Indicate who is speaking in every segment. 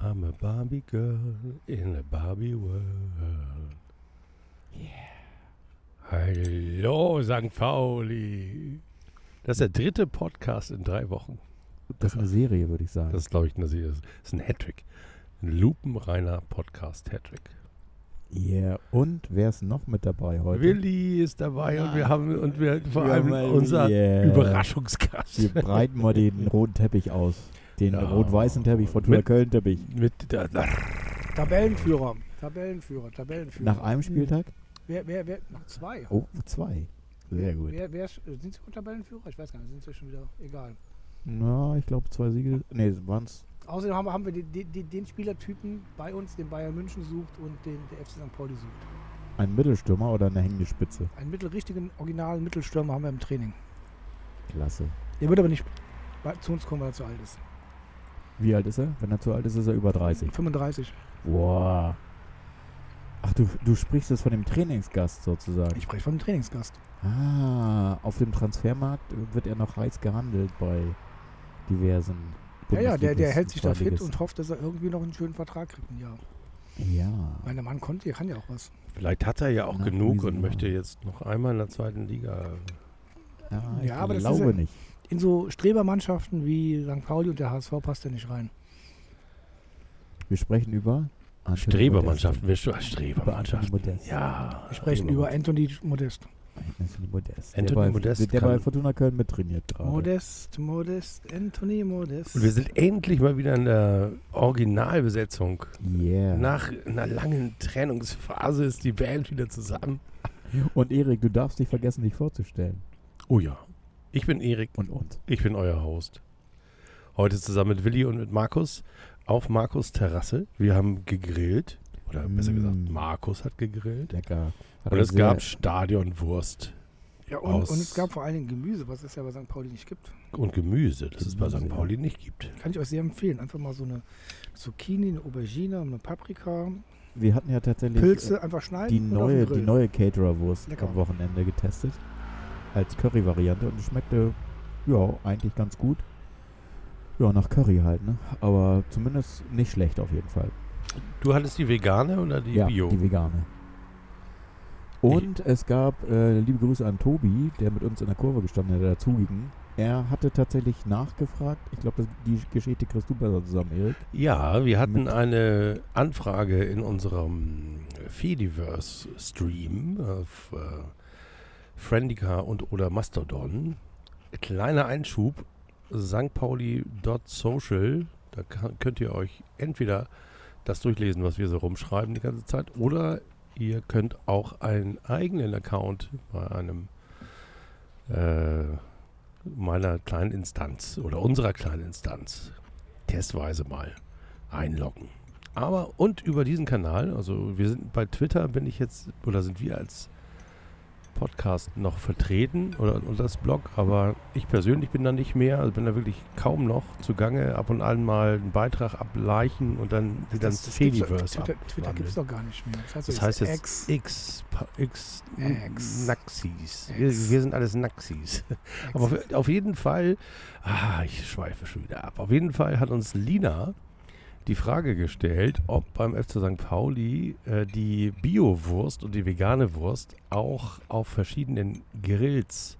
Speaker 1: I'm a Barbie girl in a Barbie world. Hallo, St. Pauli. Das ist der dritte Podcast in drei Wochen.
Speaker 2: Das ist eine Serie, würde ich sagen.
Speaker 1: Das ist, glaube ich, eine Serie. Das ist ein Hattrick. Ein lupenreiner Podcast-Hattrick.
Speaker 2: yeah. Und wer ist noch mit dabei heute?
Speaker 1: Willi ist dabei und wir haben und wir vor
Speaker 2: Wir
Speaker 1: allem
Speaker 2: haben-
Speaker 1: unser
Speaker 2: yeah. Wir
Speaker 1: Überraschungsgast.
Speaker 2: breiten mal den roten Teppich aus. Den
Speaker 1: Ja.
Speaker 2: rot-weißen Teppich, Fortuna
Speaker 1: Mit-
Speaker 2: Köln-Teppich.
Speaker 1: Mit der,
Speaker 3: Tabellenführer. Tabellenführer, Tabellenführer.
Speaker 2: Nach einem Spieltag?
Speaker 3: Wer, wer, wer, nach zwei.
Speaker 2: Oh, zwei. Sehr gut.
Speaker 3: Wer, wer, ist- sind sie schon Tabellenführer? Ich weiß gar nicht, sind sie schon wieder, egal.
Speaker 2: Na, ich glaube, zwei Siege. Nee, waren es.
Speaker 3: Außerdem haben, wir- haben wir den, den, den- den Spielertypen bei uns, den Bayern München sucht und den der FC St. Pauli sucht.
Speaker 2: Ein Mittelstürmer oder eine hängende Spitze?
Speaker 3: Einen mittelrichtigen, originalen Mittelstürmer haben wir im Training.
Speaker 2: Klasse.
Speaker 3: Der wird aber nicht bei- zu uns kommen, weil er zu alt ist.
Speaker 2: Wie alt ist er? Wenn er zu alt ist, ist er über 30.
Speaker 3: 35.
Speaker 2: Wow. Ach, du, du sprichst jetzt von dem Trainingsgast sozusagen.
Speaker 3: Ich spreche vom Trainingsgast.
Speaker 2: Ah, auf dem Transfermarkt wird er noch heiß gehandelt bei diversen
Speaker 3: Ja, ja, der, der
Speaker 2: Bundesligisten,
Speaker 3: hält sich da fit und
Speaker 2: Zweitligisten.
Speaker 3: hofft, dass er irgendwie noch einen schönen Vertrag kriegt. Ja,
Speaker 2: Ja.
Speaker 3: weil der Mann konnte, der kann ja auch was.
Speaker 1: vielleicht hat er ja auch
Speaker 2: Na,
Speaker 1: genug
Speaker 2: Wiesen,
Speaker 1: und
Speaker 2: ja.
Speaker 1: möchte jetzt noch einmal in der zweiten Liga.
Speaker 2: Ah, ich
Speaker 3: Ja, aber das ist
Speaker 2: glaube
Speaker 3: ja-
Speaker 2: nicht.
Speaker 3: In so Strebermannschaften wie St. Pauli und der HSV passt er nicht rein.
Speaker 2: Wir sprechen über Anthony
Speaker 1: Strebermannschaften. Wirst du als
Speaker 2: Modest. Über Anthony
Speaker 1: Strebermannschaften?
Speaker 2: Modest.
Speaker 1: Ja.
Speaker 3: Wir
Speaker 1: Also
Speaker 3: sprechen über Anthony Modest.
Speaker 2: Anthony Modest.
Speaker 1: Anthony
Speaker 2: der bei,
Speaker 1: Modest
Speaker 2: Der bei
Speaker 1: kann-
Speaker 2: Fortuna Köln mittrainiert gerade.
Speaker 3: Modest, Modest, Anthony Modest.
Speaker 1: Und wir sind endlich mal wieder in der Originalbesetzung.
Speaker 2: Yeah.
Speaker 1: Nach einer langen Trennungsphase ist die Band wieder zusammen.
Speaker 2: Und Erik, du darfst nicht vergessen, dich vorzustellen.
Speaker 1: Oh ja. Ich bin Erik,
Speaker 2: Und uns.
Speaker 1: ich bin euer Host. Heute zusammen mit Willi und mit Markus auf Markus Terrasse. Wir haben gegrillt. Oder besser gesagt,
Speaker 2: Mm.
Speaker 1: Markus hat gegrillt.
Speaker 2: Lecker. Hat
Speaker 1: Und
Speaker 2: er
Speaker 1: es
Speaker 2: sehr-
Speaker 1: gab Stadionwurst
Speaker 3: ja, und,
Speaker 1: aus-
Speaker 3: und es gab vor allen Dingen Gemüse, was es ja bei St. Pauli nicht gibt.
Speaker 1: und Gemüse, das es bei
Speaker 2: Gemüse,
Speaker 1: St.
Speaker 2: ja.
Speaker 1: Pauli nicht gibt.
Speaker 3: Kann ich euch sehr empfehlen. Einfach mal so eine Zucchini, eine Aubergine, eine Paprika,
Speaker 2: Wir hatten ja tatsächlich
Speaker 1: äh,
Speaker 3: Pilze einfach schneiden.
Speaker 2: die
Speaker 3: und
Speaker 2: neue,
Speaker 3: auf den
Speaker 2: die
Speaker 3: Grill.
Speaker 2: neue Caterer-Wurst
Speaker 3: Lecker.
Speaker 2: am Wochenende getestet. Als Curry-Variante und die schmeckte, ja, eigentlich ganz gut. Ja, nach Curry halt, ne? Aber zumindest nicht schlecht auf jeden Fall.
Speaker 1: Du hattest die vegane oder die
Speaker 2: ja,
Speaker 1: Bio?
Speaker 2: die vegane. Und es gab, äh, liebe Grüße an Tobi, der mit uns in der Kurve gestanden hat, der dazuging. Er hatte tatsächlich nachgefragt. Ich glaube, das- die Geschichte kriegst du besser zusammen, Erik.
Speaker 1: Ja, wir hatten
Speaker 2: Mit-
Speaker 1: eine Anfrage in unserem Fediverse-Stream auf äh, Friendica und oder Mastodon. Kleiner Einschub, St. Pauli.social, da kann, könnt ihr euch entweder das durchlesen, was wir so rumschreiben die ganze Zeit, oder ihr könnt auch einen eigenen Account bei einem äh, meiner kleinen Instanz oder unserer kleinen Instanz testweise mal einloggen. Aber und über diesen Kanal, also wir sind bei Twitter, bin ich jetzt oder sind wir als Podcast noch vertreten oder oder das Blog, aber ich persönlich bin da nicht mehr, also bin da wirklich kaum noch zugange, ab und an mal einen Beitrag ableichen und dann wieder
Speaker 3: Das-
Speaker 1: ins
Speaker 3: das gibt's-
Speaker 1: Fediverse ab.
Speaker 3: Twitter, Twitter gibt es doch gar nicht mehr.
Speaker 1: Das heißt jetzt
Speaker 3: Ex,
Speaker 1: X, Pa- X,
Speaker 3: X.
Speaker 1: Naxis.
Speaker 3: X.
Speaker 1: Wir, wir sind alles Naxis.
Speaker 3: Ex.
Speaker 1: Aber auf- auf jeden Fall, ah, ich schweife schon wieder ab. Auf jeden Fall hat uns Lina die Frage gestellt, ob beim FC St. Pauli äh, die Bio-Wurst und die vegane Wurst auch auf verschiedenen Grills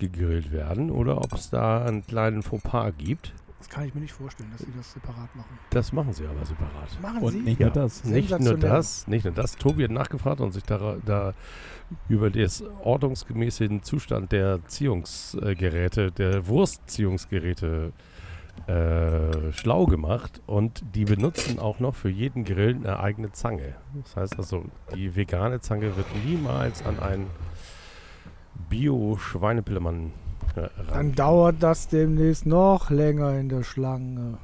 Speaker 1: gegrillt werden oder ob es da einen kleinen Fauxpas gibt.
Speaker 3: das kann ich mir nicht vorstellen, dass sie das separat machen.
Speaker 1: Das machen sie aber separat.
Speaker 3: Machen sie?
Speaker 2: Und nicht
Speaker 1: Ja.
Speaker 2: nur das.
Speaker 1: Nicht nur
Speaker 3: Sensationell.
Speaker 1: das, nicht nur das. Tobi hat nachgefragt und sich da, da über das ordnungsgemäßen Zustand der Ziehungsgeräte, der Wurstziehungsgeräte äh, schlau gemacht und die benutzen auch noch für jeden Grill eine eigene Zange. Das heißt also, die vegane Zange wird niemals an einen Bio-Schweinepillemann äh,
Speaker 3: Dann
Speaker 1: ran.
Speaker 3: dauert das demnächst noch länger in der Schlange.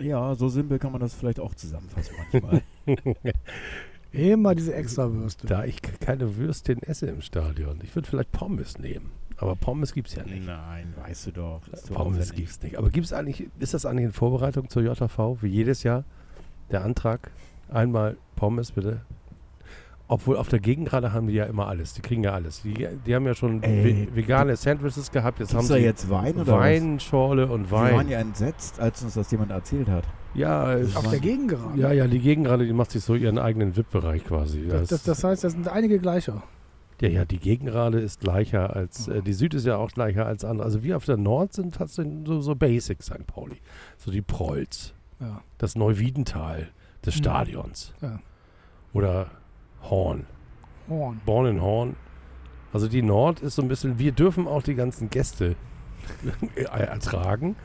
Speaker 2: Ja, so simpel kann man das vielleicht auch zusammenfassen manchmal.
Speaker 3: Immer diese Extrawürste.
Speaker 1: Da ich keine Würstchen esse im Stadion, ich würde vielleicht Pommes nehmen. Aber Pommes gibt es ja nicht.
Speaker 2: Nein, weißt du doch. ist zu
Speaker 1: Pommes
Speaker 2: aufwendig.
Speaker 1: gibt es nicht. Aber gibt's eigentlich, ist das eigentlich in Vorbereitung zur JV, wie jedes Jahr, der Antrag, einmal Pommes bitte? Obwohl auf der Gegengrade haben die ja immer alles. Die kriegen ja alles. Die, die haben ja schon
Speaker 2: Ey,
Speaker 1: ve vegane Sandwiches gehabt. Jetzt haben
Speaker 2: Gibt's da
Speaker 1: sie
Speaker 2: jetzt Wein oder
Speaker 1: Weinschorle und
Speaker 2: was? Wir waren
Speaker 1: Wein.
Speaker 2: ja entsetzt, als uns das jemand erzählt hat.
Speaker 1: Ja, äh,
Speaker 3: Auf
Speaker 2: Mann.
Speaker 3: der Gegengerade.
Speaker 1: ja, ja, die Gegengrade, die macht sich so ihren eigenen VIP-Bereich quasi.
Speaker 3: Das, das, das heißt, das sind einige gleicher.
Speaker 1: ja, ja, die Gegengrade ist gleicher als, äh, die Süd ist ja auch gleicher als andere. Also wir auf der Nord sind tatsächlich so, so Basic, St. Pauli. So die Prolz,
Speaker 3: Ja.
Speaker 1: das Neuwiedental des
Speaker 3: Mhm.
Speaker 1: Stadions.
Speaker 3: Ja.
Speaker 1: Oder Horn.
Speaker 3: Horn.
Speaker 1: Born in Horn. Also die Nord ist so ein bisschen, wir dürfen auch die ganzen Gäste äh, ertragen,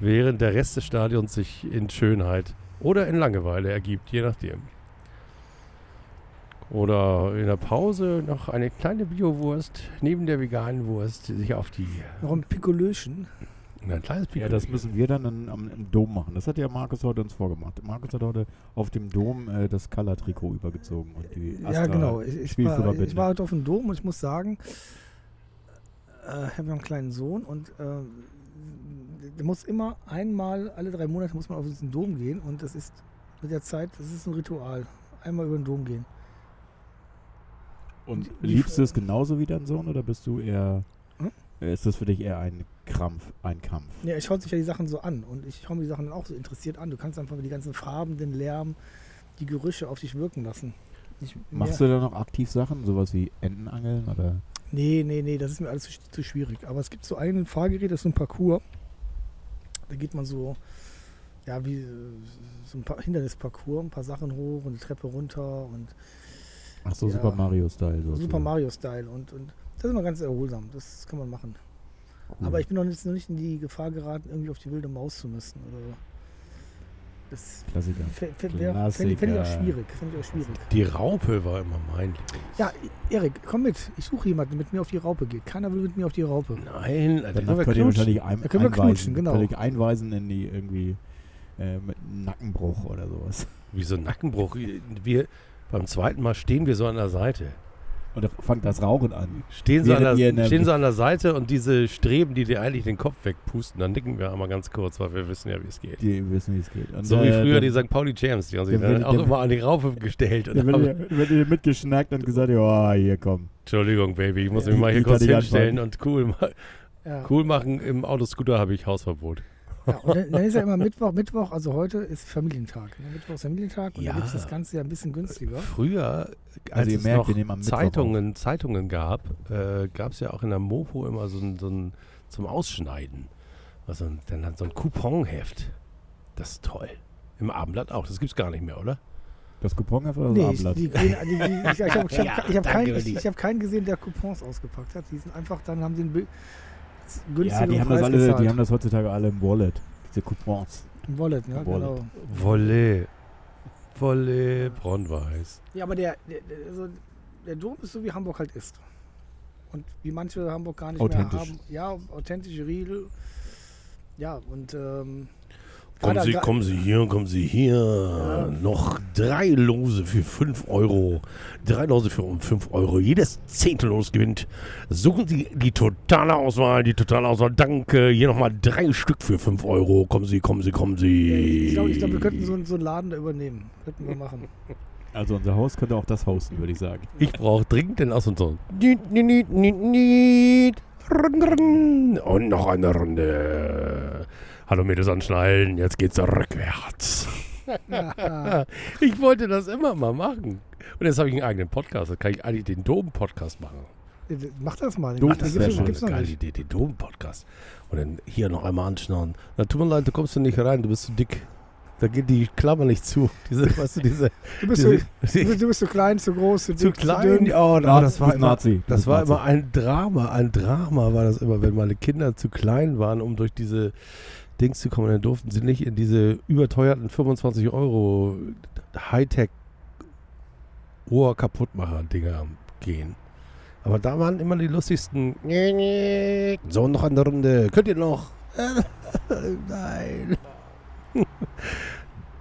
Speaker 1: während der Rest des Stadions sich in Schönheit oder in Langeweile ergibt, je nachdem. Oder in der Pause noch eine kleine Biowurst neben der veganen Wurst die sich auf die
Speaker 3: Noch ein Pikolöchen.
Speaker 1: ein kleines
Speaker 2: Ja, das müssen wir dann in, am, im Dom machen. Das hat ja Markus heute uns vorgemacht. Markus hat heute auf dem Dom äh, das Color-Trikot übergezogen. Und die
Speaker 3: ja, genau. Ich, ich, war,
Speaker 2: Spielführerbinde.
Speaker 3: ich war heute auf dem Dom und ich muss sagen, äh, ich habe noch einen kleinen Sohn und äh, der muss immer einmal alle drei Monate muss man auf diesen Dom gehen und das ist mit der Zeit, das ist ein Ritual. Einmal über den Dom gehen.
Speaker 2: Und
Speaker 3: die-
Speaker 2: liebst du es genauso wie dein Sohn oder bist du eher.
Speaker 3: Hm?
Speaker 2: äh, Ist das für dich eher ein Krampf, ein Kampf?
Speaker 3: Ja, ich schaue sich ja die Sachen so an und ich schaue mir die Sachen dann auch so interessiert an. Du kannst einfach die ganzen Farben, den Lärm, die Gerüche auf dich wirken lassen. Ich,
Speaker 2: Machst du da noch aktiv Sachen, sowas wie Entenangeln oder?
Speaker 3: Nee, nee, nee, das ist mir alles zu, sch- zu schwierig. Aber es gibt so ein Fahrgerät, das ist so ein Parcours. Da geht man so, ja, wie äh, so ein paar Hindernisparcours, ein paar Sachen hoch und eine Treppe runter und
Speaker 2: Ach so,
Speaker 3: Ja.
Speaker 2: Super Mario Style.
Speaker 3: Super
Speaker 2: sozusagen.
Speaker 3: Mario-Style. Und, und das ist immer ganz erholsam, das kann man machen.
Speaker 2: Cool.
Speaker 3: Aber ich bin noch nicht, noch nicht in die Gefahr geraten, irgendwie auf die wilde Maus zu müssen oder so. Das
Speaker 2: Klassiker.
Speaker 3: fände fänd, fänd ich auch
Speaker 2: Klassiker.
Speaker 3: schwierig. Fänd ich auch schwierig.
Speaker 1: Die Raupe war immer mein
Speaker 3: Ja, Erik, komm mit. Ich suche jemanden, der mit mir auf die Raupe geht. Keiner will mit mir auf die Raupe.
Speaker 1: Nein, Alter, können
Speaker 2: Danach
Speaker 1: wir
Speaker 2: könnt ihr
Speaker 1: knutschen?
Speaker 2: wahrscheinlich ein,
Speaker 3: Da können wir
Speaker 2: einweisen,
Speaker 3: knutschen, genau.
Speaker 2: könnt ihr einweisen in die irgendwie äh, mit einem Nackenbruch oder sowas.
Speaker 1: Wie so ein Nackenbruch. Wir beim zweiten Mal stehen wir so an der Seite.
Speaker 2: Und da fangt das Rauchen an.
Speaker 1: Stehen sie,
Speaker 2: Während
Speaker 1: an
Speaker 2: ihr in
Speaker 1: der,
Speaker 2: der-
Speaker 1: stehen sie an der Seite und diese Streben, die dir eigentlich den Kopf wegpusten, dann nicken wir einmal ganz kurz, weil wir wissen ja, wie es geht.
Speaker 2: Die wissen, wie es geht. Und,
Speaker 1: so wie
Speaker 2: äh,
Speaker 1: früher
Speaker 2: dann-
Speaker 1: die St. Pauli Jams, die haben sich
Speaker 2: dann
Speaker 1: dann
Speaker 2: will-
Speaker 1: auch
Speaker 2: dann-
Speaker 1: immer an die Raufe gestellt. Und
Speaker 2: Dann
Speaker 1: haben,
Speaker 2: wird ihr- wird ihr mitgeschnackt und gesagt, ja, hier komm.
Speaker 1: Entschuldigung, Baby, ich muss
Speaker 2: Ja,
Speaker 1: mich mal
Speaker 2: die-
Speaker 1: hier
Speaker 2: die
Speaker 1: kurz
Speaker 2: kann ich
Speaker 1: hinstellen und cool, ma
Speaker 3: Ja.
Speaker 1: cool machen. Im Autoscooter habe ich Hausverbot.
Speaker 3: Ja, und dann, dann ist ja immer Mittwoch, Mittwoch, also heute ist Familientag. Ne? Mittwoch ist Familientag und
Speaker 1: Ja.
Speaker 3: da gibt es das Ganze ja ein bisschen günstiger.
Speaker 1: Früher, als
Speaker 2: Also ihr
Speaker 1: es
Speaker 2: merkt,
Speaker 1: noch
Speaker 2: wir nehmen am Mittwoch
Speaker 1: Zeitungen, Zeitungen gab, äh, gab es ja auch in der Mopo immer so ein, so ein zum Ausschneiden. Also ein- dann hat so ein Couponheft. Das ist toll. Im Abendblatt auch. Das gibt's gar nicht mehr, oder?
Speaker 2: Das Coupon einfach oder
Speaker 3: Nee,
Speaker 2: so
Speaker 3: ich, die,
Speaker 2: Ablatt?
Speaker 3: die, die, die, ich, ich habe ich
Speaker 1: Ja,
Speaker 3: hab, ich hab
Speaker 1: danke,
Speaker 3: keinen ich,
Speaker 1: Uli.
Speaker 3: ich hab keinen gesehen, der Coupons ausgepackt hat. Die sind einfach, dann haben den bi- günstigeren
Speaker 2: Ja, die haben,
Speaker 3: Preis
Speaker 2: das alle,
Speaker 3: gezahlt.
Speaker 2: die haben das heutzutage alle im Wallet. Diese Coupons.
Speaker 3: Im Wallet, ne?
Speaker 2: Wallet.
Speaker 3: Genau.
Speaker 1: Wolle. Wolle. Braunweiß.
Speaker 3: Ja, aber der, der, der- also der Dom ist so, wie Hamburg halt ist. Und wie manche Hamburg gar nicht mehr
Speaker 2: Authentisch.
Speaker 3: haben. Ja, authentische Riegel. Ja, und
Speaker 1: Kommen
Speaker 3: ähm, gerade-
Speaker 1: Sie,
Speaker 3: gra-
Speaker 1: kommen Sie hier, kommen Sie hier. Noch drei Lose für 5 Euro. Drei Lose für um 5 Euro. Jedes Zehntel los gewinnt. Suchen Sie die totale Auswahl, die totale Auswahl. Danke. Hier nochmal drei Stück für 5 Euro. Kommen Sie, kommen Sie, kommen Sie.
Speaker 2: Äh.
Speaker 3: Ich glaube, ich glaub, wir könnten so, einen- so einen Laden da übernehmen. Könnten wir machen.
Speaker 2: Also unser Haus könnte auch das hosten, würde ich sagen.
Speaker 1: Ich brauche dringend den Assunzon. Niet, niet, niet, niet, niet. Run, run. Und noch eine Runde. Hallo Mädels anschnallen, jetzt geht's rückwärts. ich wollte das immer mal machen. Und jetzt habe ich einen eigenen Podcast. Dann kann ich eigentlich den Dom-Podcast machen.
Speaker 3: Mach das mal.
Speaker 2: Dom
Speaker 3: Den
Speaker 2: ist
Speaker 3: gibt's-
Speaker 2: sehr
Speaker 3: den
Speaker 2: schön.
Speaker 3: gibt's noch
Speaker 1: geile
Speaker 3: nicht.
Speaker 1: Idee, den Dom-Podcast. Und dann hier noch einmal anschnallen. Na, tut mir leid, du kommst du nicht rein, du bist zu dick. Da geht die Klammer nicht zu. Diese, weißt du, diese,
Speaker 3: Du bist, so,
Speaker 1: diese,
Speaker 3: du, bist, du bist zu klein, zu groß, zu,
Speaker 1: zu
Speaker 3: dick, zu
Speaker 1: klein.
Speaker 3: dünn.
Speaker 1: Oh,
Speaker 2: Nazi,
Speaker 1: das war
Speaker 2: bist
Speaker 1: immer,
Speaker 2: Nazi.
Speaker 1: das
Speaker 2: bist
Speaker 1: war
Speaker 2: Nazi.
Speaker 1: immer ein Drama. Ein Drama war das immer, wenn meine Kinder zu klein waren, um durch diese Dings zu kommen. Dann durften sie nicht in diese überteuerten 25 Euro Hightech Ohr kaputtmacher Dinger gehen. Aber da waren immer die lustigsten. So, noch eine Runde. Könnt ihr noch? Nein.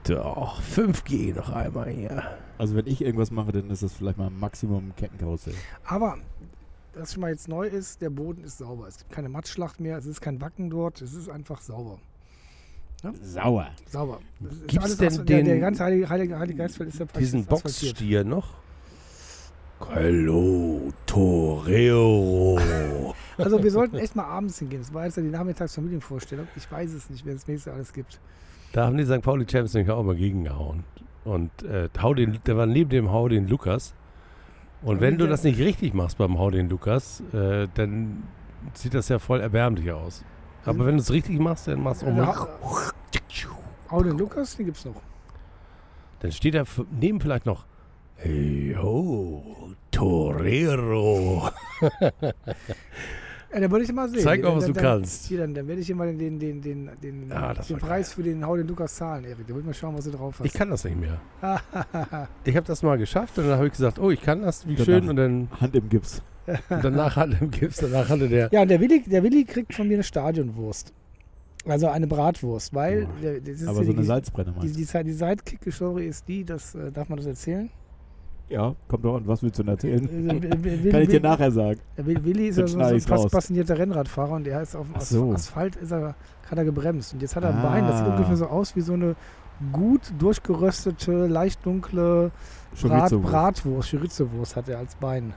Speaker 1: Doch, 5G noch einmal hier.
Speaker 2: Also wenn ich irgendwas mache, dann ist das vielleicht mal Maximum Kettenkarussell.
Speaker 3: Aber was schon mal jetzt neu ist, der Boden ist sauber. Es gibt keine Matschschlacht mehr, es ist kein Wacken dort, es ist einfach sauber.
Speaker 2: Sauer.
Speaker 3: Sauber. Es ist
Speaker 1: Gibt's
Speaker 3: alles
Speaker 1: denn
Speaker 3: asphalt- der, der
Speaker 1: den-
Speaker 3: ganze Heilige, Heilige, Heilige Geistfeld ist ja praktisch
Speaker 1: Diesen
Speaker 3: asphaltiert.
Speaker 1: Boxstier noch? Hello, Torero.
Speaker 3: Also wir sollten echt mal abends hingehen. Das war jetzt ja die Nachmittagsfamilienvorstellung. Ich weiß es nicht, wer es nächste alles gibt.
Speaker 1: Da haben die St. Pauli Champions nämlich auch mal gegengehauen. Und äh, hau den, der war neben dem Hau den Lukas. Und
Speaker 3: Und
Speaker 1: wenn du
Speaker 3: der-
Speaker 1: das nicht richtig machst beim Hau den Lukas, äh, dann sieht das ja voll erbärmlich aus. Aber wenn du es richtig machst, dann machst du
Speaker 3: Also,
Speaker 1: um.
Speaker 3: Hau- Hau den Lukas, den gibt's noch.
Speaker 1: Dann steht da f- neben vielleicht noch Hey ho, Torero.
Speaker 3: Ja, dann würde ich ihn mal sehen.
Speaker 1: Zeig mal,
Speaker 3: Dann-
Speaker 1: was du
Speaker 3: dann-
Speaker 1: kannst.
Speaker 3: Hier, dann, dann werde ich hier mal den, den, den, den,
Speaker 1: Ah, das
Speaker 3: den
Speaker 1: war
Speaker 3: Preis für den Hau den Lukas zahlen, Erik. Da wollte ich mal schauen, was du drauf
Speaker 1: Ich
Speaker 3: hast.
Speaker 1: kann das nicht mehr. Ich habe das mal geschafft und dann habe ich gesagt, oh, ich kann das, wie
Speaker 3: Genau.
Speaker 2: Danach-
Speaker 1: schön. Und dann
Speaker 2: Hand im Gips.
Speaker 1: und danach hatte, gibt's- danach hatte der
Speaker 3: ja, und der Willi, der Willi kriegt von mir eine Stadionwurst. Also eine Bratwurst, weil
Speaker 2: Boah.
Speaker 3: der, das ist
Speaker 2: Aber
Speaker 3: die,
Speaker 2: so eine
Speaker 3: die-
Speaker 2: Salzbrenner
Speaker 3: die,
Speaker 2: meinst
Speaker 3: die, die Sidekick-Story ist die, das äh, darf man das erzählen?
Speaker 2: du? Ja, kommt doch an. Was willst du denn
Speaker 3: Äh,
Speaker 2: erzählen?
Speaker 3: Willi-
Speaker 2: Kann ich dir
Speaker 3: Willi-
Speaker 2: nachher sagen.
Speaker 3: Will- Willi ist ja
Speaker 2: Dann
Speaker 3: so, so
Speaker 2: schneide
Speaker 3: ein
Speaker 2: ich's
Speaker 3: fast
Speaker 2: raus.
Speaker 3: passionierter Rennradfahrer und der ist auf dem
Speaker 2: Ach
Speaker 3: As-
Speaker 2: so.
Speaker 3: Asphalt, ist er, hat er gebremst. Und jetzt hat er ein
Speaker 2: Ah.
Speaker 3: Bein, das sieht ungefähr so aus wie so eine gut durchgeröstete, leicht dunkle Brat,
Speaker 2: Chorizo-Wurst.
Speaker 3: Bratwurst, Chorizo-Wurst hat er als Bein.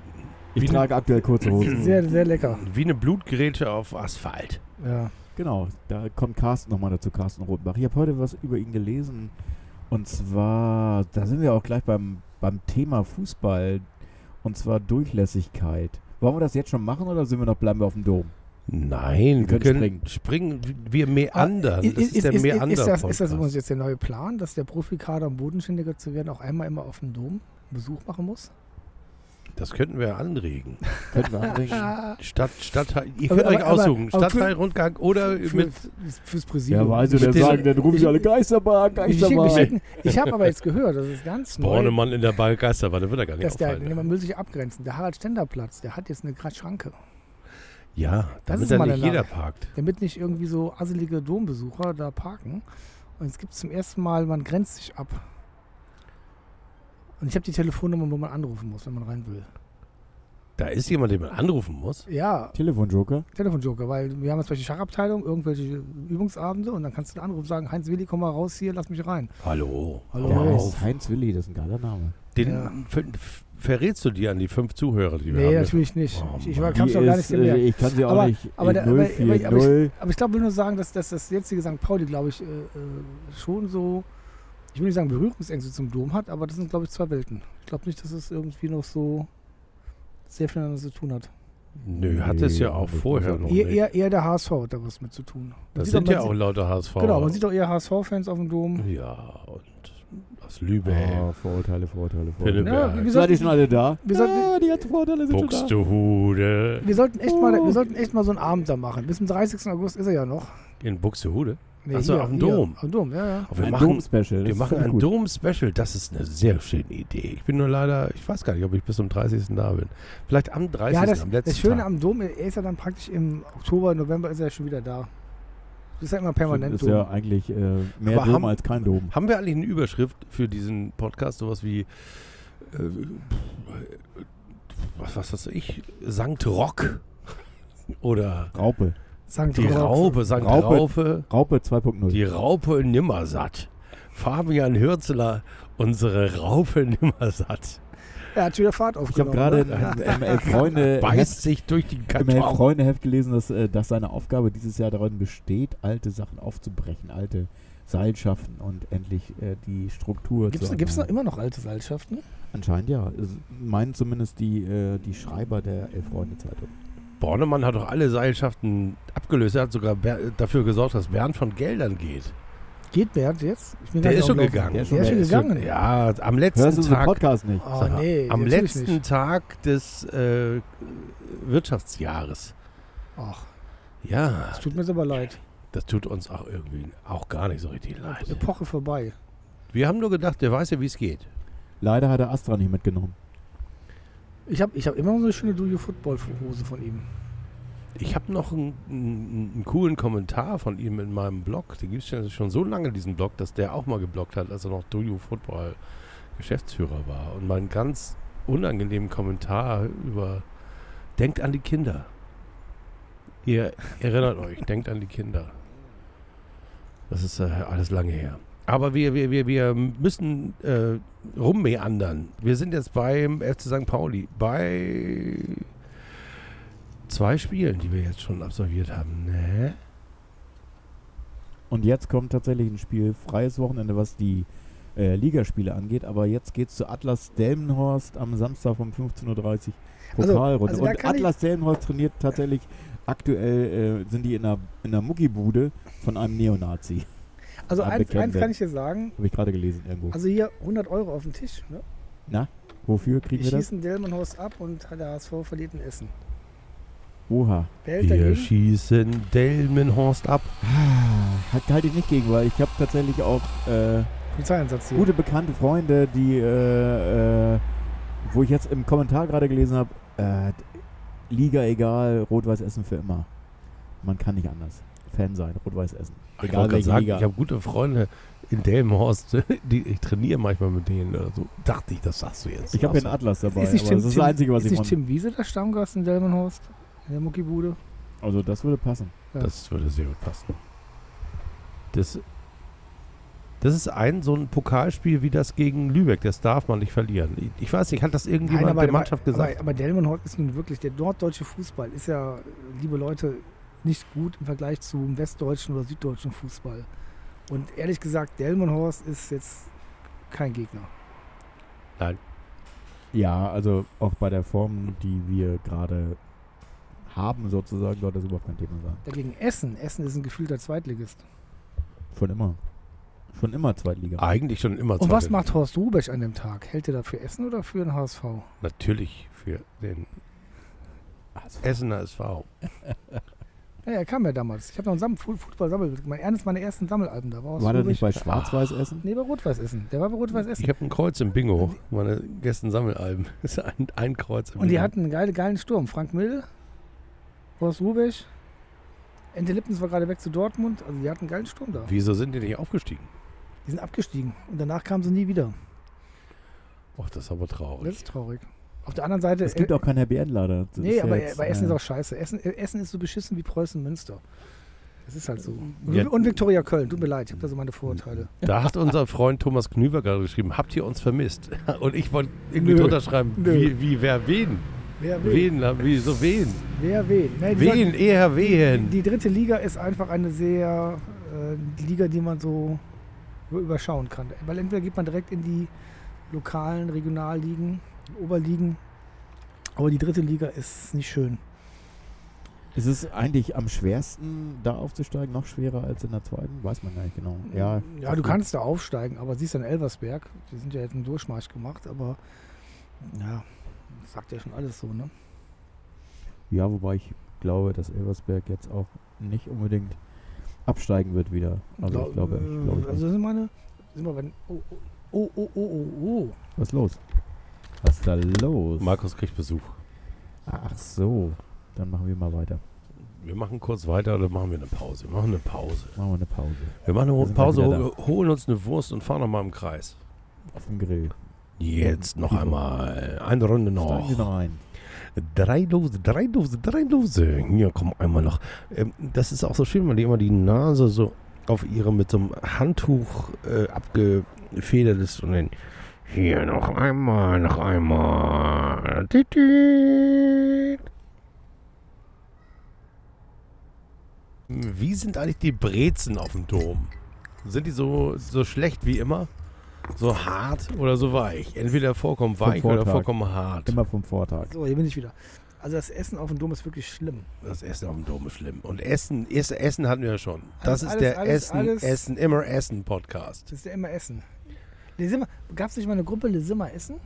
Speaker 2: Ich
Speaker 1: Wie-
Speaker 2: trage aktuell kurze Hosen.
Speaker 3: Sehr, sehr lecker.
Speaker 1: wie eine Blutgrätsche auf Asphalt.
Speaker 3: Ja.
Speaker 2: Genau, da kommt Carsten nochmal dazu, Carsten Rotenbach. Ich habe heute was über ihn gelesen. Und zwar, da sind wir auch gleich beim, beim Thema Fußball. Und zwar Durchlässigkeit. Wollen wir das jetzt schon machen oder sind wir noch, bleiben wir auf dem Dom?
Speaker 1: Nein, wir
Speaker 2: Wir
Speaker 1: können,
Speaker 2: können
Speaker 1: springen. Wir meandern.
Speaker 3: Ist,
Speaker 1: Also das ist,
Speaker 3: ist,
Speaker 1: der
Speaker 3: Ah, ist,
Speaker 1: meander
Speaker 3: ist, das, ist das übrigens jetzt der neue Plan, dass der Profikader, um bodenständiger zu werden, auch einmal immer auf dem Dom einen Besuch machen muss?
Speaker 1: Das könnten wir anregen.
Speaker 2: Könnten wir anregen?
Speaker 3: Ah,
Speaker 1: Stadt, Stadtteil. Ihr
Speaker 3: Aber-
Speaker 1: könnt euch
Speaker 3: aber- aber-
Speaker 1: aussuchen.
Speaker 3: aber für-
Speaker 1: Stadtteilrundgang oder
Speaker 3: für,
Speaker 1: mit.
Speaker 3: fürs Präsidium.
Speaker 2: Ja, weiß ich, der
Speaker 1: Mit den-
Speaker 2: sagen, dann rufen sie alle Geisterbahn,
Speaker 3: ich schick- ich
Speaker 2: Geisterbahn.
Speaker 3: schick- ich habe aber jetzt gehört, das ist ganz neu.
Speaker 1: Bornemann in der Ballgeisterwanne wird er gar nicht
Speaker 3: Das der,
Speaker 1: auffallen.
Speaker 3: nee, man will sich abgrenzen. Der Harald-Stender-Platz, der hat jetzt eine gerade Schranke.
Speaker 1: ja, damit
Speaker 3: ist
Speaker 1: dann
Speaker 3: mal
Speaker 1: nicht
Speaker 3: der
Speaker 1: jeder
Speaker 3: Name.
Speaker 1: parkt.
Speaker 3: Damit nicht irgendwie so asselige Dombesucher da parken. Und es gibt zum ersten Mal, man grenzt sich ab. Und ich habe die Telefonnummer, wo man anrufen muss, wenn man rein will.
Speaker 1: Da ist jemand, den man anrufen muss.
Speaker 3: Ja,
Speaker 2: Telefonjoker.
Speaker 3: Telefonjoker, weil wir haben jetzt welche Schachabteilung, irgendwelche Übungsabende und dann kannst du den Anruf sagen, Heinz Willi, komm mal raus hier, lass mich rein.
Speaker 1: Hallo.
Speaker 3: Hallo.
Speaker 1: hör
Speaker 2: Ja,
Speaker 1: auf.
Speaker 2: ist Heinz Willi, das ist ein geiler Name.
Speaker 1: Den
Speaker 3: Ja.
Speaker 1: ver- verrätst du dir an die fünf Zuhörer, die wir
Speaker 3: nee,
Speaker 1: haben.
Speaker 3: natürlich nicht.
Speaker 1: Oh
Speaker 3: ich ich
Speaker 1: Mann.
Speaker 3: habe es doch gar nicht
Speaker 2: ist, äh,
Speaker 3: gemerkt.
Speaker 2: ich kann sie auch
Speaker 3: Aber-
Speaker 2: nicht.
Speaker 3: aber der- aber- aber- aber ich-
Speaker 2: 040.
Speaker 3: Aber ich glaube, ich will nur sagen, dass, dass das jetzige St. Pauli, glaube ich, äh, äh, schon so, ich will nicht sagen Berührungsängste zum Dom hat, aber das sind, glaube ich, zwei Welten. Ich glaube nicht, dass es irgendwie noch so sehr viel miteinander zu tun hat.
Speaker 1: Nö, hat es ja auch
Speaker 2: Nee,
Speaker 1: vorher
Speaker 2: das
Speaker 1: noch.
Speaker 2: muss
Speaker 3: Eher,
Speaker 1: nicht.
Speaker 3: eher, eher der HSV hat da was mit zu tun. Man
Speaker 1: Das
Speaker 3: sieht
Speaker 1: sind
Speaker 3: doch-
Speaker 1: ja auch
Speaker 3: man
Speaker 1: lauter HSV.
Speaker 3: sieht, Genau, man sieht auch eher HSV-Fans auf dem Dom.
Speaker 1: Ja, und aus Lübeck,
Speaker 2: Oh, Vorurteile, Vorurteile,
Speaker 1: Philipp.
Speaker 2: Vorurteile.
Speaker 1: Ja,
Speaker 3: Ja, wir,
Speaker 2: Seid ihr
Speaker 3: sollten,
Speaker 2: schon alle da?
Speaker 3: wir sollten-
Speaker 2: ja, die ganzen Vorurteile sind schon da.
Speaker 1: Buxtehude.
Speaker 3: wir, sollten
Speaker 2: Oh.
Speaker 3: echt mal, wir sollten echt mal so einen Abend da machen. Bis zum 30. August ist er ja noch.
Speaker 1: In Buxtehude?
Speaker 3: Nee,
Speaker 1: Ach so,
Speaker 3: hier,
Speaker 1: auf dem
Speaker 3: hier,
Speaker 1: Dom.
Speaker 3: Auf dem Dom, ja, ja.
Speaker 1: Aber wir
Speaker 2: ein
Speaker 1: machen,
Speaker 2: Dom-Special.
Speaker 1: wir
Speaker 2: das
Speaker 1: machen
Speaker 2: finde ich
Speaker 1: ein
Speaker 2: gut.
Speaker 1: Dom-Special. Das ist eine sehr schöne Idee. Ich bin nur leider, ich weiß gar nicht, ob ich bis zum 30. da bin. Vielleicht am 30.
Speaker 3: Ja, das,
Speaker 1: am letzten
Speaker 3: das Schöne
Speaker 1: Tag.
Speaker 3: am Dom, er ist ja dann praktisch im Oktober, November ist er ja schon wieder da. Das ist ja immer
Speaker 2: Stimmt,
Speaker 3: permanent
Speaker 2: ist
Speaker 3: Dom.
Speaker 2: ja eigentlich äh, mehr
Speaker 1: Aber haben-
Speaker 2: Dom als kein Dom.
Speaker 1: Haben wir eigentlich eine Überschrift für diesen Podcast? Sowas wie, äh, was, was weiß ich, Sankt Rock? Oder
Speaker 2: Raupe.
Speaker 3: Sankt
Speaker 1: die
Speaker 3: Rock.
Speaker 1: Raupe, Sankt
Speaker 2: Raupe.
Speaker 1: Raupe.
Speaker 2: Raupe 2.0.
Speaker 1: Die Raupe nimmersatt. Fabian Hürzeler, unsere Raupe nimmersatt.
Speaker 3: Er hat schon wieder Fahrt
Speaker 2: Ich habe
Speaker 3: aufgenommen.
Speaker 2: gerade
Speaker 3: ne?
Speaker 2: im, im Elf Freunde
Speaker 1: Beißt sich durch die
Speaker 2: im Elf
Speaker 1: Karton.
Speaker 2: Freunde Heft gelesen, dass, äh, dass seine Aufgabe dieses Jahr darin besteht, alte Sachen aufzubrechen, alte Seilschaften und endlich äh, die Struktur zu
Speaker 3: Gibt's, gibt's noch
Speaker 2: erneuern.
Speaker 3: immer noch alte Seilschaften?
Speaker 2: Anscheinend ja. Es meinen zumindest die, äh, die Schreiber der Elf Freunde Zeitung.
Speaker 1: Bornemann hat doch alle Seilschaften abgelöst. Er hat sogar Ber dafür gesorgt, dass Bernd von Geldern geht.
Speaker 3: Geht Bernd jetzt? Ich bin
Speaker 1: Der
Speaker 3: gar nicht
Speaker 1: ist schon
Speaker 3: aufgelaufen.
Speaker 1: gegangen.
Speaker 2: Der
Speaker 3: Der
Speaker 2: ist schon-
Speaker 3: ist schon
Speaker 2: der ist schon-
Speaker 3: gegangen.
Speaker 1: Ja, am letzten
Speaker 2: Hörst du unseren
Speaker 1: Tag.
Speaker 2: Podcast nicht?
Speaker 3: Oh
Speaker 1: Sag mal,
Speaker 3: nee,
Speaker 1: am
Speaker 3: natürlich
Speaker 1: letzten
Speaker 3: Nicht.
Speaker 1: Tag des äh, Wirtschaftsjahres.
Speaker 3: Ach,
Speaker 1: Ja,
Speaker 3: das tut mir jetzt aber leid.
Speaker 1: das tut uns auch irgendwie auch gar nicht so richtig
Speaker 3: Die
Speaker 1: leid.
Speaker 3: Epoche vorbei.
Speaker 1: Wir haben nur gedacht, der weiß ja, wie es geht.
Speaker 2: Leider hat er Astra nicht mitgenommen.
Speaker 3: Ich habe ich hab immer noch so eine schöne Dujo Football Hose von ihm.
Speaker 1: Ich habe noch einen, einen, einen coolen Kommentar von ihm in meinem Blog. Den gibt es ja schon so lange, diesen Blog, dass der auch mal geblockt hat, als er noch Dojo Football Geschäftsführer war. Und meinen ganz unangenehmen Kommentar über Denkt an die Kinder. Ihr erinnert euch, denkt an die Kinder. Das ist äh, alles lange her. Aber wir, wir, wir, wir müssen äh, rummeandern. Wir sind jetzt beim FC St. Pauli. Bei zwei Spielen, die wir jetzt schon absolviert haben. Ne?
Speaker 2: Und jetzt kommt tatsächlich ein Spiel, freies Wochenende, was die äh, Ligaspiele angeht. Aber jetzt geht's zu Atlas Delmenhorst am Samstag um 15.30 Uhr
Speaker 3: Also-
Speaker 2: Pokalrunde.
Speaker 3: also da
Speaker 2: Und
Speaker 3: kann ich-
Speaker 2: Atlas Delmenhorst trainiert tatsächlich aktuell, äh, sind die in einer, in einer Muckibude von einem Neonazi.
Speaker 3: Also
Speaker 2: Ah,
Speaker 3: eins,
Speaker 2: bekennen
Speaker 3: eins
Speaker 2: wir.
Speaker 3: kann ich dir sagen.
Speaker 2: Habe ich gerade gelesen irgendwo.
Speaker 3: Also hier 100 Euro auf den Tisch. Ne?
Speaker 2: Wofür kriegen
Speaker 3: Wir
Speaker 2: wir das?
Speaker 3: schießen Delmenhorst ab und der HSV verliert in Essen.
Speaker 2: Oha.
Speaker 3: Wer hält
Speaker 1: Wir
Speaker 3: dagegen?
Speaker 1: schießen Delmenhorst ab.
Speaker 2: Ah, Halt, halte ich nicht gegen, weil ich habe tatsächlich auch äh,
Speaker 3: Polizeieinsatz hier.
Speaker 2: gute bekannte Freunde, die, äh, äh, wo ich jetzt im Kommentar gerade gelesen habe, äh, Liga egal, Rot-Weiß Essen für immer. Man kann nicht anders. Fan sein, Rot-Weiß Essen.
Speaker 1: Ich
Speaker 2: Egal
Speaker 1: wollte gerade
Speaker 2: welche
Speaker 1: sagen,
Speaker 2: Liga.
Speaker 1: ich habe gute Freunde in Delmenhorst. Die, ich trainiere manchmal mit denen oder so. Dachte ich, das sagst du jetzt.
Speaker 2: Ich habe hier
Speaker 1: Ach
Speaker 2: einen
Speaker 1: so.
Speaker 2: Atlas dabei,
Speaker 3: Ist
Speaker 2: aber
Speaker 3: nicht
Speaker 2: das
Speaker 3: Tim-
Speaker 2: ist das
Speaker 3: Tim-
Speaker 2: Einzige, was
Speaker 3: Ist
Speaker 2: ich
Speaker 3: nicht
Speaker 2: von,
Speaker 3: Tim Wiese der Stammgast in Delmenhorst? In der Muckibude?
Speaker 2: Also das würde passen.
Speaker 1: Das würde sehr gut passen. Das, das ist ein so ein Pokalspiel wie das gegen Lübeck. Das darf man nicht verlieren. Ich- Ich weiß nicht, hat das irgendjemand der Mannschaft gesagt?
Speaker 3: Aber, aber Delmenhorst ist nun wirklich, der norddeutsche Fußball ist ja, liebe Leute, nicht gut im Vergleich zum westdeutschen oder süddeutschen Fußball. Und ehrlich gesagt, Delmenhorst ist jetzt kein Gegner.
Speaker 2: Ja, also auch bei der Form, die wir gerade haben sozusagen, sollte das überhaupt kein Thema sein.
Speaker 3: Dagegen Essen. Essen ist ein gefühlter Zweitligist.
Speaker 2: Schon immer. Schon immer Zweitliga.
Speaker 3: Ah,
Speaker 1: Eigentlich schon immer
Speaker 3: Und was
Speaker 1: zweite-
Speaker 3: macht Horst Rubesch an dem Tag? Hält er da für Essen oder für den HSV?
Speaker 1: Natürlich für den
Speaker 2: Also,
Speaker 1: Essener SV.
Speaker 3: Ja, er kam ja damals. Ich habe noch einen Sam- Fu- Fußball-Sammelbild gemacht. Eines meiner ersten Sammelalben da war Horst
Speaker 2: war das
Speaker 3: Rubesch-
Speaker 2: nicht bei Schwarz-Weiß Essen?
Speaker 3: Nee, bei Rot-Weiß Essen. Der war bei Rot-Weiß Essen.
Speaker 1: Ich habe ein Kreuz im Bingo. Meine gestern Sammelalben. Das ist ein, ein Kreuz im
Speaker 3: Und die
Speaker 1: Bingo.
Speaker 3: hatten einen geilen, geilen Sturm. Frank Mill, Horst Rubisch, Ente Lippens war gerade weg zu Dortmund. Also die hatten einen geilen Sturm da.
Speaker 1: Wieso sind die nicht aufgestiegen?
Speaker 3: Die sind abgestiegen und danach kamen sie nie wieder.
Speaker 1: Och, das ist aber
Speaker 3: Das
Speaker 1: traurig.
Speaker 3: ist traurig. Auf der anderen Seite.
Speaker 2: Oh, Es gibt auch kein Happy End leider. Das
Speaker 3: Äh, nee,
Speaker 2: ist
Speaker 3: aber
Speaker 2: jetzt,
Speaker 3: bei Essen ist
Speaker 2: äh,
Speaker 3: auch scheiße. Essen, Essen ist so beschissen wie Preußen-Münster. Das ist halt so. Und,
Speaker 1: Ja.
Speaker 3: und Viktoria Köln, tut mir leid, ich habe da so meine Vorurteile.
Speaker 1: Da hat unser Freund Thomas Knüver gerade geschrieben, habt ihr uns vermisst? Und ich wollte irgendwie
Speaker 3: Nö.
Speaker 1: drunter schreiben,
Speaker 3: Nö.
Speaker 1: wie, wie, wer wen?
Speaker 3: Wer wen?
Speaker 1: Wen, wieso wen?
Speaker 3: Wer wen? Nee, die
Speaker 1: Wen, eher
Speaker 3: sollten-
Speaker 1: wen?
Speaker 3: Die dritte Liga ist einfach eine sehr äh, die Liga, die man so über- überschauen kann. Weil entweder geht man direkt in die lokalen Regionalligen, Oberligen, aber die dritte Liga ist nicht schön.
Speaker 2: Es ist eigentlich am schwersten, da aufzusteigen, noch schwerer als in der zweiten? Weiß man gar nicht genau.
Speaker 3: Mhm.
Speaker 2: Ja,
Speaker 3: ja du kannst da aufsteigen, aber siehst dann Elversberg, die sind ja jetzt einen Durchmarsch gemacht, aber ja, das sagt ja schon alles so, ne?
Speaker 2: Ja, wobei ich glaube, dass Elversberg jetzt auch nicht unbedingt absteigen wird wieder. Also ich glaube, ich glaube ich
Speaker 3: also
Speaker 2: nicht.
Speaker 3: das sind meine, sind wir bei, oh, oh, oh, oh, oh, oh.
Speaker 2: Was ist los? Was ist da los?
Speaker 1: Markus kriegt Besuch.
Speaker 2: Ach so, dann machen wir mal weiter.
Speaker 1: Wir machen kurz weiter oder machen wir eine Pause? Wir machen eine Pause.
Speaker 2: Machen wir eine Pause.
Speaker 1: Wir machen eine
Speaker 2: Wir sind
Speaker 1: Pause,
Speaker 2: gleich wieder
Speaker 1: hol- holen uns eine Wurst und fahren nochmal im Kreis.
Speaker 2: Auf dem Grill.
Speaker 1: Jetzt noch einmal. Mhm. Eine Runde noch.
Speaker 2: Steigen Sie noch ein.
Speaker 1: Drei Lose, drei Lose, drei Lose. Hier, komm, einmal noch. Ähm, das ist auch so schön, weil die immer die Nase so auf ihre mit so einem Handtuch äh, abgefedert ist und dann hier noch einmal, noch einmal. Tiet, tiet. Wie sind eigentlich die Brezen auf dem Dom? Sind die so, so schlecht wie immer? So hart oder so weich? Entweder vollkommen
Speaker 2: Vom
Speaker 1: weich oder
Speaker 2: Vortag.
Speaker 1: vollkommen hart.
Speaker 2: Immer vom Vortag.
Speaker 3: So, hier bin ich wieder. Also das Essen auf dem Dom ist wirklich schlimm.
Speaker 1: Das Essen auf dem Dom ist schlimm. Und Essen, ist, Essen hatten wir ja schon. Das
Speaker 3: Alles,
Speaker 1: ist
Speaker 3: alles,
Speaker 1: der
Speaker 3: alles,
Speaker 1: Essen,
Speaker 3: alles.
Speaker 1: Essen, immer Essen Podcast.
Speaker 3: Das ist ja immer Essen. Gab es nicht mal eine Gruppe Lesimmer Essen?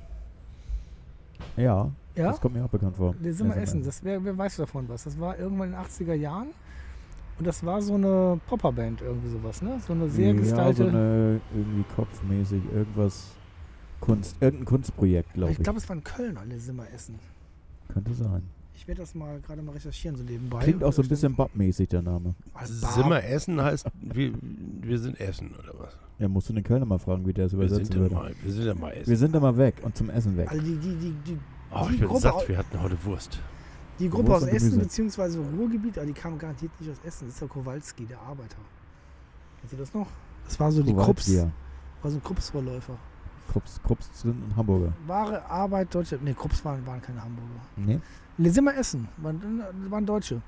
Speaker 2: Ja,
Speaker 3: Ja?
Speaker 2: das kommt mir auch bekannt vor.
Speaker 3: Lesimmer
Speaker 2: Erst
Speaker 3: Essen,
Speaker 2: mal.
Speaker 3: das wär, wer weiß davon was. Das war irgendwann in den 80er Jahren. Und das war so eine Popperband, irgendwie sowas, ne? So eine sehr
Speaker 2: Ja, so
Speaker 3: gestaltete.
Speaker 2: eine, irgendwie kopfmäßig irgendwas. Kunst, irgendein Kunstprojekt, glaube ich.
Speaker 3: ich glaube, es war in Köln alle Simmer essen.
Speaker 2: Könnte sein.
Speaker 3: Ich werde das mal gerade mal recherchieren, so nebenbei.
Speaker 2: Klingt auch so ein bisschen Bob-mäßig, der Name.
Speaker 1: Zimmer Essen heißt, wir, wir sind Essen, oder was?
Speaker 2: Ja, musst du den Kölner mal fragen, wie der es
Speaker 1: Wir
Speaker 2: übersetzen
Speaker 1: sind, denn
Speaker 2: würde.
Speaker 1: mal, wir sind ja mal
Speaker 2: Wir
Speaker 1: Essen.
Speaker 2: sind da mal weg und zum Essen weg.
Speaker 3: Also die, die, die, die,
Speaker 1: Oh,
Speaker 3: die
Speaker 1: ich bin
Speaker 3: Gruppe
Speaker 1: satt,
Speaker 3: aus-
Speaker 1: wir hatten heute Wurst.
Speaker 3: die Gruppe
Speaker 2: Wurst
Speaker 3: aus
Speaker 2: und
Speaker 3: Essen
Speaker 2: Gemüse.
Speaker 3: bzw. Ruhrgebiet, aber die kam garantiert nicht aus Essen. Das ist der Kowalski, der Arbeiter. Kennst du das noch? Das war so die Krups.
Speaker 2: Krups.
Speaker 3: War so ein Krups-Vorläufer.
Speaker 2: Krups. Krups sind ein Hamburger.
Speaker 3: Wahre Arbeit, Deutsche. Ne, Krups waren, waren keine Hamburger.
Speaker 2: Nee?
Speaker 3: Lesimmer Essen waren, waren Deutsche.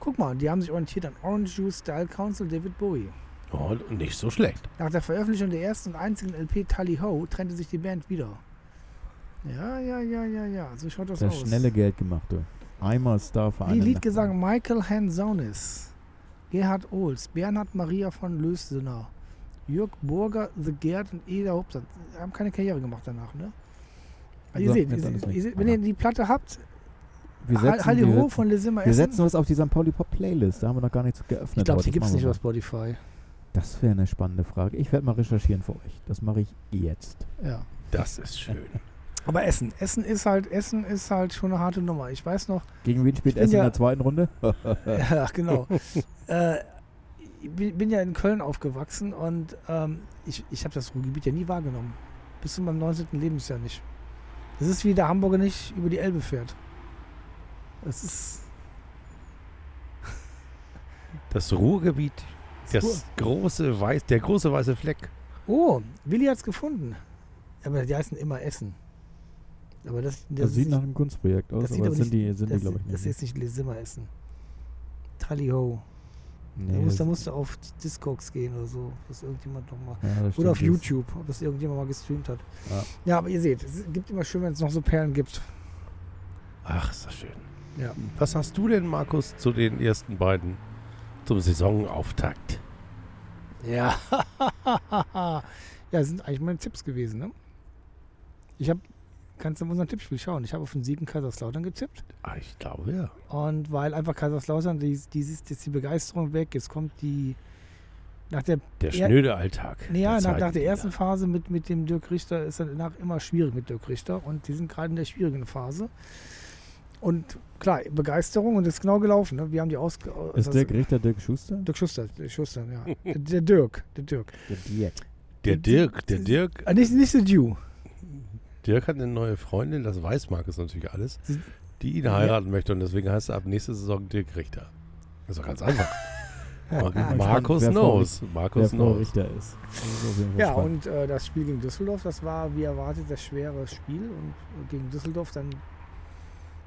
Speaker 3: Guck mal, die haben sich orientiert an Orange Juice Style Council David Bowie.
Speaker 1: Oh, nicht so schlecht.
Speaker 3: Nach der Veröffentlichung der ersten und einzigen LP Tally Ho trennte sich die Band wieder. Ja, ja, ja, ja, ja. So schaut das,
Speaker 2: Das
Speaker 3: aus.
Speaker 2: schnelle Geld gemacht, du. Einmal Star für
Speaker 3: Die
Speaker 2: eine
Speaker 3: Liedgesang Michael Hansonis, Gerhard Ohls, Bernhard Maria von Lössener, Jörg Burger, The Gerd und Eda Hubsan. Die haben keine Karriere gemacht danach, ne? Aber Ihr
Speaker 2: Sagt
Speaker 3: seht,
Speaker 2: mir
Speaker 3: ihr
Speaker 2: dann
Speaker 3: seht,
Speaker 2: Also, nicht.
Speaker 3: ihr seht, wenn ihr die Platte habt,
Speaker 2: Wir setzen,
Speaker 3: Halli
Speaker 2: wir
Speaker 3: Ho
Speaker 2: setzen-
Speaker 3: von Lesimmer
Speaker 2: wir
Speaker 3: Essen.
Speaker 2: setzen uns auf die St. Pauli Pop Playlist. Da haben wir noch gar nichts geöffnet.
Speaker 3: ich glaube,
Speaker 2: aber
Speaker 3: die
Speaker 2: das
Speaker 3: gibt es
Speaker 2: machen
Speaker 3: nicht
Speaker 2: wir
Speaker 3: bei
Speaker 2: mal.
Speaker 3: Spotify.
Speaker 2: Das wäre eine spannende Frage. Ich werde mal recherchieren für euch. Das mache ich jetzt.
Speaker 3: Ja.
Speaker 1: Das ist schön.
Speaker 3: Aber Essen. Essen ist halt, Essen ist halt schon eine harte Nummer. Ich weiß noch,
Speaker 2: Gegen wen spielt
Speaker 3: bin
Speaker 2: Essen
Speaker 3: ja-
Speaker 2: in der zweiten Runde?
Speaker 3: ja, genau. äh, ich bin bin ja in Köln aufgewachsen und ähm, ich, ich habe das Ruhrgebiet ja nie wahrgenommen. Bis zu meinem 19. Lebensjahr nicht. Das ist wie der Hamburger nicht über die Elbe fährt. Das ist.
Speaker 1: Das Ruhrgebiet, das große weiß, der große weiße Fleck.
Speaker 3: Oh, Willi hat's gefunden. Aber die heißen immer Essen. Aber das, das,
Speaker 2: Das,
Speaker 3: ist
Speaker 2: sieht
Speaker 3: nicht-
Speaker 2: nach einem Kunstprojekt aus,
Speaker 3: das sieht
Speaker 2: aber
Speaker 3: aber
Speaker 2: sind die, sind die,
Speaker 3: das,
Speaker 2: glaube ich,
Speaker 3: das ist
Speaker 2: nicht.
Speaker 3: jetzt nicht Lesimmer Essen. Tally Ho.
Speaker 2: Nee,
Speaker 3: da, musst, da
Speaker 2: das-
Speaker 3: musst du auf Discogs gehen oder so, dass irgendjemand nochmal.
Speaker 2: ja, das
Speaker 3: Oder auf
Speaker 2: stimmt, das-
Speaker 3: YouTube, ob das irgendjemand mal gestreamt hat.
Speaker 2: Ja.
Speaker 3: Ja, aber ihr seht, es gibt immer schön, wenn es noch so Perlen gibt.
Speaker 1: Ach, ist das schön.
Speaker 3: Ja.
Speaker 1: Was hast du denn, Markus, zu den ersten beiden zum Saisonauftakt?
Speaker 3: Ja. ja, das sind eigentlich meine Tipps gewesen, ne? Ich habe, kannst du in unserem Tippspiel schauen, ich habe auf den Sieg in Kaiserslautern getippt.
Speaker 1: Ah, ich glaube ja.
Speaker 3: Und weil einfach Kaiserslautern, die, die ist jetzt die Begeisterung weg, jetzt kommt die, nach der,
Speaker 1: Der
Speaker 3: Ja.
Speaker 1: schnöde Alltag.
Speaker 3: nee, ja, nach,
Speaker 1: zweiten
Speaker 3: nach der
Speaker 1: Liga.
Speaker 3: ersten Phase mit, mit dem Dirk Richter ist dann danach immer schwierig mit Dirk Richter und die sind gerade in der schwierigen Phase. Und klar, Begeisterung und das ist genau gelaufen. Ne? Wir haben die aus
Speaker 2: Ist Dirk Richter Dirk Schuster?
Speaker 3: Dirk Schuster, der Schuster, ja. Der, der Dirk, der Dirk.
Speaker 2: Der Dirk.
Speaker 1: Der Dirk, der Dirk.
Speaker 3: Ah, nicht, nicht der Jew.
Speaker 1: Dirk hat eine neue Freundin, das weiß Markus natürlich alles,
Speaker 3: Sie-
Speaker 1: die ihn heiraten möchte und deswegen heißt er ab nächste Saison Dirk Richter. Das ist doch ganz einfach. Mar- Markus
Speaker 2: bin gespannt, wer Frau
Speaker 1: knows.
Speaker 2: Wer
Speaker 1: Markus
Speaker 2: Frau
Speaker 1: knows.
Speaker 2: Richter ist. Das ist auf jeden Fall
Speaker 3: Ja,
Speaker 2: spannend.
Speaker 3: und äh, das Spiel gegen Düsseldorf, das war wie erwartet das schwere Spiel und gegen Düsseldorf dann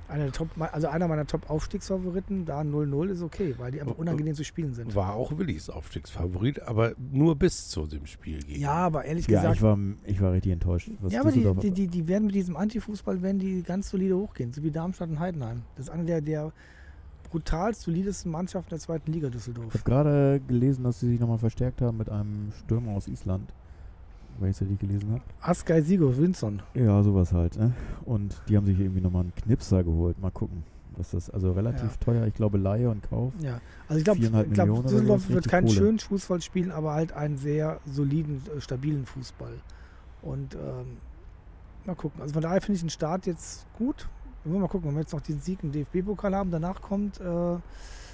Speaker 3: einer, der Top, also einer meiner Top-Aufstiegsfavoriten, da 0-0 ist okay, weil die
Speaker 2: Oh,
Speaker 3: einfach unangenehm zu spielen sind.
Speaker 1: War auch Willis Aufstiegsfavorit, aber nur bis zu dem Spiel gegen.
Speaker 3: Ja, aber ehrlich
Speaker 2: Ja,
Speaker 3: gesagt,
Speaker 2: ich war, ich war richtig enttäuscht. Was
Speaker 3: ja, aber die,
Speaker 2: Düsseldorf-
Speaker 3: die, die, die werden mit diesem Antifußball werden die ganz solide hochgehen, so wie Darmstadt und Heidenheim. Das ist eine der, der brutal solidesten Mannschaften der zweiten Liga Düsseldorf.
Speaker 2: Ich habe gerade gelesen, dass sie sich nochmal verstärkt haben mit einem Stürmer aus Island. Weil ich es ja nicht gelesen habe.
Speaker 3: Askai Sigur Winson.
Speaker 2: Ja, sowas halt. Ne? Und die haben sich irgendwie nochmal einen Knipser geholt. Mal gucken. Was das also relativ
Speaker 3: Ja.
Speaker 2: teuer. Ich glaube Laie und Kauf.
Speaker 3: Ja, also ich glaube,
Speaker 2: Viereinhalb
Speaker 3: ich glaub,
Speaker 2: Millionen oder
Speaker 3: Düsseldorf
Speaker 2: sowas,
Speaker 3: wird
Speaker 2: richtig
Speaker 3: keinen
Speaker 2: Kohle.
Speaker 3: schönen Fußball spielen, aber halt einen sehr soliden, äh, stabilen Fußball. Und ähm, mal gucken. Also von daher finde ich den Start jetzt gut. Wir wollen mal gucken, wenn wir jetzt noch den Sieg im DFB-Pokal haben, danach kommt äh, Ma-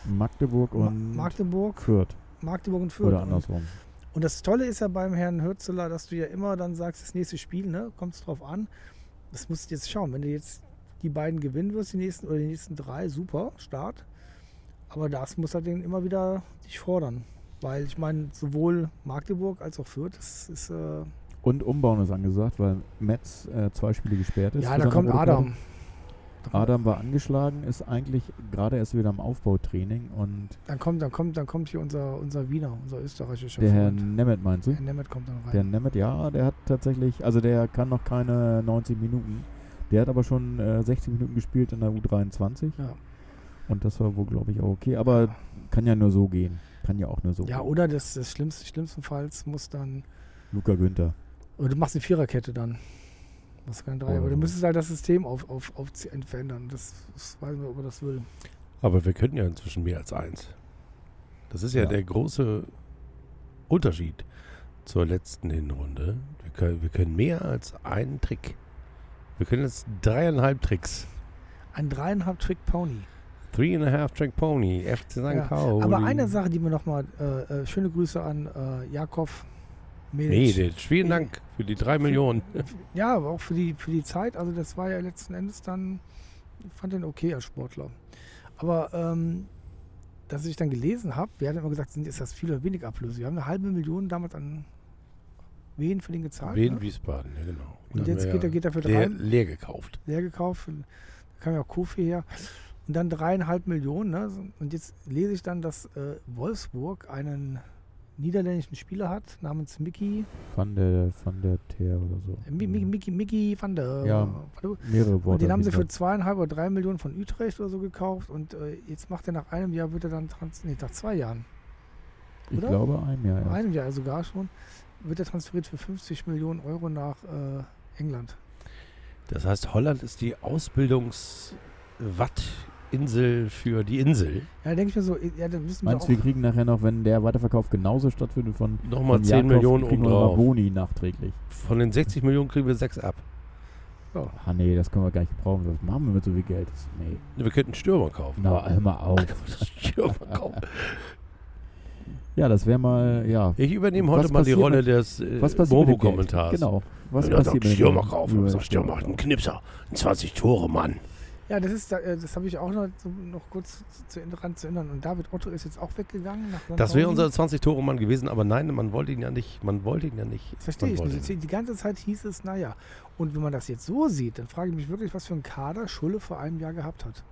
Speaker 2: Magdeburg und
Speaker 3: Magdeburg,
Speaker 2: Fürth.
Speaker 3: Magdeburg und Fürth.
Speaker 2: Oder
Speaker 3: und,
Speaker 2: andersrum.
Speaker 3: und das Tolle ist ja beim Herrn Hürzeler, dass du ja immer dann sagst, das nächste Spiel, ne, kommt es drauf an. Das musst du jetzt schauen. Wenn du jetzt die beiden gewinnen wirst, die nächsten oder die nächsten drei, super, Start. Aber das muss halt den immer wieder dich fordern. Weil ich meine, sowohl Magdeburg als auch Fürth, das ist. Äh, ja,
Speaker 2: Und Umbauen ist angesagt, weil Metz äh, zwei Spiele gesperrt ist. für
Speaker 3: da
Speaker 2: seine
Speaker 3: kommt
Speaker 2: rote Karte.
Speaker 3: Adam.
Speaker 2: Adam war angeschlagen, ist eigentlich gerade erst wieder im Aufbautraining. Und
Speaker 3: Dann kommt, dann kommt, dann kommt hier unser, unser Wiener, unser österreichischer
Speaker 2: der Herr
Speaker 3: Freund.
Speaker 2: Nemeth, meinst du?
Speaker 3: Herr Nemeth kommt dann rein.
Speaker 2: Der Nemeth, ja, der hat tatsächlich, also der kann noch keine 90 Minuten. Der hat aber schon äh, 60 Minuten gespielt in der U23.
Speaker 3: Ja.
Speaker 2: Und das war wohl, glaube ich, auch okay. Aber kann ja nur so gehen. Kann ja auch nur so
Speaker 3: ja,
Speaker 2: gehen.
Speaker 3: oder das, das Schlimmste, schlimmstenfalls muss dann
Speaker 2: Luca Günther.
Speaker 3: Oder du machst eine Viererkette dann. Machst keinen Dreier.
Speaker 2: Oder
Speaker 3: Aber du
Speaker 1: Mhm.
Speaker 2: so.
Speaker 3: müsstest halt das System auf, auf, auf verändern. Das, das weiß nicht, ob er das will.
Speaker 1: Aber wir können ja inzwischen mehr als eins. Das ist ja,
Speaker 2: Ja.
Speaker 1: der große Unterschied zur letzten Hinrunde. Wir können, wir können mehr als einen Trick. Wir können jetzt dreieinhalb Tricks.
Speaker 3: Ein dreieinhalb Trick Pony.
Speaker 1: Three and a half Trick Pony, FC St.
Speaker 3: Ja,
Speaker 1: Pauli.
Speaker 3: Aber eine Sache, die mir nochmal, äh, äh, schöne Grüße an äh, Jakov Medic.
Speaker 1: Medic,
Speaker 2: Äh,
Speaker 1: vielen Dank für die drei Millionen.
Speaker 3: Ja, aber auch für die, für die Zeit. Also das war ja letzten Endes dann, ich fand den okay als Sportler. Aber ähm, dass ich dann gelesen habe, wir hatten immer gesagt, sind, ist das viel oder wenig Ablöse? Wir haben eine halbe Million damals an Wen für den gezahlt.
Speaker 1: Wien,
Speaker 3: ne?
Speaker 1: Wiesbaden, ja genau.
Speaker 3: Und
Speaker 1: Da haben
Speaker 3: jetzt
Speaker 1: wir
Speaker 3: geht er, geht er für
Speaker 1: leer,
Speaker 3: drei,
Speaker 1: leer gekauft.
Speaker 3: leer gekauft. Und Da kam ja auch Kofi her. Und dann dreieinhalb Millionen. Ne? So, Und jetzt lese ich dann, dass äh, Wolfsburg einen niederländischen Spieler hat, namens Mickey,
Speaker 2: Van der, van der Teer oder so.
Speaker 3: äh, Mi- Mi- Mickey, Mickey van der.
Speaker 2: Mhm. Ja.
Speaker 3: Van der-
Speaker 2: Mehrere Worte.
Speaker 3: Und den haben sie
Speaker 2: hieß er.
Speaker 3: für zweieinhalb oder drei Millionen von Utrecht oder so gekauft. Und äh, jetzt macht er nach einem Jahr, wird er dann, trans nee, nach zwei Jahren,
Speaker 2: Ich
Speaker 3: oder?
Speaker 2: glaube ein Jahr.
Speaker 3: nach
Speaker 2: erst.
Speaker 3: einem Jahr sogar schon, wird er transferiert für 50 Millionen Euro nach äh, England.
Speaker 1: Das heißt, Holland ist die Ausbildungswattinsel für die Insel.
Speaker 3: Ja, da denke ich mir so, ja, dann müssen wir
Speaker 2: Meinst
Speaker 3: auch...
Speaker 2: du, wir kriegen nachher noch, wenn der Weiterverkauf genauso stattfindet von
Speaker 1: Nochmal
Speaker 2: von
Speaker 1: 10
Speaker 2: Jakob,
Speaker 1: Millionen
Speaker 2: kriegen
Speaker 1: oben
Speaker 2: wir noch mal
Speaker 1: drauf.
Speaker 2: Boni nachträglich.
Speaker 1: Von den 60 Millionen kriegen wir 6 ab.
Speaker 2: Ah nee, das können wir gar nicht gebrauchen. Was machen wir mit so viel Geld? Das, nee.
Speaker 1: Wir könnten einen Stürmer kaufen.
Speaker 2: Na, hör mal auf.
Speaker 1: Stürmer kaufen.
Speaker 2: Ja, das wäre mal, ja.
Speaker 1: Ich übernehme
Speaker 2: Was
Speaker 1: heute mal die
Speaker 2: passiert
Speaker 1: Rolle
Speaker 2: mit-
Speaker 1: des äh,
Speaker 2: Was passiert mit dem Geld?
Speaker 1: Bobo-Kommentars.
Speaker 2: Genau. Was
Speaker 1: ja,
Speaker 2: passiert
Speaker 1: passiert
Speaker 2: mit dem
Speaker 1: Stürmer
Speaker 2: Geld? genau.
Speaker 1: kaufen.
Speaker 2: Über-
Speaker 1: Sag, Stürmer hat einen Knipser. 20 Tore, Mann.
Speaker 3: Ja, das ist, da- äh, das habe ich auch noch, so noch kurz zu- zu, dran zu erinnern. Und David Otto ist jetzt auch weggegangen. Nach
Speaker 1: Das wäre unser
Speaker 3: Sandhausen.
Speaker 1: 20-Tore-Mann gewesen, aber nein, man wollte ihn ja nicht. Man wollte ihn ja nicht.
Speaker 3: Das verstehe
Speaker 1: man
Speaker 3: ich
Speaker 1: wollte
Speaker 3: nicht.
Speaker 1: ihn-
Speaker 3: Die ganze Zeit hieß es, naja. Und wenn man das jetzt so sieht, dann frage ich mich wirklich, was für ein Kader Schulle vor einem Jahr gehabt hat.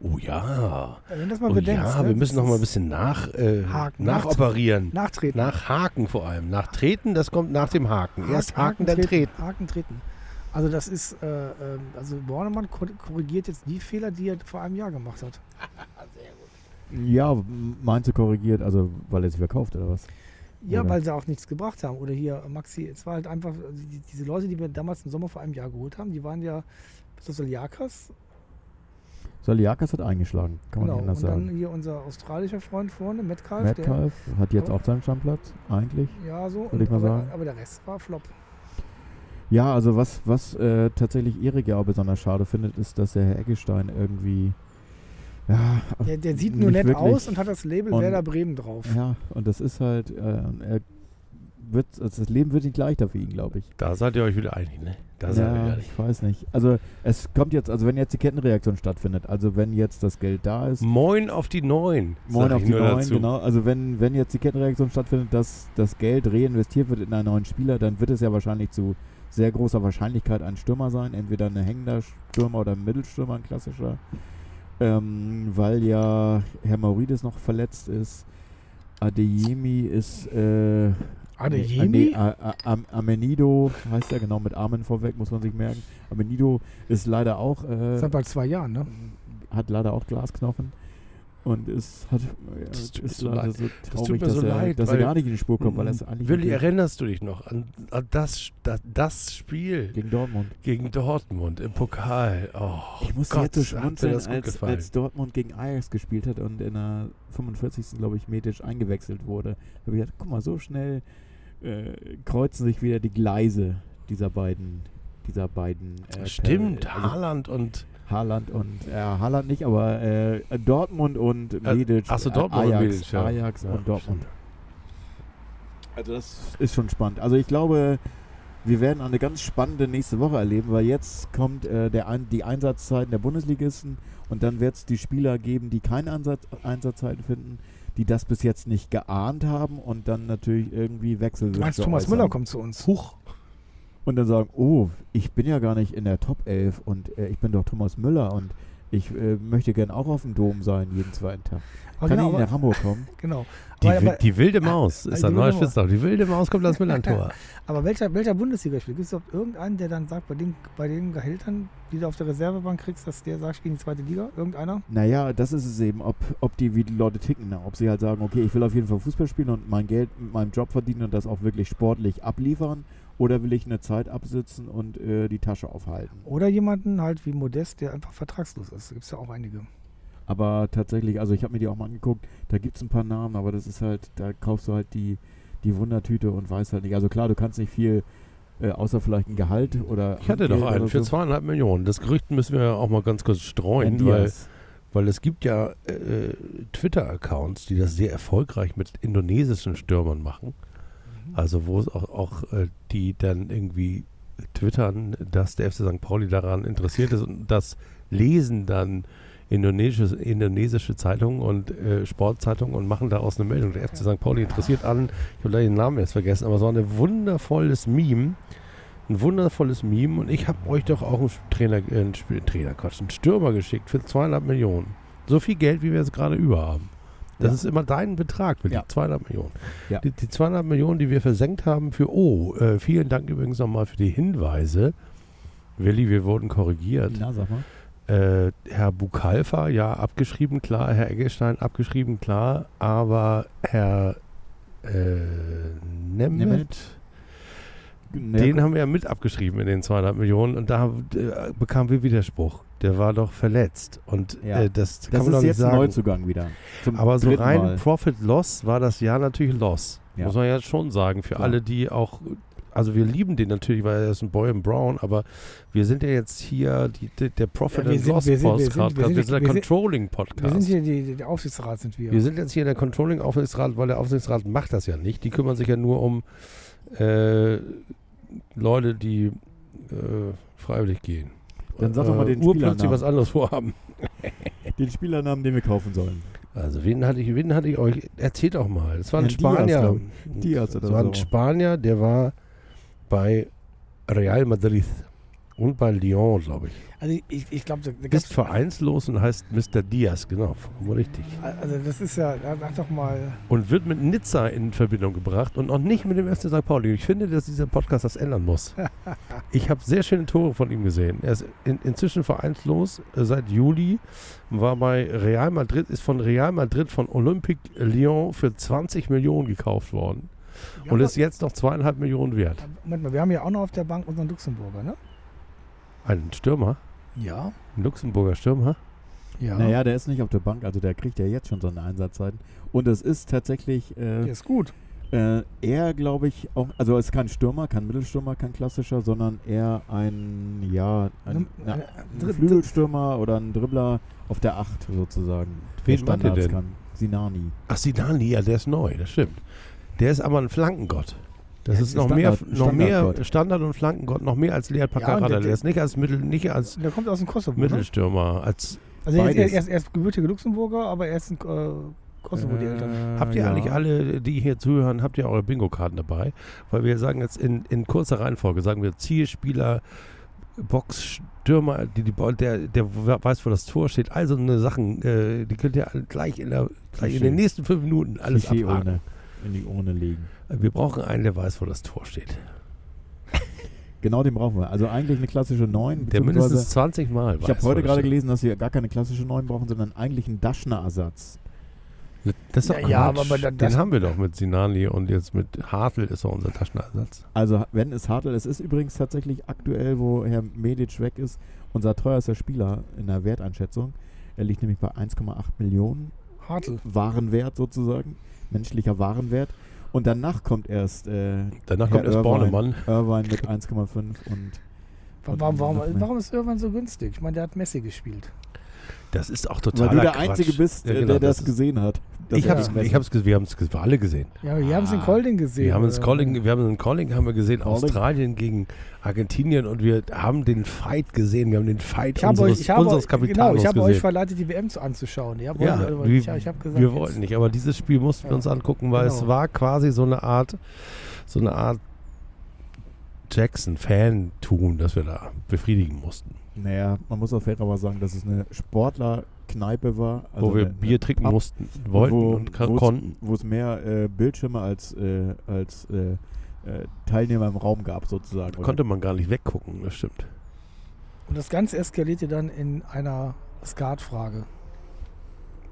Speaker 1: Oh ja.
Speaker 3: Wenn das mal
Speaker 1: Oh
Speaker 3: bedenkst.
Speaker 1: ja,
Speaker 3: ne,
Speaker 1: wir
Speaker 3: das
Speaker 1: müssen noch mal ein
Speaker 3: ist-
Speaker 1: bisschen nach, äh,
Speaker 3: Haken. ne?
Speaker 1: nachoperieren.
Speaker 3: nachtreten.
Speaker 1: Nachhaken vor allem. Nachtreten, das kommt nach dem Haken.
Speaker 3: Haken-
Speaker 1: Erst Haken, dann Treten.
Speaker 3: Haken treten. Also das ist, äh, ähm, also Bornemann kor- korrigiert jetzt die Fehler, die er vor einem Jahr gemacht hat.
Speaker 2: Ja, meinst du korrigiert, also weil er sie verkauft oder was?
Speaker 3: Ja,
Speaker 2: Oder?
Speaker 3: weil sie auch nichts gebracht haben. Oder hier, Maxi, es war halt einfach, also die, diese Leute, die wir damals im Sommer vor einem Jahr geholt haben, die waren ja, was ist das, Jakas?
Speaker 2: Saliakas hat eingeschlagen, kann man
Speaker 3: Genau.
Speaker 2: nicht anders
Speaker 3: Und dann
Speaker 2: sagen.
Speaker 3: hier unser australischer Freund vorne, Metcalf.
Speaker 2: Metcalf hat jetzt auch seinen Stammplatz, eigentlich.
Speaker 3: Der, ja, so.
Speaker 2: Würde ich mal
Speaker 3: aber,
Speaker 2: sagen.
Speaker 3: aber der Rest war Flop.
Speaker 2: Ja, also was, was äh, tatsächlich Erik ja auch besonders schade findet, ist, dass der Herr Eggestein irgendwie. Ja,
Speaker 3: Der, der sieht nur
Speaker 2: Nicht
Speaker 3: nett
Speaker 2: wirklich.
Speaker 3: aus und hat das Label
Speaker 2: Und-
Speaker 3: Werder Bremen drauf.
Speaker 2: ja, und das ist halt, äh, er wird, also das Leben wird nicht leichter für ihn, glaube ich.
Speaker 1: Da seid ihr euch wieder einig, ne? Da seid ihr
Speaker 2: ja,
Speaker 1: wieder einig.
Speaker 2: ich weiß nicht. Also es kommt jetzt, also wenn jetzt die Kettenreaktion stattfindet, also wenn jetzt das Geld da ist,
Speaker 1: Moin auf die Neun.
Speaker 2: Moin
Speaker 1: sag
Speaker 2: auf
Speaker 1: ich
Speaker 2: die
Speaker 1: nur
Speaker 2: neuen,
Speaker 1: dazu.
Speaker 2: genau. Also wenn, wenn jetzt die Kettenreaktion stattfindet, dass das Geld reinvestiert wird in einen neuen Spieler, dann wird es ja wahrscheinlich zu sehr großer Wahrscheinlichkeit ein Stürmer sein. Entweder ein hängender Stürmer oder ein Mittelstürmer, ein klassischer. Ähm, weil ja Herr Maurides noch verletzt ist. Adeyemi ist... Äh,
Speaker 3: Adeyemi?
Speaker 2: Nee, A- A- Am- Amenido heißt ja genau, mit Amen vorweg, muss man sich merken. Amenido ist leider auch... Äh,
Speaker 3: Seit bald zwei Jahren, ne?
Speaker 2: hat leider auch Glasknochen und ist, hat, äh,
Speaker 1: Das tut mir
Speaker 2: ist
Speaker 1: so
Speaker 2: leider
Speaker 1: leid.
Speaker 2: so
Speaker 1: tut
Speaker 2: traurig,
Speaker 1: mir
Speaker 2: dass,
Speaker 1: so
Speaker 2: er,
Speaker 1: leid,
Speaker 2: dass er
Speaker 1: weil- Mhm.
Speaker 2: gar nicht in die Spur kommt, weil er es eigentlich
Speaker 1: Willi,
Speaker 2: gegen,
Speaker 1: erinnerst du dich noch an, an das, das, das Spiel
Speaker 2: gegen Dortmund.
Speaker 1: gegen Dortmund im Pokal? Oh,
Speaker 2: Ich musste
Speaker 1: Gott,
Speaker 2: jetzt so
Speaker 1: hat mir
Speaker 2: schmunzeln,
Speaker 1: das gut
Speaker 2: als,
Speaker 1: gefallen.
Speaker 2: als Dortmund gegen Ajax gespielt hat und in der 45. glaube ich Medisch eingewechselt wurde. Da habe ich gedacht, guck mal, so schnell äh, kreuzen sich wieder die Gleise dieser beiden dieser beiden äh,
Speaker 1: stimmt,
Speaker 2: Per- also
Speaker 1: Haaland und
Speaker 2: Haaland und äh, Haaland nicht, aber äh, Dortmund und Medic,
Speaker 1: ach so,
Speaker 2: äh,
Speaker 1: Dortmund und
Speaker 2: Ajax,
Speaker 1: Medic, ja.
Speaker 2: Ajax
Speaker 1: Ja,
Speaker 2: und Dortmund.
Speaker 1: stimmt.
Speaker 2: Also das ist schon spannend. Also ich glaube, wir werden eine ganz spannende nächste Woche erleben, weil jetzt kommt äh, der ein, die Einsatzzeiten der Bundesligisten und dann wird es die Spieler geben, die keine Ansatz, Einsatzzeiten finden, die das bis jetzt nicht geahnt haben und dann natürlich irgendwie Wechsel.
Speaker 3: Du meinst, Thomas Müller kommt zu uns. Huch.
Speaker 2: Und dann sagen, oh, ich bin ja gar nicht in der Top 11 und äh, ich bin doch Thomas Müller und ich äh, möchte gern auch auf dem Dom sein jeden zweiten Tag.
Speaker 3: Aber
Speaker 2: Kann
Speaker 3: genau,
Speaker 2: ich nach
Speaker 3: aber,
Speaker 2: Hamburg kommen?
Speaker 3: genau.
Speaker 1: die,
Speaker 3: aber,
Speaker 1: wi-
Speaker 3: aber,
Speaker 1: die wilde Maus
Speaker 3: die
Speaker 1: ist ein
Speaker 3: wilde
Speaker 1: neuer
Speaker 3: Maus.
Speaker 1: Spitzname. Ah, Die wilde Maus kommt als Müller-Tor.
Speaker 3: aber welcher, welcher Bundesligaspiel? Gibt es überhaupt irgendeinen, der dann sagt, bei den, bei den Gehältern, die du auf der Reservebank kriegst, dass der sagt, ich gehe in die zweite Liga? Irgendeiner?
Speaker 2: Naja, das ist es eben, ob, ob die, wie die Leute ticken. Ne? Ob sie halt sagen, okay, ich will auf jeden Fall Fußball spielen und mein Geld mit meinem Job verdienen und das auch wirklich sportlich abliefern. Oder will ich eine Zeit absitzen und äh, die Tasche aufhalten?
Speaker 3: Oder jemanden halt wie Modest, der einfach vertragslos ist. Da gibt es ja auch einige.
Speaker 2: Aber tatsächlich, also ich habe mir die auch mal angeguckt, da gibt es ein paar Namen, aber das ist halt, da kaufst du halt die, die Wundertüte und weißt halt nicht. Also klar, du kannst nicht viel, äh, außer vielleicht ein Gehalt oder.
Speaker 1: Ich hatte doch
Speaker 2: Handgeld
Speaker 1: einen
Speaker 2: oder
Speaker 1: für
Speaker 2: so.
Speaker 1: zweieinhalb Millionen. Das Gerücht müssen wir auch mal ganz kurz streuen,
Speaker 2: Herrn
Speaker 1: weil,
Speaker 2: Diaz.
Speaker 1: weil es gibt ja äh, Twitter-Accounts, die das sehr erfolgreich mit indonesischen Stürmern machen.
Speaker 2: Mhm.
Speaker 1: Also wo es auch, auch äh, die dann irgendwie twittern, dass der FC St. Pauli daran interessiert ist und das lesen dann indonesische, indonesische Zeitungen und äh, Sportzeitungen und machen daraus eine Meldung. Der FC St. Pauli interessiert allen, ich habe leider den Namen jetzt vergessen, aber es war ein wundervolles Meme. Ein wundervolles Meme und ich habe euch doch auch einen Trainer, äh, einen Sp- Trainer, Quatsch, einen Stürmer geschickt für zweieinhalb Millionen. So viel Geld, wie wir jetzt gerade über haben. Das
Speaker 2: Ja.
Speaker 1: ist immer dein Betrag, mit
Speaker 2: Ja.
Speaker 1: die zweieinhalb Millionen.
Speaker 2: Ja.
Speaker 1: Die, die zweieinhalb Millionen, die wir versenkt haben für, oh, äh, vielen Dank übrigens nochmal für die Hinweise. Willi, wir wurden korrigiert.
Speaker 2: Na, sag mal.
Speaker 1: Äh, Herr Bukalfa, ja, abgeschrieben, klar. Herr Eggestein, abgeschrieben, klar. Aber Herr äh, Nemeth,
Speaker 2: Nemeth.
Speaker 1: den haben wir ja mit abgeschrieben in den 200 Millionen. Und da haben- äh, bekamen wir Widerspruch. Der war doch verletzt. Und
Speaker 2: Ja.
Speaker 1: äh, das, kann
Speaker 2: das
Speaker 1: man doch
Speaker 2: ist
Speaker 1: nicht
Speaker 2: jetzt ein
Speaker 1: sagen.
Speaker 2: Neuzugang wieder. Zum
Speaker 1: Aber so
Speaker 2: dritten
Speaker 1: rein
Speaker 2: Mal.
Speaker 1: Profit-Loss war das Jahr natürlich Loss.
Speaker 2: Ja.
Speaker 1: Muss man ja schon sagen. Für
Speaker 2: Klar.
Speaker 1: alle, die auch. Also wir lieben den natürlich, weil er ist ein Boy and Brown, aber wir sind ja jetzt hier die, die, der Profit
Speaker 3: Ja, wir
Speaker 1: and
Speaker 3: sind-
Speaker 1: Loss
Speaker 3: wir sind- wir sind-
Speaker 1: Podcast.
Speaker 3: wir sind-
Speaker 1: Wir sind der
Speaker 3: wir sind-
Speaker 1: Controlling
Speaker 3: Wir
Speaker 1: Podcast.
Speaker 3: sind hier, die, die, der Aufsichtsrat sind wir.
Speaker 1: Wir sind jetzt hier der Controlling Aufsichtsrat, weil der Aufsichtsrat macht das ja nicht. Die kümmern sich ja nur um äh, Leute, die äh, freiwillig gehen.
Speaker 2: Dann sag doch mal
Speaker 1: Äh,
Speaker 2: den
Speaker 1: urplötzlich
Speaker 2: Spielernamen.
Speaker 1: was anderes vorhaben.
Speaker 2: Den Spielernamen, den wir kaufen sollen.
Speaker 1: Also, wen hatte ich, wen hatte ich euch? Erzählt doch mal. Es war ein
Speaker 2: Herrn Diaz,
Speaker 1: Spanier.
Speaker 2: glaub Diaz oder
Speaker 1: Es war
Speaker 2: so.
Speaker 1: ein Spanier, der war bei Real Madrid und bei Lyon, glaube ich.
Speaker 3: also ich, ich glaube, da, da gibt's-
Speaker 1: Ist vereinslos und heißt Mr. Diaz, genau, vollkommen richtig.
Speaker 3: also das ist ja, da mach doch mal.
Speaker 1: Und wird mit Nizza in Verbindung gebracht und noch nicht mit dem FC St. Pauli. Ich finde, dass dieser Podcast das ändern muss. Ich habe sehr schöne Tore von ihm gesehen. Er ist in, inzwischen vereinslos äh, seit Juli, war bei Real Madrid, ist von Real Madrid von Olympique Lyon für 20 Millionen gekauft worden
Speaker 3: Wir
Speaker 1: und
Speaker 3: haben
Speaker 1: ist jetzt noch zweieinhalb Millionen wert.
Speaker 3: doch- Moment mal, wir haben ja auch noch auf der Bank unseren Luxemburger, ne?
Speaker 1: Ein Stürmer,
Speaker 3: Ja.
Speaker 1: ein Luxemburger Stürmer.
Speaker 3: Ja.
Speaker 2: Naja, der ist nicht auf der Bank, also der kriegt ja jetzt schon seine Einsatzzeiten. Und es ist tatsächlich
Speaker 3: Der
Speaker 2: äh,
Speaker 3: ist gut.
Speaker 2: äh, eher, glaube ich, auch, also es ist kein Stürmer, kein Mittelstürmer, kein klassischer, sondern eher ein, ja, ein, na,
Speaker 3: Äh,
Speaker 2: ein
Speaker 3: dritt-
Speaker 2: Flügelstürmer oder ein Dribbler auf der Acht sozusagen. der
Speaker 1: Wen meint ihr
Speaker 2: Standards
Speaker 1: denn?
Speaker 2: kann. Sinani.
Speaker 1: Ach, Sinani, ja, der ist neu, das stimmt. Der ist aber ein Flankengott. Das
Speaker 2: Ja,
Speaker 1: ist
Speaker 2: ein
Speaker 1: noch mehr,
Speaker 2: Standard-
Speaker 1: noch mehr
Speaker 2: Standardgott.
Speaker 1: Standard- und Flankengott, noch mehr als Lea
Speaker 3: Ja,
Speaker 1: Paccarada.
Speaker 3: und der-
Speaker 1: der, ist nicht als Mittel, nicht als
Speaker 3: Der kommt aus dem
Speaker 2: Mhm.
Speaker 3: Kosovo. Ne?
Speaker 1: Mittelstürmer. Als,
Speaker 3: Also er ist,
Speaker 2: Beides.
Speaker 3: er, ist, er ist gebürtiger Luxemburger, aber er ist ein äh, Kosovo, die Eltern.
Speaker 1: habt ihr
Speaker 2: Ah, ja.
Speaker 1: eigentlich alle, die hier zuhören, habt ihr eure Bingo-Karten dabei? Weil wir sagen jetzt in, in kurzer Reihenfolge, sagen wir Zielspieler, Box, Stürmer, die, die, Ball- der, der weiß, wo das Tor steht. Also eine Sachen, äh, die könnt ihr alle gleich in, der, gleich in
Speaker 2: Klischee.
Speaker 1: den nächsten fünf Minuten alles
Speaker 2: Klischee
Speaker 1: abhaken.
Speaker 2: ohne, in die Urne legen?
Speaker 1: Wir brauchen einen, der weiß, wo das Tor steht.
Speaker 2: Genau den brauchen wir. Also eigentlich eine klassische 9.
Speaker 1: Der
Speaker 2: beziehungsweise-
Speaker 1: mindestens 20 Mal
Speaker 2: ich
Speaker 1: weiß,
Speaker 2: habe
Speaker 1: wo
Speaker 2: heute
Speaker 1: das
Speaker 2: gerade
Speaker 1: steht.
Speaker 2: gelesen, dass wir gar keine klassische 9 brauchen, sondern eigentlich einen Daschner-Ersatz.
Speaker 1: Das ist doch
Speaker 3: Ja, ja,
Speaker 1: Quatsch.
Speaker 3: aber da- das-
Speaker 1: Den haben wir doch mit Sinani und jetzt mit Hartl ist doch unser Taschenersatz.
Speaker 2: Also wenn es Hartl, es ist übrigens tatsächlich aktuell, wo Herr Medic weg ist, unser teuerster Spieler in der Werteinschätzung. Er liegt nämlich bei 1,8 Millionen
Speaker 3: Hartl.
Speaker 2: Warenwert sozusagen, menschlicher Warenwert. Und danach kommt erst äh,
Speaker 1: Danach
Speaker 2: Herr
Speaker 1: kommt erst
Speaker 2: Irvine.
Speaker 1: Bornemann.
Speaker 2: Irvine mit 1,5 und
Speaker 3: Warum,
Speaker 2: Noch
Speaker 3: warum,
Speaker 2: mehr.
Speaker 3: warum ist Irwan so günstig? Ich meine, der hat Messi gespielt.
Speaker 1: Das ist auch
Speaker 2: weil
Speaker 1: total.
Speaker 2: du der Einzige bist,
Speaker 1: Ja,
Speaker 2: äh,
Speaker 1: genau,
Speaker 2: der
Speaker 1: das
Speaker 2: das,
Speaker 1: ist-
Speaker 2: gesehen hat. dass
Speaker 1: Ich
Speaker 2: er
Speaker 1: hab's,
Speaker 2: am
Speaker 1: ich
Speaker 2: besten-
Speaker 1: hab's, ges- wir haben es alle gesehen.
Speaker 3: Ja, wir haben es in
Speaker 2: Ah.
Speaker 3: Kolding gesehen. äh, ne?
Speaker 1: Wir haben uns
Speaker 3: oder?
Speaker 1: Calling, wir haben einen Calling haben wir gesehen,
Speaker 2: Calling.
Speaker 1: Australien gegen Argentinien und wir haben den Fight gesehen. Wir haben den Fight
Speaker 3: Ich habe
Speaker 1: unseres,
Speaker 3: euch, ich habe,
Speaker 1: unseres
Speaker 3: genau,
Speaker 1: Kapitans
Speaker 3: ich habe euch
Speaker 1: gesehen.
Speaker 3: verleitet, die WM zu anzuschauen. Ja, wollen
Speaker 1: ja,
Speaker 3: wir, aber
Speaker 1: wir,
Speaker 3: ich, hab- ich habe gesagt,
Speaker 1: wir
Speaker 3: jetzt-
Speaker 1: wollten nicht, aber dieses Spiel mussten wir
Speaker 3: Ja,
Speaker 1: uns angucken, weil es
Speaker 3: genau.
Speaker 1: war quasi so eine Art, so eine Art Jackson-Fan-Tun, das wir da befriedigen mussten.
Speaker 2: Naja, man muss auch fairerweise sagen, dass es eine Sportlerkneipe war. also
Speaker 1: wo wir
Speaker 2: eine-
Speaker 1: Bier trinken
Speaker 2: Pub,
Speaker 1: mussten, wollten
Speaker 2: wo-
Speaker 1: und ka-
Speaker 2: wo's-
Speaker 1: konnten.
Speaker 2: wo es mehr äh, Bildschirme als, äh, als äh, äh, Teilnehmer im Raum gab, sozusagen.
Speaker 1: Da konnte man gar nicht weggucken, das stimmt.
Speaker 3: Und das Ganze eskalierte dann in einer Skatfrage.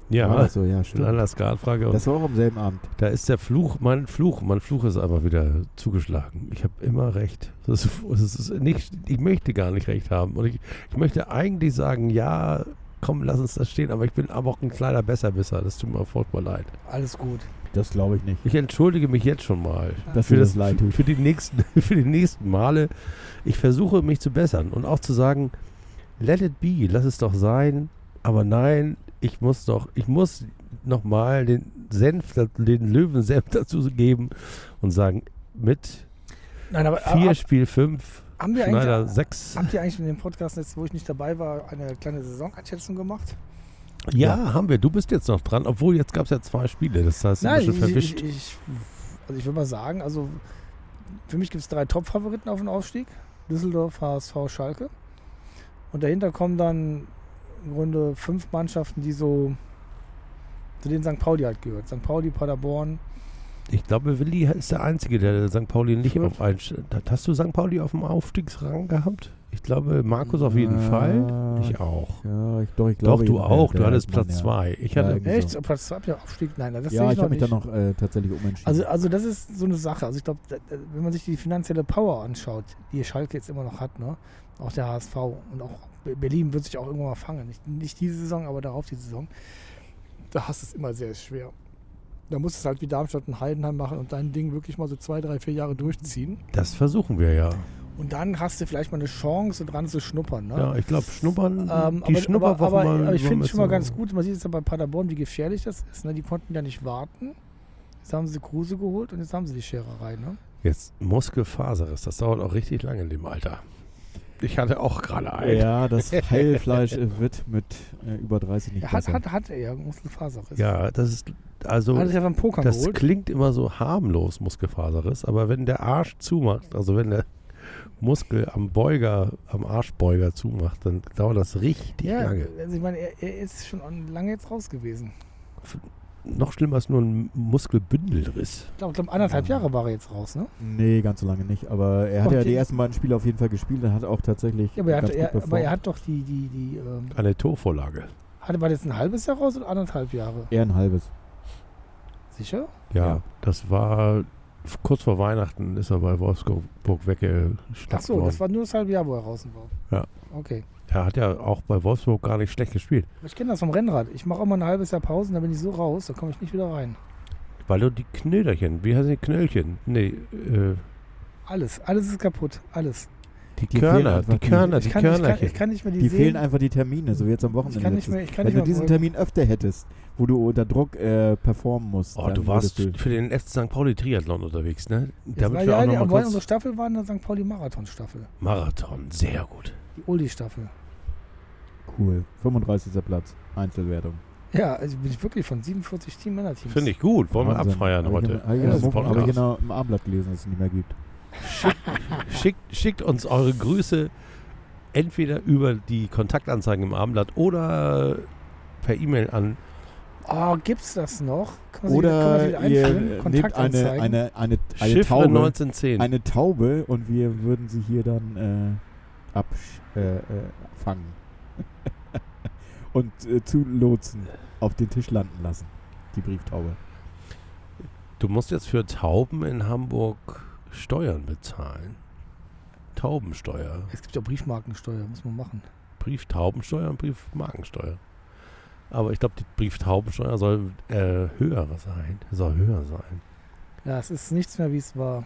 Speaker 2: ja.
Speaker 1: Ja,
Speaker 2: Das so, ja,
Speaker 1: in
Speaker 2: stimmt.
Speaker 1: einer Skatfrage. Und
Speaker 2: Das war auch am selben Abend.
Speaker 1: da ist der Fluch, mein Fluch, mein Fluch ist einfach wieder zugeschlagen. Ich habe immer recht. Das ist, das ist nicht, ich möchte gar nicht recht haben. Und ich, ich möchte eigentlich sagen, ja, komm, lass uns das stehen. Aber ich bin aber auch ein kleiner Besserwisser. Das tut mir furchtbar leid.
Speaker 3: Alles gut.
Speaker 2: Das glaube ich nicht.
Speaker 1: Ich entschuldige mich jetzt schon mal.
Speaker 2: Dass
Speaker 1: Für
Speaker 2: dir
Speaker 1: das-
Speaker 2: das leid tut.
Speaker 1: für die nächsten, für die nächsten Male. Ich versuche mich zu bessern und auch zu sagen, let it be, lass es doch sein. Aber nein, ich muss doch, ich muss nochmal den Senf, da- den Löwensenf dazu geben und sagen, mit
Speaker 3: Nein, aber äh,
Speaker 1: vier
Speaker 3: ab-
Speaker 1: Spiel 5,
Speaker 3: haben wir
Speaker 1: Schneider
Speaker 3: eigentlich,
Speaker 1: 6.
Speaker 3: habt ihr eigentlich in dem Podcast, jetzt, wo ich nicht dabei war, eine kleine Saisoneinschätzung gemacht?
Speaker 1: Ja, haben wir. Du bist jetzt noch dran, obwohl jetzt gab es ja zwei Spiele. Das heißt, ein bisschen
Speaker 3: ich,
Speaker 1: verwischt.
Speaker 3: ich, ich, also ich würde mal sagen, also für mich gibt es drei Top-Favoriten auf den Aufstieg. Düsseldorf, HSV, Schalke. Und dahinter kommen dann im Grunde fünf Mannschaften, die so zu denen St. Pauli halt gehört. St. Pauli, Paderborn.
Speaker 1: Ich glaube, Willi ist der Einzige, der St. Pauli nicht
Speaker 3: Fürth.
Speaker 1: auf einen. Hast du St. Pauli auf dem Aufstiegsrang gehabt? Ich glaube, Markus auf jeden Fall. Ich auch.
Speaker 2: Ja, ich, doch, ich
Speaker 1: Doch,
Speaker 2: Äh, glaube,
Speaker 1: du
Speaker 2: ja,
Speaker 1: auch. Du
Speaker 2: der
Speaker 1: hattest
Speaker 2: Erdmann,
Speaker 1: Platz
Speaker 2: ja.
Speaker 1: 2. Ich
Speaker 2: Ja,
Speaker 1: hatte.
Speaker 2: irgendwie
Speaker 3: Echt?
Speaker 2: so.
Speaker 3: Platz zwei, habt ihr Aufstieg? Nein, das sehe
Speaker 2: Ja,
Speaker 3: ich,
Speaker 2: ich
Speaker 3: noch
Speaker 2: habe mich
Speaker 3: nicht.
Speaker 2: dann noch äh, tatsächlich umentschieden.
Speaker 3: also, also das ist so eine Sache. Also ich glaube, da- da- wenn man sich die finanzielle Power anschaut, die Schalke jetzt immer noch hat, ne? auch der HSV und auch Be- Berlin wird sich auch irgendwann mal fangen. Nicht, nicht diese Saison, aber darauf die Saison. Da hast du es immer sehr schwer. Da musst du es halt wie Darmstadt und Heidenheim machen und dein Ding wirklich mal so zwei, drei, vier Jahre durchziehen.
Speaker 1: Das versuchen wir ja.
Speaker 3: Und dann hast du vielleicht mal eine Chance, dran zu schnuppern. Ne?
Speaker 1: Ja, ich glaube, Schnuppern.
Speaker 3: Ähm,
Speaker 1: die
Speaker 3: aber, aber,
Speaker 1: Schnupperwoche
Speaker 3: aber,
Speaker 1: waren-
Speaker 3: aber ich
Speaker 1: waren
Speaker 3: finde
Speaker 1: jetzt
Speaker 3: es schon mal
Speaker 1: so-
Speaker 3: ganz gut. Man sieht jetzt ja bei Paderborn, wie gefährlich das ist. Ne? Die konnten ja nicht warten. Jetzt haben sie Kruse geholt und jetzt haben sie die Schererei. Ne?
Speaker 1: Jetzt Muskelfaserriss. Das dauert auch richtig lange in dem Alter. Ich hatte auch gerade einen.
Speaker 2: ja, das Heilfleisch äh, wird mit äh, über 30 nicht
Speaker 3: Er hat,
Speaker 2: besser.
Speaker 3: hat, hat er ja Muskelfaserriss.
Speaker 1: Ja, das ist. Also,
Speaker 3: Hat es ja beim Pokern
Speaker 1: Das
Speaker 3: geholt.
Speaker 1: klingt immer so harmlos, Muskelfaserriss, aber wenn der Arsch zumacht, also wenn der Muskel am Beuger, am Arschbeuger zumacht, dann dauert das richtig
Speaker 3: Ja,
Speaker 1: lange.
Speaker 3: also ich meine, er, er ist schon an- lange jetzt raus gewesen.
Speaker 1: Noch schlimmer ist nur ein Muskelbündelriss.
Speaker 3: Ich glaube, glaub, anderthalb Jahre war er jetzt raus. Ne?
Speaker 2: Nee, ganz so lange nicht. Aber er hat
Speaker 3: Doch,
Speaker 2: ja
Speaker 3: die-
Speaker 2: die ersten beiden Spiele auf jeden Fall gespielt und hat auch tatsächlich
Speaker 3: Ja, aber, er
Speaker 2: ganz
Speaker 3: hat, er,
Speaker 2: gut
Speaker 3: aber er
Speaker 2: performt.
Speaker 3: hat doch die, die, die ähm,
Speaker 1: Eine Torvorlage.
Speaker 3: hatte war das ein halbes Jahr raus oder anderthalb Jahre?
Speaker 2: Eher ein halbes.
Speaker 3: Sicher?
Speaker 1: Ja,
Speaker 2: Ja.
Speaker 1: das war f- kurz vor Weihnachten ist er bei Wolfsburg weggeschnappt
Speaker 3: Achso,
Speaker 1: worden.
Speaker 3: das war nur das halbe Jahr, wo er raus war.
Speaker 1: Ja.
Speaker 3: Okay.
Speaker 1: Er hat ja auch bei Wolfsburg gar nicht schlecht gespielt,
Speaker 3: Ich kenne das vom Rennrad. Ich mache auch mal ein halbes Jahr Pause und dann bin ich so raus, da komme ich nicht wieder rein.
Speaker 1: weil du die Knöderchen, wie heißen die Knöllchen? Nee, äh,
Speaker 3: Alles, alles ist kaputt, alles.
Speaker 1: die,
Speaker 2: Die fehlen
Speaker 1: Körner,
Speaker 2: einfach
Speaker 1: die
Speaker 2: die-
Speaker 1: Körner, die
Speaker 3: ich, kann, ich, kann,
Speaker 1: Körnerchen.
Speaker 3: ich kann nicht mehr die,
Speaker 2: Die fehlen
Speaker 3: sehen.
Speaker 2: einfach die Termine, so wie jetzt am Wochenende.
Speaker 3: Ich kann nicht
Speaker 2: letztes.
Speaker 3: mehr, ich kann
Speaker 2: Wenn
Speaker 3: nicht
Speaker 2: du
Speaker 3: mehr.
Speaker 2: diesen Termin öfter hättest, wo du unter Druck äh, performen musst.
Speaker 1: Oh,
Speaker 2: dann
Speaker 1: du warst
Speaker 2: würdest
Speaker 1: für den FC St. Pauli Triathlon unterwegs, ne?
Speaker 3: Jetzt war
Speaker 1: Damit wir
Speaker 3: ja,
Speaker 1: auch
Speaker 3: die,
Speaker 1: nochmal
Speaker 3: aber unsere
Speaker 1: kurz.
Speaker 3: Staffel war eine St. Pauli Marathon Staffel,
Speaker 1: Marathon, sehr gut.
Speaker 3: die Uli Staffel.
Speaker 2: Cool. 35. Platz. Einzelwertung.
Speaker 3: Ja, also bin ich wirklich von 47 Team Männerteams.
Speaker 1: Finde ich gut. Wollen wir
Speaker 2: Wahnsinn.
Speaker 1: abfeiern
Speaker 2: Hab ich
Speaker 1: heute.
Speaker 2: noch- hab ich
Speaker 3: Ja,
Speaker 2: noch-
Speaker 3: das ist
Speaker 2: Habe ich genau im Abendblatt gelesen, dass es nicht mehr gibt.
Speaker 1: Schickt, schickt uns eure Grüße entweder über die Kontaktanzeigen im Abendblatt oder per E-Mail an.
Speaker 3: Oh, gibt's das noch? Kann man sich- kann man sich
Speaker 2: Oder ihr
Speaker 3: einführen?
Speaker 2: äh, nehmt eine,
Speaker 3: Kontaktanzeigen?
Speaker 2: eine, eine, eine,
Speaker 1: Chiffre
Speaker 2: Taube,
Speaker 1: 1910.
Speaker 2: eine Taube und wir würden sie hier dann äh, abfangen. Äh, äh, fangen. und äh, zulotsen. Auf den Tisch landen lassen. Die Brieftaube.
Speaker 1: Du musst jetzt für Tauben in Hamburg Steuern bezahlen. Taubensteuer.
Speaker 3: Es gibt ja Briefmarkensteuer, muss man machen.
Speaker 1: Brieftaubensteuer und Briefmarkensteuer. Aber ich glaube, die Brieftaubensteuer soll äh, höher sein. Soll höher sein.
Speaker 3: Ja, es ist nichts mehr, wie es war.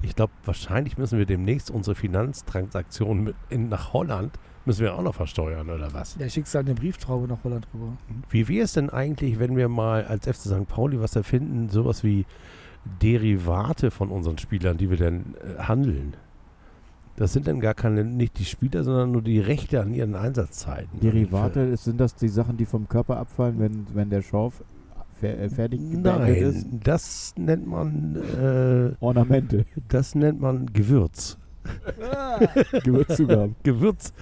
Speaker 1: Ich glaube, wahrscheinlich müssen wir demnächst unsere Finanztransaktionen mit in, nach Holland müssen wir auch noch versteuern oder was?
Speaker 3: Ja, schickst halt eine Brieftraube nach Holland rüber.
Speaker 1: Wie wäre es denn eigentlich, wenn wir mal als FC St. Pauli was erfinden, sowas wie Derivate von unseren Spielern, die wir dann äh, handeln? Das sind dann gar keine, nicht die Spieler, sondern nur die Rechte an ihren Einsatzzeiten.
Speaker 2: Derivate, ist- sind das die Sachen, die vom Körper abfallen, wenn, wenn der Schorf fer äh, fertig gebeendet ist?
Speaker 1: Nein, das nennt man äh,
Speaker 2: Ornamente,
Speaker 1: das nennt man Gewürz.
Speaker 2: Gewürzzugaben.
Speaker 1: Gewürz.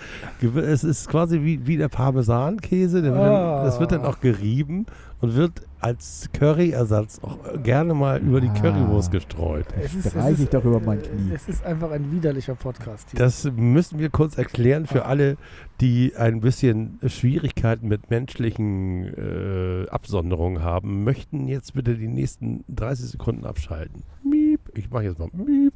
Speaker 1: Gewür es ist quasi wie, wie der Parmesankäse. Der wird
Speaker 3: Ah.
Speaker 1: dann, das wird dann auch gerieben und wird als Curryersatz auch gerne mal über die
Speaker 2: Ah.
Speaker 1: Currywurst gestreut.
Speaker 3: Es ist- es
Speaker 2: Streiche ich
Speaker 3: ist,
Speaker 2: doch über
Speaker 3: äh,
Speaker 2: mein Knie.
Speaker 3: Es ist einfach ein widerlicher Podcast hier.
Speaker 1: Das müssen wir kurz erklären für alle, die ein bisschen Schwierigkeiten mit menschlichen äh, Absonderungen haben. Möchten jetzt bitte die nächsten 30 Sekunden abschalten. Miep. Ich mache jetzt mal Miep.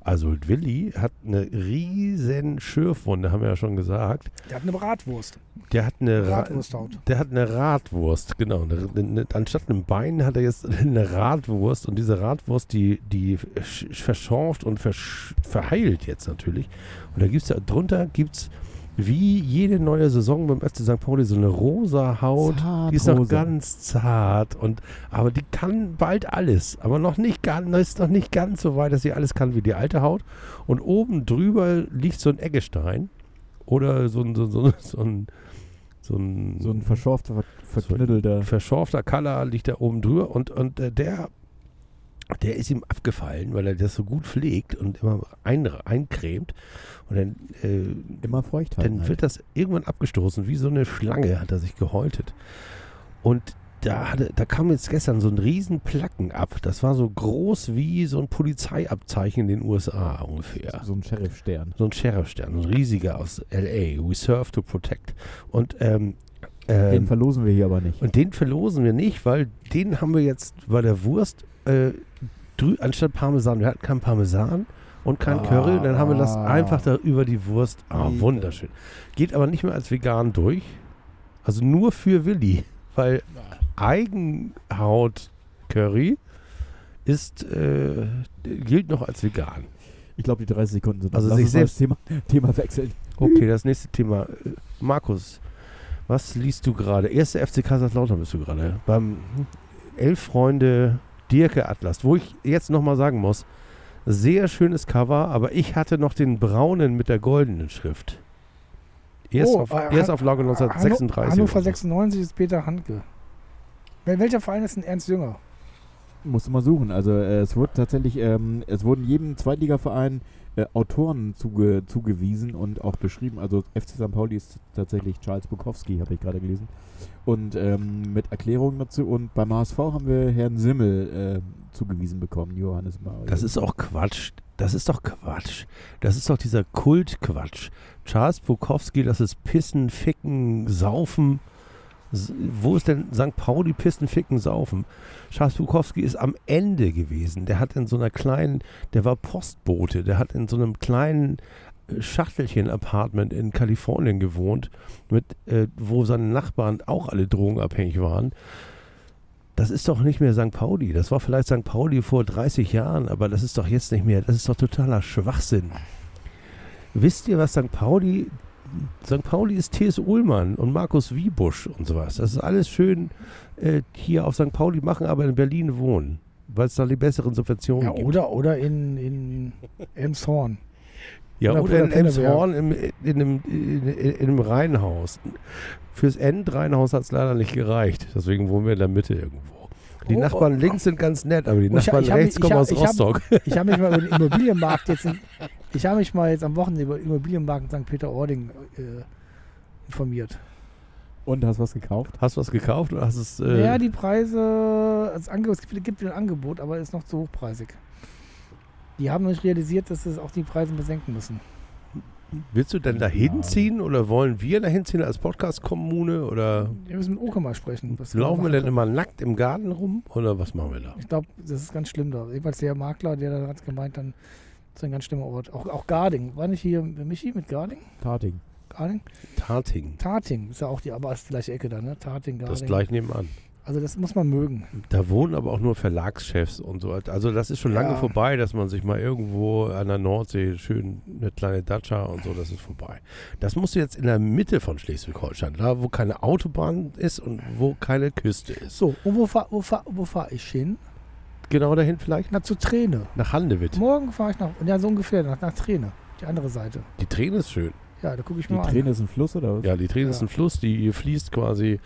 Speaker 1: Also Willi hat eine riesen Schürfwunde, haben wir ja schon gesagt.
Speaker 3: Der hat eine Bratwurst.
Speaker 1: Der hat eine Ra-
Speaker 3: Bratwursthaut.
Speaker 1: Der hat eine Radwurst, genau. Eine, eine, anstatt einem Bein hat er jetzt eine Radwurst und diese Radwurst, die, die sch- verschorft und versch verheilt jetzt natürlich. Und da gibt's da drunter gibt's wie jede neue Saison beim FC St. Pauli so eine rosa Haut. Die ist noch
Speaker 2: Zartrosa.
Speaker 1: ganz zart und aber die kann bald alles, aber noch nicht ganz, ist noch nicht ganz so weit, dass sie alles kann wie die alte Haut. Und oben drüber liegt so ein Eggestein oder so ein, so, so, so ein so ein,
Speaker 2: So ein verschorfter, ver- verknüttelter.
Speaker 1: verschorfter Color liegt da oben drüber und, und äh, der, der ist ihm abgefallen, weil er das so gut pflegt und immer ein, eincremt. Und dann, äh,
Speaker 2: immer feucht halten.
Speaker 1: dann wird das irgendwann abgestoßen, wie so eine Schlange hat er sich gehäutet. Und da, hatte, da kam jetzt gestern so ein riesen Placken ab. Das war so groß wie so ein Polizeiabzeichen in den USA ungefähr.
Speaker 2: So ein Sheriff-Stern.
Speaker 1: So ein Sheriffstern, ein riesiger aus L.A. We serve to protect. Und ähm,
Speaker 2: Den
Speaker 1: ähm,
Speaker 2: verlosen wir hier aber nicht.
Speaker 1: und den verlosen wir nicht, weil den haben wir jetzt bei der Wurst äh, drü- anstatt Parmesan. Wir hatten keinen Parmesan und kein Curry. Und dann haben wir das
Speaker 2: Ah.
Speaker 1: einfach da über die Wurst. Ah,
Speaker 2: Liebe.
Speaker 1: wunderschön. Geht aber nicht mehr als vegan durch. Also nur für Willi. Weil Eigenhaut-Curry ist, äh, gilt noch als vegan.
Speaker 2: Ich glaube, die 30 Sekunden sind
Speaker 1: Also
Speaker 2: Lass
Speaker 1: sich
Speaker 2: uns mal das Thema, Thema wechseln.
Speaker 1: Okay, das nächste Thema. Äh, Markus, was liest du gerade? Erste FC Kaiserslautern bist du gerade. Beim Elf Freunde Dirke Atlas, wo ich jetzt nochmal sagen muss, sehr schönes Cover, aber ich hatte noch den braunen mit der goldenen Schrift. Erst
Speaker 3: Oh,
Speaker 1: auf,
Speaker 3: äh, Han-
Speaker 1: Erstauflage
Speaker 3: Hanno-
Speaker 1: 1936.
Speaker 3: Hannover
Speaker 1: oder so.
Speaker 3: 96 ist Peter Handke. Wel- Welcher Verein ist denn Ernst Jünger?
Speaker 2: Musst du mal suchen. Also äh, es wurde tatsächlich, ähm, es wurden jedem Zweitligaverein äh, Autoren zuge zugewiesen und auch beschrieben. Also FC St. Pauli ist tatsächlich Charles Bukowski, habe ich gerade gelesen. Und ähm, mit Erklärungen dazu. Und beim HSV haben wir Herrn Simmel äh, zugewiesen bekommen, Johannes Mario.
Speaker 1: Das ist auch Quatsch. Das ist doch Quatsch. Das ist doch dieser Kultquatsch. Charles Bukowski, das ist Pissen, Ficken, Saufen. S- Wo ist denn St. Pauli Pissen, Ficken, Saufen? Charles Bukowski ist am Ende gewesen. Der hat in so einer kleinen, der war Postbote, der hat in so einem kleinen äh, Schachtelchen-Apartment in Kalifornien gewohnt, mit, äh, wo seine Nachbarn auch alle drogenabhängig waren. Das ist doch nicht mehr St. Pauli. Das war vielleicht St. Pauli vor 30 Jahren, aber das ist doch jetzt nicht mehr. Das ist doch totaler Schwachsinn. Wisst ihr, was St. Pauli. St. Pauli ist T.S. Ullmann und Markus Wiebusch und sowas. Das ist alles schön äh, hier auf St. Pauli machen, aber in Berlin wohnen, weil es da die besseren
Speaker 2: Oh,
Speaker 1: Subventionen
Speaker 3: Ja,
Speaker 1: gibt.
Speaker 3: oder, oder in, in Elmshorn.
Speaker 1: Ja,
Speaker 3: Oder
Speaker 1: oder,
Speaker 3: Bruder
Speaker 1: in Elmshorn im, in, einem, in, in einem Reihenhaus. Fürs Endreihenhaus hat es leider nicht gereicht. Deswegen wohnen wir in der Mitte irgendwo. Die
Speaker 3: Oh,
Speaker 1: Nachbarn links sind ganz nett, aber die
Speaker 3: Oh, ich hab-
Speaker 1: Nachbarn
Speaker 3: ich hab-
Speaker 1: rechts
Speaker 3: ich
Speaker 1: kommen
Speaker 3: hab-
Speaker 1: aus
Speaker 3: ich hab-
Speaker 1: Rostock.
Speaker 3: Ich habe mich mal über den Immobilienmarkt jetzt, in, ich habe mich mal jetzt am Wochenende über den Immobilienmarkt in St. Peter-Ording äh, informiert.
Speaker 2: und hast was gekauft?
Speaker 1: Hast du was gekauft oder hast es. Äh,
Speaker 3: Ja, die Preise, das Angebot, es gibt- gibt wieder ein Angebot, aber ist noch zu hochpreisig. Die haben noch nicht realisiert, dass es auch die Preise besenken müssen.
Speaker 1: willst du denn dahin
Speaker 2: Ja.
Speaker 1: ziehen oder wollen wir dahin ziehen als Podcast-Kommune? Oder
Speaker 3: Wir müssen mit Oke mal sprechen. was
Speaker 1: laufen wir
Speaker 3: machen
Speaker 1: denn
Speaker 3: können.
Speaker 1: immer nackt im Garten rum? Oder was machen wir da?
Speaker 3: Ich glaube, das ist ganz schlimm da. Jedenfalls der Makler, der da hat gemeint, dann ist ein ganz schlimmer Ort. Auch, auch Garding. War nicht hier Michi mit Garding?
Speaker 2: Karting.
Speaker 3: Garding?
Speaker 1: Tarting.
Speaker 3: Tating ist ja auch die, aber ist die gleiche Ecke da, ne? Tating, Garding.
Speaker 1: Das gleich nebenan.
Speaker 3: Also das muss man mögen.
Speaker 1: Da wohnen aber auch nur Verlagschefs und so. Also das ist schon lange
Speaker 3: Ja.
Speaker 1: vorbei, dass man sich mal irgendwo an der Nordsee schön eine kleine Datscha und so, das ist vorbei. Das musst du jetzt in der Mitte von Schleswig-Holstein, da wo keine Autobahn ist und wo keine Küste ist.
Speaker 3: So, und wo fahre wo fahr, wo fahr ich hin?
Speaker 1: Genau dahin vielleicht
Speaker 3: Na, zu Träne.
Speaker 1: nach Handewitt.
Speaker 3: Morgen fahre ich nach, ja, so ungefähr, nach, nach Träne. Die andere Seite.
Speaker 1: Die Träne ist schön.
Speaker 3: Ja, da gucke ich
Speaker 2: Die
Speaker 3: mal an.
Speaker 2: Träne ist ein Fluss oder was?
Speaker 1: Ja, die Träne
Speaker 3: Ja.
Speaker 1: ist ein Fluss, die fließt quasi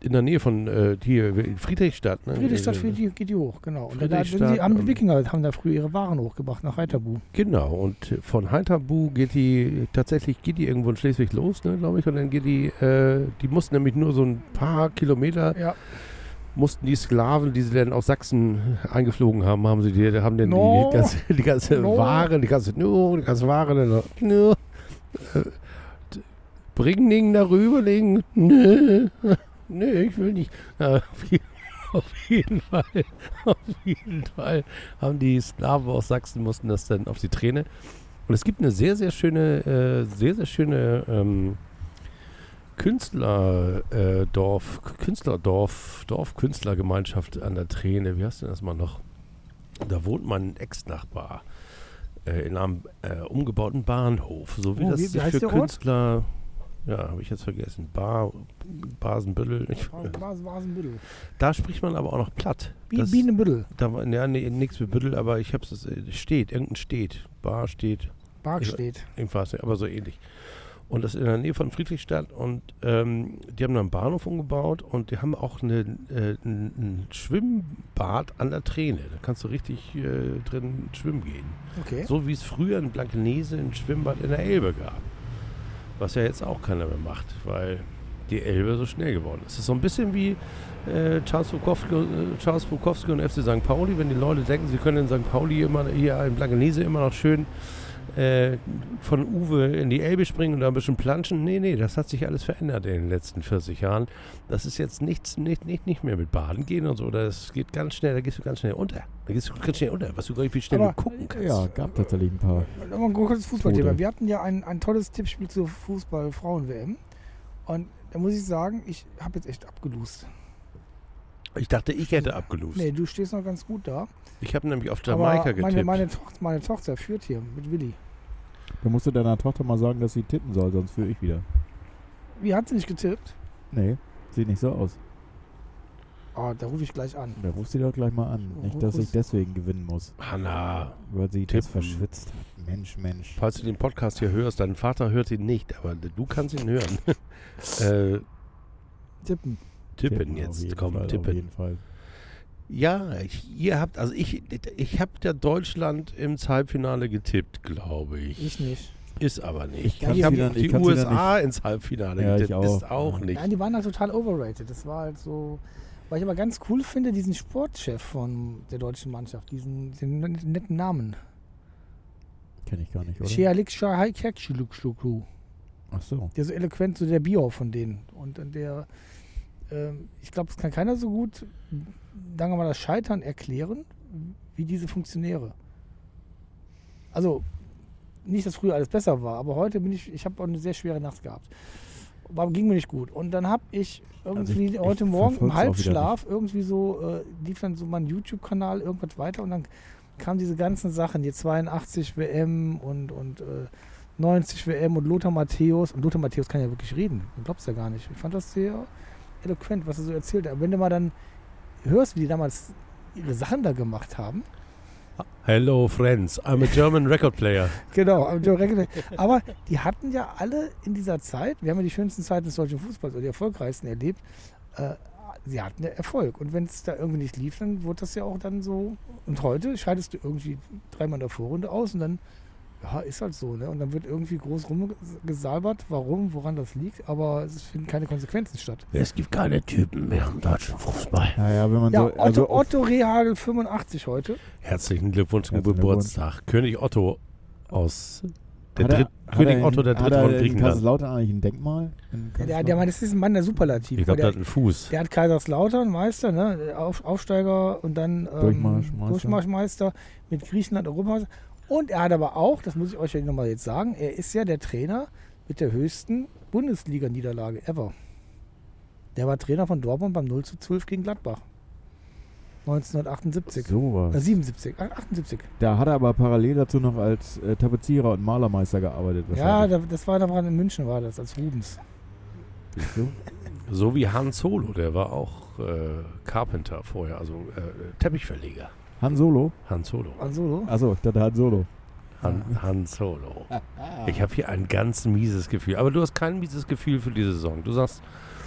Speaker 1: in der Nähe von äh, hier Friedrichstadt. Ne?
Speaker 3: Friedrichstadt geht die, geht die hoch, genau. Und da sind
Speaker 1: Friedrichstadt
Speaker 3: die, haben die
Speaker 1: und-
Speaker 3: Wikinger haben da früher ihre Waren hochgebracht nach Reiterbu.
Speaker 1: Genau, und von Heiterbu geht die, tatsächlich geht die irgendwo in Schleswig los, ne, glaube ich, und dann geht die, äh, die mussten nämlich nur so ein paar Kilometer,
Speaker 3: Ja.
Speaker 1: mussten die Sklaven, die sie dann aus Sachsen eingeflogen haben, haben sie die, haben dann
Speaker 3: No.
Speaker 1: die ganze, die ganze
Speaker 3: No.
Speaker 1: Ware, die ganze, no, die ganze Ware, dann, noch, no, äh, d- bringen den darüber, legen, nö, nö, ich will nicht. Ja, auf je- auf jeden Fall, auf jeden Fall haben die Sklaven aus Sachsen mussten das dann auf die Träne. Und es gibt eine sehr, sehr schöne, äh, sehr, sehr schöne ähm, Künstlerdorf, äh, Dorf- Künstlerdorf, Dorfkünstlergemeinschaft an der Träne. Wie heißt denn das mal noch? Da wohnt mein Ex-Nachbar äh, in einem äh, umgebauten Bahnhof. So wie
Speaker 3: Oh,
Speaker 1: das
Speaker 3: wie- wie heißt
Speaker 1: für
Speaker 3: der Ort?
Speaker 1: Künstler. Ja, habe ich jetzt vergessen. Bar, Basenbüttel. Ich,
Speaker 3: Basenbüttel.
Speaker 1: da spricht man aber auch noch platt. Das-
Speaker 3: Bienenbüttel.
Speaker 1: da war, ja, nee, nix mit Büttel, aber ich hab's, es äh, steht, irgendein steht, Bar steht,
Speaker 3: Bark
Speaker 1: Ich-
Speaker 3: steht.
Speaker 1: irgendwas, aber so ähnlich. Und das ist in der Nähe von Friedrichstadt. Und ähm, die haben da einen Bahnhof umgebaut und die haben auch eine, äh, ein ein Schwimmbad an der Träne. Da kannst du richtig äh, drin schwimmen gehen.
Speaker 3: Okay.
Speaker 1: So wie es früher in Blankenese ein Schwimmbad in der Elbe gab. Was ja jetzt auch keiner mehr macht, weil die Elbe so schnell geworden ist. Es ist so ein bisschen wie äh, Charles, Bukowski, äh, Charles Bukowski und FC St. Pauli, wenn die Leute denken, sie können in St. Pauli immer hier in Blankenese immer noch schön äh, von Uwe in die Elbe springen und da ein bisschen planschen. Nee, nee, das hat sich alles verändert in den letzten 40 Jahren. Das ist jetzt nichts, nicht, nicht, nicht mehr mit Baden gehen und so. Das geht ganz schnell, da gehst du ganz schnell unter. Da gehst du ganz schnell unter, was du gar nicht viel schneller
Speaker 3: Aber-
Speaker 1: gucken kannst.
Speaker 2: Ja, gab tatsächlich ein paar.
Speaker 3: Nochmal ein kurzes Fußballthema.
Speaker 2: Tote.
Speaker 3: Wir hatten ja ein, ein tolles Tippspiel zur Fußball-Frauen-WM. Und da muss ich sagen, ich habe jetzt echt abgelust.
Speaker 1: Ich dachte, ich hätte abgelost.
Speaker 3: Nee, du stehst noch ganz gut da.
Speaker 1: Ich habe nämlich auf Jamaika
Speaker 3: aber
Speaker 1: getippt.
Speaker 3: meine, meine, Tochter, meine Tochter führt hier mit Willi.
Speaker 2: Da musst du deiner Tochter mal sagen, dass sie tippen soll, sonst führe ich wieder.
Speaker 3: Wie hat sie nicht getippt?
Speaker 2: Nee, sieht nicht so aus.
Speaker 3: Ah, da rufe ich gleich an.
Speaker 2: Da ruf sie doch gleich mal an. Nicht, dass ich deswegen gewinnen muss,
Speaker 1: Hanna,
Speaker 2: weil sie das
Speaker 1: Tippen.
Speaker 2: verschwitzt hat. Mensch, Mensch.
Speaker 1: falls du den Podcast hier hörst, dein Vater hört ihn nicht, aber du kannst ihn hören. äh,
Speaker 3: Tippen.
Speaker 1: tippen,
Speaker 2: auf jeden
Speaker 1: jetzt, komm,
Speaker 2: Fall, Auf
Speaker 1: tippen.
Speaker 2: jeden Fall.
Speaker 1: Ja, ich, ihr habt, also ich, ich habe ja Deutschland im Halbfinale getippt, glaube ich.
Speaker 3: Ich nicht.
Speaker 1: Ist aber nicht.
Speaker 2: Ich kann's
Speaker 1: hab
Speaker 2: wieder- ich
Speaker 1: die
Speaker 2: kann's wieder
Speaker 1: USA ins Halbfinale
Speaker 2: Ja, ich
Speaker 1: getippt,
Speaker 2: auch.
Speaker 1: ist auch nicht.
Speaker 3: Nein, die waren halt total overrated. Das war halt so. Weil ich aber ganz cool finde, diesen Sportchef von der deutschen Mannschaft, diesen den netten Namen.
Speaker 2: Kenn ich gar nicht, oder?
Speaker 3: Schialik Schahaikakschilukschluklu.
Speaker 2: Ach so.
Speaker 3: Der so eloquent, so der Bio von denen. Und dann der, ähm, ich glaube, es kann keiner so gut, sagen wir mal, das Scheitern erklären, wie diese Funktionäre. Also, nicht, dass früher alles besser war, aber heute bin ich, ich habe auch eine sehr schwere Nacht gehabt. Aber ging mir nicht gut. Und dann habe ich irgendwie
Speaker 2: Also ich- ich
Speaker 3: heute Morgen im
Speaker 2: verfolg's auch
Speaker 3: Halbschlaf irgendwie so, äh, lief dann so mein YouTube-Kanal irgendwas weiter und dann kamen diese ganzen Sachen, die 82 WM und, und äh, 90 WM und Lothar Matthäus. Und Lothar Matthäus kann ja wirklich reden. Du glaubst ja gar nicht. Ich fand das sehr eloquent, was er so erzählt hat. Aber wenn du mal dann hörst, wie die damals ihre Sachen da gemacht haben.
Speaker 1: Hello friends, I'm a German record player.
Speaker 3: Genau. aber Joe Reckle- Aber die hatten ja alle in dieser Zeit, wir haben ja die schönsten Zeiten des deutschen Fußballs oder die erfolgreichsten erlebt, äh, sie hatten ja Erfolg. Und wenn es da irgendwie nicht lief, dann wurde das ja auch dann so. Und heute scheidest du irgendwie dreimal in der Vorrunde aus und dann, ja, ist halt so. Ne? Und dann wird irgendwie groß rumgesalbert, warum, woran das liegt, aber es finden keine Konsequenzen statt.
Speaker 1: Es gibt keine Typen mehr im deutschen Fußball.
Speaker 2: Naja, wenn man
Speaker 3: Ja,
Speaker 2: so. also
Speaker 3: Otto, Otto Rehagel 85 heute.
Speaker 1: Herzlichen Glückwunsch zum
Speaker 2: Herzlichen
Speaker 1: Geburtstag. König Otto aus der
Speaker 2: hat er-
Speaker 1: Dritt,
Speaker 2: hat
Speaker 1: König
Speaker 2: er
Speaker 1: Otto der
Speaker 2: in-
Speaker 1: Dritte
Speaker 2: Hat
Speaker 1: von
Speaker 2: er in
Speaker 1: Griechenland.
Speaker 2: Kaiserslautern eigentlich ein Denkmal? In
Speaker 3: Ja, der,
Speaker 2: Kaiserslautern?
Speaker 3: der meint, das ist ein Mann der Superlativ.
Speaker 1: Ich glaube, der
Speaker 3: der,
Speaker 1: hat einen Fuß.
Speaker 3: der hat Kaiserslautern, Meister, ne? Auf, Aufsteiger und dann ähm,
Speaker 2: Durchmarschmeister.
Speaker 3: Durchmarschmeister mit Griechenland Europameister. Und er hat aber auch, das muss ich euch ja nochmal jetzt sagen, er ist ja der Trainer mit der höchsten Bundesliga-Niederlage ever. Der war Trainer von Dortmund beim 0 zu 12 gegen Gladbach. 1978.
Speaker 2: So
Speaker 3: Äh,
Speaker 2: was.
Speaker 3: 77, äh, 78.
Speaker 2: Also, Da hat er aber parallel dazu noch als äh, Tapezierer und Malermeister gearbeitet.
Speaker 3: Ja,
Speaker 2: wahrscheinlich.
Speaker 3: da- das war da war in München, war das, als Rubens.
Speaker 2: Siehst du?
Speaker 1: So wie Han Solo, der war auch äh, Carpenter vorher, also äh, Teppichverleger.
Speaker 2: Han Solo?
Speaker 1: Han Solo.
Speaker 3: Also so.
Speaker 2: Achso, ich dachte Han Solo.
Speaker 1: Han, Han Solo.
Speaker 3: Ah.
Speaker 1: Ich habe hier ein ganz mieses Gefühl. Aber du hast kein mieses Gefühl für die Saison. Du sagst,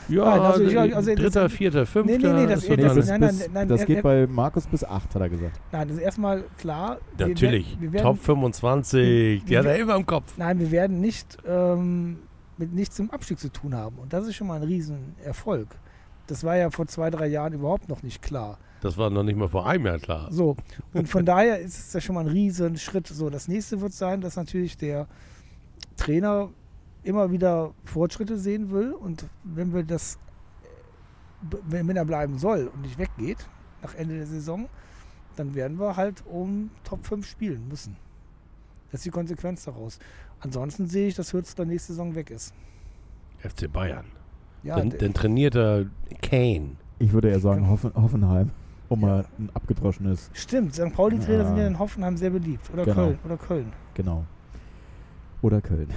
Speaker 1: ja,
Speaker 3: Nein, also ich-
Speaker 1: äh,
Speaker 3: also das-
Speaker 1: dritter, vierter, fünfter.
Speaker 3: nee,
Speaker 1: ist
Speaker 3: das-
Speaker 1: so
Speaker 2: Nee,
Speaker 3: Nein,
Speaker 1: deine-
Speaker 2: bis,
Speaker 3: nein,
Speaker 2: bis,
Speaker 3: nein, nein,
Speaker 2: das
Speaker 3: er-
Speaker 2: geht
Speaker 3: er-
Speaker 2: bei Markus bis 8, hat er gesagt.
Speaker 3: Nein, das ist erstmal klar. wir wer-
Speaker 1: Natürlich,
Speaker 3: Wir werden,
Speaker 1: Top 25. Die
Speaker 3: wir-
Speaker 1: hat er immer im Kopf.
Speaker 3: Nein, wir werden nicht ähm, mit nichts zum Abstieg zu tun haben. Und das ist schon mal ein Riesenerfolg. Das war ja vor zwei, drei Jahren überhaupt noch nicht klar.
Speaker 1: Das war noch nicht mal vor einem Jahr klar.
Speaker 3: So, und von daher ist es ja schon mal ein Riesenschritt. So, das nächste wird sein, dass natürlich der Trainer immer wieder Fortschritte sehen will. Und wenn wir das, äh, wenn, wenn er bleiben soll und nicht weggeht nach Ende der Saison, dann werden wir halt um Top 5 spielen müssen. Das ist die Konsequenz daraus. Ansonsten sehe ich, dass Hürz dann nächste Saison weg ist.
Speaker 1: FC Bayern.
Speaker 3: Ja,
Speaker 1: dann,
Speaker 3: d-
Speaker 1: dann trainiert er Kane.
Speaker 2: Ich würde eher sagen
Speaker 3: Genau.
Speaker 2: Hoffen, Hoffenheim, um mal ein abgedroschenes,
Speaker 3: stimmt. St. Pauli-Trainer sind ja
Speaker 2: Ja.
Speaker 3: in Hoffenheim sehr beliebt. Oder
Speaker 2: Genau.
Speaker 3: Köln. Oder Köln.
Speaker 2: genau. Oder Köln.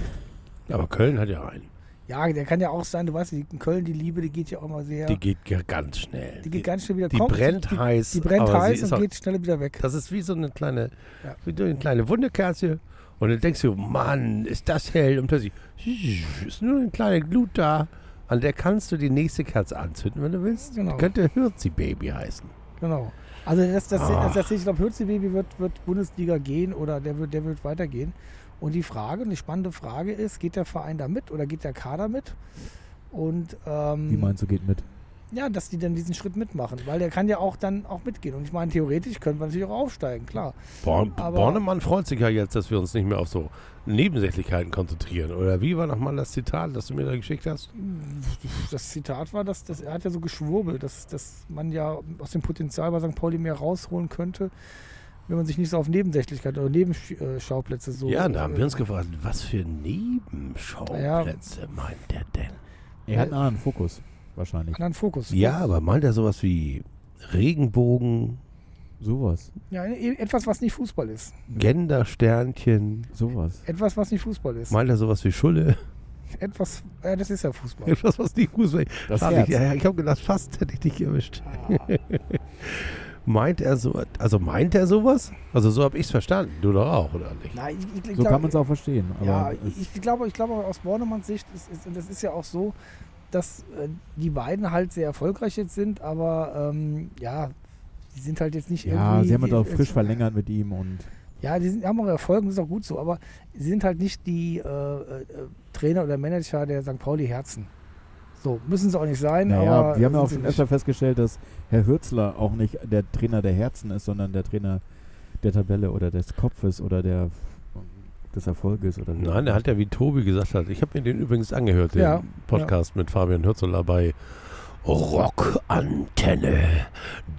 Speaker 1: Aber Köln hat ja einen.
Speaker 3: Ja, der kann ja auch sein, du weißt, die- in Köln, die Liebe, die geht ja auch mal sehr.
Speaker 1: Die geht ja ganz schnell.
Speaker 3: Die geht ganz schnell wieder
Speaker 1: die
Speaker 3: kommt-
Speaker 1: brennt
Speaker 3: die,
Speaker 1: heiß.
Speaker 3: Die brennt
Speaker 1: aber sie
Speaker 3: heiß
Speaker 1: ist
Speaker 3: und
Speaker 1: auch,
Speaker 3: geht schnell wieder weg.
Speaker 1: Das ist wie so eine kleine,
Speaker 3: Ja.
Speaker 1: wie so eine kleine Wundekerze. Und dann denkst du, Mann, ist das hell. Und plötzlich ist nur eine kleine Glut da. An der kannst du die nächste Kerze anzünden, wenn du willst.
Speaker 3: Genau.
Speaker 1: Könnte Hürzi Baby heißen.
Speaker 3: Genau. Also das, das,
Speaker 1: Ah.
Speaker 3: das, ich glaube, Hürzebaby wird, wird Bundesliga gehen oder der wird, der wird weitergehen. Und die Frage, eine spannende Frage ist, geht der Verein da mit oder geht der Kader mit? Und ähm,
Speaker 2: Wie meinst du, geht mit?
Speaker 3: ja, dass die dann diesen Schritt mitmachen, weil der kann ja auch dann auch mitgehen. Und ich meine, theoretisch könnte man natürlich auch aufsteigen, klar.
Speaker 1: Born,
Speaker 3: Aber-
Speaker 1: Bornemann freut sich ja jetzt, dass wir uns nicht mehr auf so Nebensächlichkeiten konzentrieren. Oder wie war nochmal das Zitat, das du mir da geschickt hast?
Speaker 3: Das Zitat war, dass, dass er hat ja so geschwurbelt, dass, dass man ja aus dem Potenzial bei St. Pauli mehr rausholen könnte, wenn man sich nicht so auf Nebensächlichkeit oder Nebenschauplätze so.
Speaker 1: ja, da haben
Speaker 3: äh,
Speaker 1: wir uns gefragt, was für Nebenschauplätze meint der denn?
Speaker 2: Er
Speaker 3: Äh.
Speaker 2: hat einen anderen Fokus, wahrscheinlich.
Speaker 3: anderen Fokus.
Speaker 1: Ja, aber meint er sowas wie Regenbogen,
Speaker 2: Sowas.
Speaker 3: Ja, e- etwas, was nicht Fußball ist.
Speaker 1: Gendersternchen?
Speaker 2: Sowas.
Speaker 3: Etwas, was nicht Fußball ist.
Speaker 1: Meint er sowas wie Schulle?
Speaker 3: Etwas, ja, das ist ja Fußball.
Speaker 1: Etwas, was nicht Fußball
Speaker 2: Das
Speaker 1: Hab
Speaker 2: Herz.
Speaker 1: ich, ja, ja, ich habe gedacht, fast hätte ich dich erwischt. meint er so, also meint er sowas? Also so habe ich es verstanden. Du doch auch, oder nicht?
Speaker 3: Nein, ich, ich, ich
Speaker 2: So
Speaker 3: glaub-
Speaker 2: kann man es auch verstehen. Aber
Speaker 3: Ja,
Speaker 2: es-
Speaker 3: ich, ich glaube, ich glaube aus Bornemanns Sicht ist, ist und das ist ja auch so, dass äh, die beiden halt sehr erfolgreich jetzt sind, aber ähm, ja, die sind halt jetzt nicht irgendwie.
Speaker 2: ja sie haben ja doch
Speaker 3: jetzt-
Speaker 2: frisch verlängert mit ihm und
Speaker 3: Ja, die sind, haben auch Erfolg, und das ist auch gut so, aber sie sind halt nicht die äh, äh, Trainer oder Manager der St. Pauli Herzen. So, müssen sie auch nicht sein,
Speaker 2: Naja,
Speaker 3: aber
Speaker 2: wir haben ja
Speaker 3: sind
Speaker 2: auch
Speaker 3: sie
Speaker 2: schon
Speaker 3: nicht.
Speaker 2: öfter festgestellt, dass Herr Hürzler auch nicht der Trainer der Herzen ist, sondern der Trainer der Tabelle oder des Kopfes oder der, des Erfolges. Oder
Speaker 1: Nein, er hat ja, wie Tobi gesagt hat, ich habe mir den übrigens angehört, den
Speaker 3: Ja,
Speaker 1: Podcast mit Fabian Hürzeler bei Rockantenne,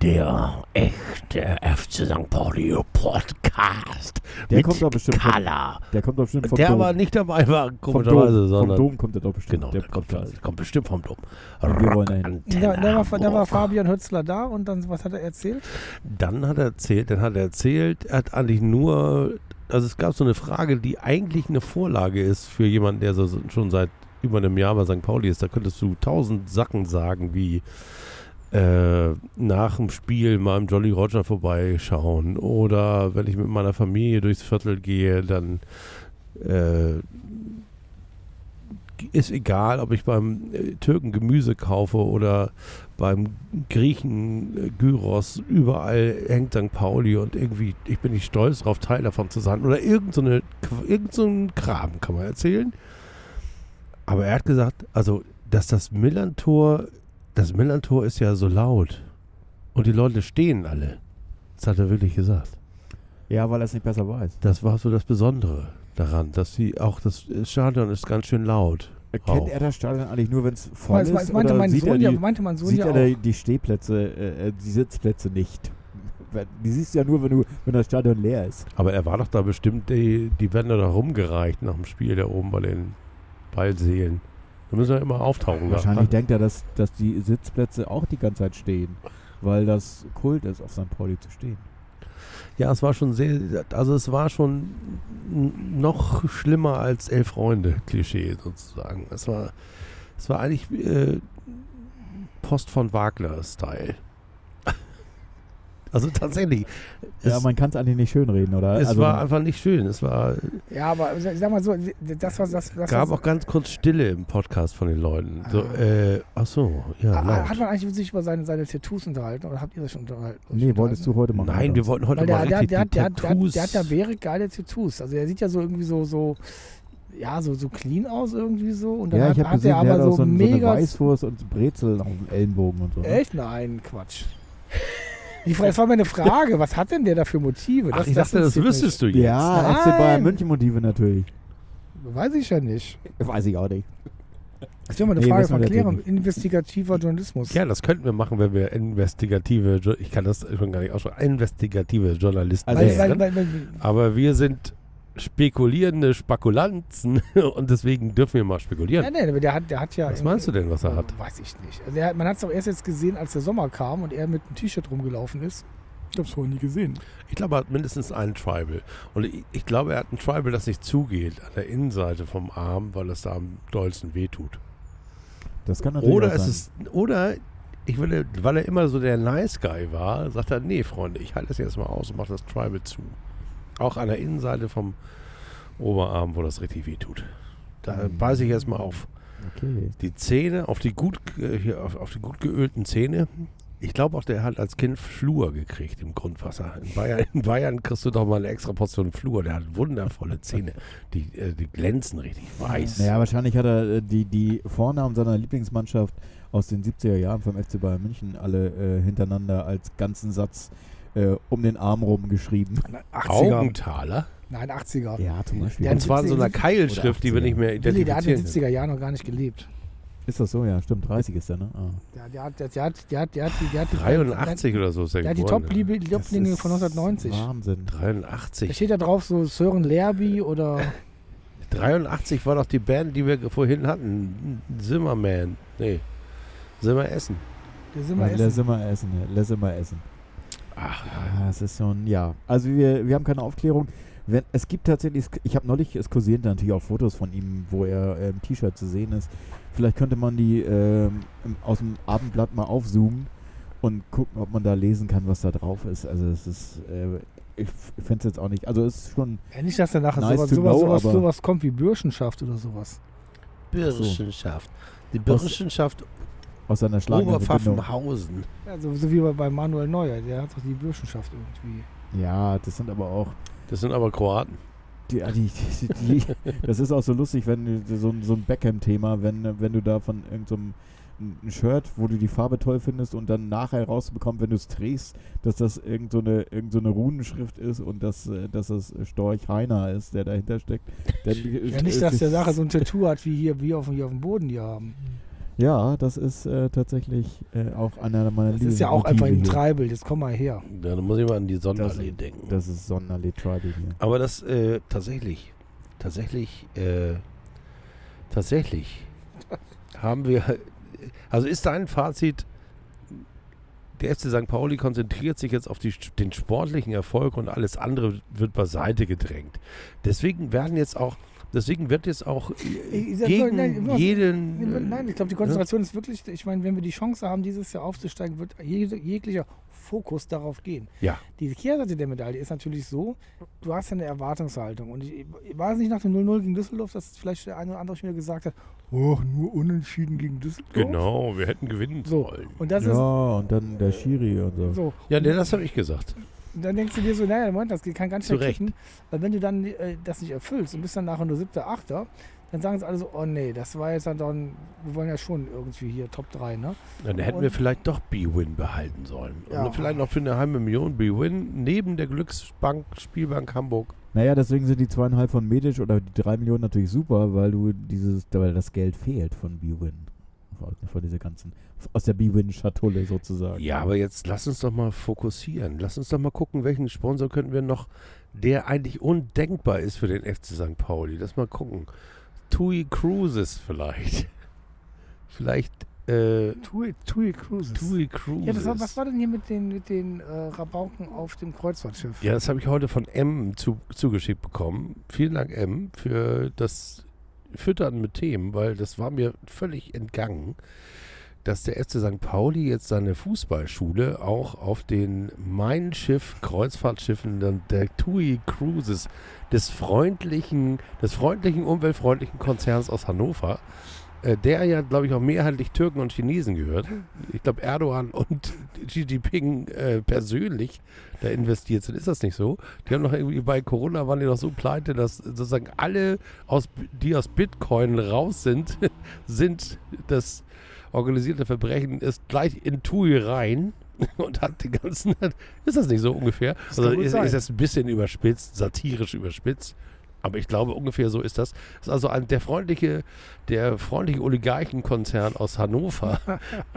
Speaker 1: der echte FC St. Pauli Podcast.
Speaker 2: der
Speaker 1: mit
Speaker 2: kommt doch bestimmt von,
Speaker 1: Kala.
Speaker 2: Der kommt doch bestimmt vom
Speaker 1: Der
Speaker 2: Dom.
Speaker 1: aber nicht dabei war,
Speaker 2: vom
Speaker 1: komischerweise,
Speaker 2: Dom. Vom
Speaker 1: sondern.
Speaker 2: Dom kommt er doch bestimmt.
Speaker 1: Genau,
Speaker 2: der
Speaker 1: der kommt,
Speaker 2: Podcast.
Speaker 1: kommt bestimmt vom Dom.
Speaker 2: Wir wollen dahin.
Speaker 1: Rockantenne
Speaker 3: Da, da, war, da war
Speaker 1: Hamburg.
Speaker 3: Fabian Hötzler da und dann, was hat er erzählt?
Speaker 1: Dann hat er erzählt, dann hat er erzählt, er hat eigentlich nur, also es gab so eine Frage, die eigentlich eine Vorlage ist für jemanden, der so schon seit über einem Jahr bei St. Pauli ist. Da könntest du tausend Sachen sagen, wie äh, nach dem Spiel mal im Jolly Roger vorbeischauen oder wenn ich mit meiner Familie durchs Viertel gehe, dann äh, ist egal, ob ich beim äh, Türken Gemüse kaufe oder beim Griechen äh, Gyros, überall hängt St. Pauli und irgendwie, ich bin nicht stolz drauf, Teil davon zu sein. Oder irgendein so eine- irgend so ein Kram kann man erzählen. Aber er hat gesagt, also, dass das Millantor, das Millantor ist ja so laut. Und die Leute stehen alle. Das hat er wirklich gesagt.
Speaker 2: Ja, weil er es nicht besser weiß.
Speaker 1: Das war so das Besondere daran, dass sie auch das Stadion ist ganz schön laut.
Speaker 2: Kennt er das Stadion eigentlich nur, wenn es voll
Speaker 3: Das
Speaker 2: ist?
Speaker 3: meinte
Speaker 2: oder
Speaker 3: mein
Speaker 2: sieht
Speaker 3: Sohn ja,
Speaker 2: er die,
Speaker 3: meinte mein Sohn
Speaker 2: sieht
Speaker 3: ja
Speaker 2: er
Speaker 3: auch.
Speaker 2: die, die Stehplätze, äh, äh, die Sitzplätze nicht? Weil Die siehst du ja nur, wenn, du, wenn das Stadion leer ist.
Speaker 1: Aber er war doch da bestimmt, die, die werden da doch rumgereicht nach dem Spiel da oben bei den Ballseelen. Da müssen wir immer auftauchen.
Speaker 2: Wahrscheinlich
Speaker 1: da.
Speaker 2: denkt er, dass, dass die Sitzplätze auch die ganze Zeit stehen, weil das Kult ist, auf St. Pauli zu stehen.
Speaker 1: Ja, es war schon sehr, also es war schon n- noch schlimmer als Elf Freunde Klischee sozusagen. Es war, es war eigentlich äh, Post von Wagner Style. Also tatsächlich, es,
Speaker 2: ja, man kann es eigentlich nicht schönreden, oder?
Speaker 1: es
Speaker 2: also,
Speaker 1: war einfach nicht schön. Es war,
Speaker 3: Ja, aber ich sag mal so, das war das, das
Speaker 1: gab
Speaker 3: war,
Speaker 1: auch ganz kurz Stille im Podcast von den Leuten. So,
Speaker 3: Ah.
Speaker 1: äh, ach so, ja.
Speaker 3: Ah,
Speaker 1: laut.
Speaker 3: Hat man eigentlich sich über seine, seine Tattoos unterhalten oder habt ihr das schon unterhalten?
Speaker 2: nee, wolltest du heute machen.
Speaker 1: Nein, wir wollten heute
Speaker 3: Weil der,
Speaker 1: mal
Speaker 3: der,
Speaker 1: richtig
Speaker 3: der,
Speaker 1: die
Speaker 3: der, der,
Speaker 1: Tattoos.
Speaker 3: der hat ja wäre geile Tattoos. Also er sieht ja so irgendwie so, so ja, so, so clean aus irgendwie so. Und dann
Speaker 2: Ja,
Speaker 3: hat,
Speaker 2: ich
Speaker 3: hat
Speaker 2: habe gesehen,
Speaker 3: er
Speaker 2: der
Speaker 3: aber
Speaker 2: hat auch so, ein- so eine
Speaker 3: mega.
Speaker 2: Weißwurst und Brezel auf dem Ellenbogen und so. ne?
Speaker 3: echt? Nein, Quatsch. Die Frage, das war meine Frage. Was hat denn der da für Motive?
Speaker 1: Ach, ich dachte, das
Speaker 3: interessiert
Speaker 1: wüsstest du jetzt.
Speaker 2: Ja,
Speaker 3: Nein.
Speaker 2: FC Bayern München Motive natürlich.
Speaker 3: mich. Weiß ich ja nicht.
Speaker 2: Weiß ich auch nicht.
Speaker 3: Das ist ja mal eine
Speaker 2: Nee,
Speaker 3: Frage
Speaker 2: wissen wir
Speaker 3: von Klärung.
Speaker 2: natürlich
Speaker 3: Investigativer Journalismus.
Speaker 1: Ja, das könnten wir machen, wenn wir investigative, Jo- ich kann das schon gar nicht aussprechen, investigative Journalisten
Speaker 2: Also
Speaker 3: weil,
Speaker 2: es-
Speaker 1: wären.
Speaker 3: weil, weil, weil,
Speaker 1: Aber wir sind spekulierende Spekulanzen und deswegen dürfen wir mal
Speaker 3: Ja,
Speaker 1: spekulieren.
Speaker 3: nee, aber der hat, der hat ja.
Speaker 1: Was meinst du denn, was er hat?
Speaker 3: Weiß ich nicht. Also der, hat- man hat es doch erst jetzt gesehen, als der Sommer kam und er mit einem T-Shirt rumgelaufen ist. Ich habe es vorher nie gesehen.
Speaker 1: Ich glaube, er hat mindestens einen Tribal. Und ich, ich glaube, er hat einen Tribal, das nicht zugeht an der Innenseite vom Arm, weil es da am dollsten wehtut.
Speaker 2: Das kann natürlich
Speaker 1: Oder
Speaker 2: auch
Speaker 1: es
Speaker 2: sein.
Speaker 1: ist, oder ich würde, weil er immer so der Nice Guy war, sagt er, nee, Freunde, ich halte das jetzt mal aus und mache das Tribal zu. Auch an der Innenseite vom, Oberarm, wo das richtig weh tut. Da
Speaker 2: Mhm.
Speaker 1: beiße ich erstmal auf.
Speaker 2: Okay.
Speaker 1: Die Zähne, auf die gut, äh, hier, auf, auf die gut geölten Zähne. Ich glaube auch, der hat als Kind Flur gekriegt im Grundwasser. In Bayern, in Bayern kriegst du doch mal eine extra Portion Flur. Der hat wundervolle Zähne. Die, äh, die glänzen richtig weiß.
Speaker 2: Naja, wahrscheinlich hat er äh, die, die Vornamen seiner Lieblingsmannschaft aus den 70er Jahren vom FC Bayern München alle äh, hintereinander als ganzen Satz äh, um den Arm rum geschrieben.
Speaker 3: 80er.
Speaker 1: Augenthaler.
Speaker 3: Nein, 80er.
Speaker 2: Ja, zum Beispiel.
Speaker 3: Ja,
Speaker 1: Und zwar in so einer
Speaker 3: 70er.
Speaker 1: Keilschrift, die wir
Speaker 2: Oder
Speaker 1: nicht mehr
Speaker 3: Willi, der hat in
Speaker 1: identifizieren.
Speaker 3: den 70er Jahren noch gar nicht gelebt.
Speaker 2: Ist das so? Ja, stimmt. 30 ist er, ne? Ah.
Speaker 3: Der, der, hat, der, der hat, der hat, der hat, die- der hat die-
Speaker 1: 83 oder so ist er
Speaker 3: Der hat die
Speaker 1: geboren.
Speaker 2: ne?
Speaker 1: ne?
Speaker 2: Das
Speaker 3: Top-Lieblinge
Speaker 2: ist
Speaker 3: von 1990.
Speaker 2: Wahnsinn.
Speaker 1: 83.
Speaker 3: Da steht da drauf so Sören Lerby oder
Speaker 1: 83 war doch die Band, die wir ge- vorhin hatten. Zimmerman. Nee. Zimmer Essen.
Speaker 3: der Simmer
Speaker 2: Lass
Speaker 3: Essen.
Speaker 2: immer essen. ja. Lass immer essen.
Speaker 1: Ach,
Speaker 2: Ja, es ist so ein, ja. Also wir, wir haben keine Aufklärung. Wenn, es gibt tatsächlich, ich habe neulich, es kursieren da natürlich auch Fotos von ihm, wo er äh, im T-Shirt zu sehen ist. Vielleicht könnte man die ähm, im- aus dem Abendblatt mal aufzoomen und gucken, ob man da lesen kann, was da drauf ist. Also es ist, äh, ich fände es jetzt auch nicht, also es ist schon,
Speaker 3: Ja, nicht, dass er nachher
Speaker 2: Nice
Speaker 3: sowas,
Speaker 2: to
Speaker 3: sowas,
Speaker 2: know,
Speaker 3: sowas,
Speaker 2: aber-
Speaker 3: sowas kommt wie Bürschenschaft oder sowas.
Speaker 1: Bürgenschaft. Die
Speaker 2: Was-
Speaker 1: Bürgenschaft
Speaker 2: aus seiner schlagenden Verbindung.
Speaker 1: Oberpfaffenhausen.
Speaker 3: Ja, so, so wie bei, bei Manuel Neuer, der hat doch die Bürschenschaft irgendwie.
Speaker 2: Ja, das sind aber auch
Speaker 1: Das sind aber Kroaten.
Speaker 2: Die, ah, die, die, die, das ist auch so lustig, wenn du- so, ein- so ein Beckham-Thema, wenn, wenn du da von irgendeinem ein Shirt, wo du die Farbe toll findest und dann nachher rausbekommst, wenn du es trägst, dass das irgendeine so eine- irgend so eine Runenschrift ist und dass, äh, dass das Storch Heiner ist, der dahinter steckt. Dann,
Speaker 3: Ja, nicht, dass der nachher so ein Tattoo hat, wie hier, wie auf, hier auf dem Boden die haben.
Speaker 2: Ja, das ist äh, tatsächlich äh, auch einer meiner
Speaker 3: Das ist ja auch einfach ein
Speaker 2: Lieblingsmotive hier.
Speaker 3: Treibel, jetzt komm mal her.
Speaker 1: Da muss ich mal an die Sonderallee
Speaker 2: Das-
Speaker 1: denken.
Speaker 2: Das ist Sonderlee Tribal hier.
Speaker 1: aber das äh, tatsächlich, tatsächlich, äh, tatsächlich haben wir. Also ist dein Fazit, der FC St. Pauli konzentriert sich jetzt auf die, den sportlichen Erfolg und alles andere wird beiseite gedrängt. Deswegen werden jetzt auch, deswegen wird jetzt auch
Speaker 3: Ich- ich sag nur,
Speaker 1: gegen
Speaker 3: nein, was-
Speaker 1: jeden. äh,
Speaker 3: Nein, ich glaube, die Konzentration
Speaker 1: Ne?
Speaker 3: ist wirklich, ich meine, wenn wir die Chance haben, dieses Jahr aufzusteigen, wird jede, jeglicher Fokus darauf gehen.
Speaker 1: Ja.
Speaker 3: Die Kehrseite der Medaille ist natürlich so, du hast ja eine Erwartungshaltung. Und ich, ich weiß nicht nach dem 0-0 gegen Düsseldorf, dass vielleicht der eine oder andere schon wieder gesagt hat, oh, nur unentschieden gegen Düsseldorf.
Speaker 1: Genau, wir hätten gewinnen
Speaker 3: So,
Speaker 1: sollen.
Speaker 3: und das ist
Speaker 2: Ja, und dann der Schiri und so.
Speaker 3: so.
Speaker 1: Ja, nee, das habe ich gesagt.
Speaker 3: Und dann denkst du dir so, naja, Moment, das kann ganz
Speaker 1: Zu
Speaker 3: schön kippen. Weil wenn du dann äh, das nicht erfüllst und bist dann nachher nur siebter, achter, dann sagen sie alle so, oh nee, das war jetzt dann doch, ein- wir wollen ja schon irgendwie hier Top 3, ne?
Speaker 1: Dann hätten
Speaker 3: Und-
Speaker 1: wir vielleicht doch B-Win behalten sollen.
Speaker 3: Ja.
Speaker 1: Und vielleicht noch für eine halbe Million B-Win neben der Glücksbank, Spielbank Hamburg.
Speaker 2: Naja, deswegen sind die zweieinhalb von Medic oder die drei Millionen natürlich super, weil du dieses, weil das Geld fehlt von B-Win. Von- Von dieser ganzen, aus der B-Win-Schatulle sozusagen.
Speaker 1: Ja, aber jetzt lass uns doch mal fokussieren. Lass uns doch mal gucken, welchen Sponsor könnten wir noch, der eigentlich undenkbar ist für den FC St. Pauli. Lass mal gucken. TUI Cruises vielleicht. Vielleicht äh,
Speaker 3: Tui, Tui Cruises.
Speaker 1: TUI Cruises.
Speaker 3: Ja, das war, was war denn hier mit den, mit den äh, Rabauken auf dem Kreuzfahrtschiff?
Speaker 1: Ja, das habe ich heute von M zu, zugeschickt bekommen. Vielen Dank, M, für das Füttern mit Themen, weil das war mir völlig entgangen, dass der FC St. Pauli jetzt seine Fußballschule auch auf den Mein Schiff, Kreuzfahrtschiffen der, der TUI Cruises des freundlichen, des freundlichen, umweltfreundlichen Konzerns aus Hannover, äh, der ja, glaube ich, auch mehrheitlich Türken und Chinesen gehört. Ich glaube, Erdogan und Xi Jinping äh, persönlich da investiert sind. Ist das nicht so? Die haben noch irgendwie bei Corona waren die doch so pleite, dass sozusagen alle, aus, die aus Bitcoin raus sind, sind das organisierte Verbrechen ist gleich in TUI rein und hat den ganzen. Ist das nicht so ungefähr?
Speaker 3: kann
Speaker 1: also
Speaker 3: gut
Speaker 1: ist,
Speaker 3: sein.
Speaker 1: ist das ein bisschen überspitzt, satirisch überspitzt. Aber ich glaube, ungefähr so ist das. Das ist also ein, der freundliche, der freundliche Oligarchenkonzern aus Hannover,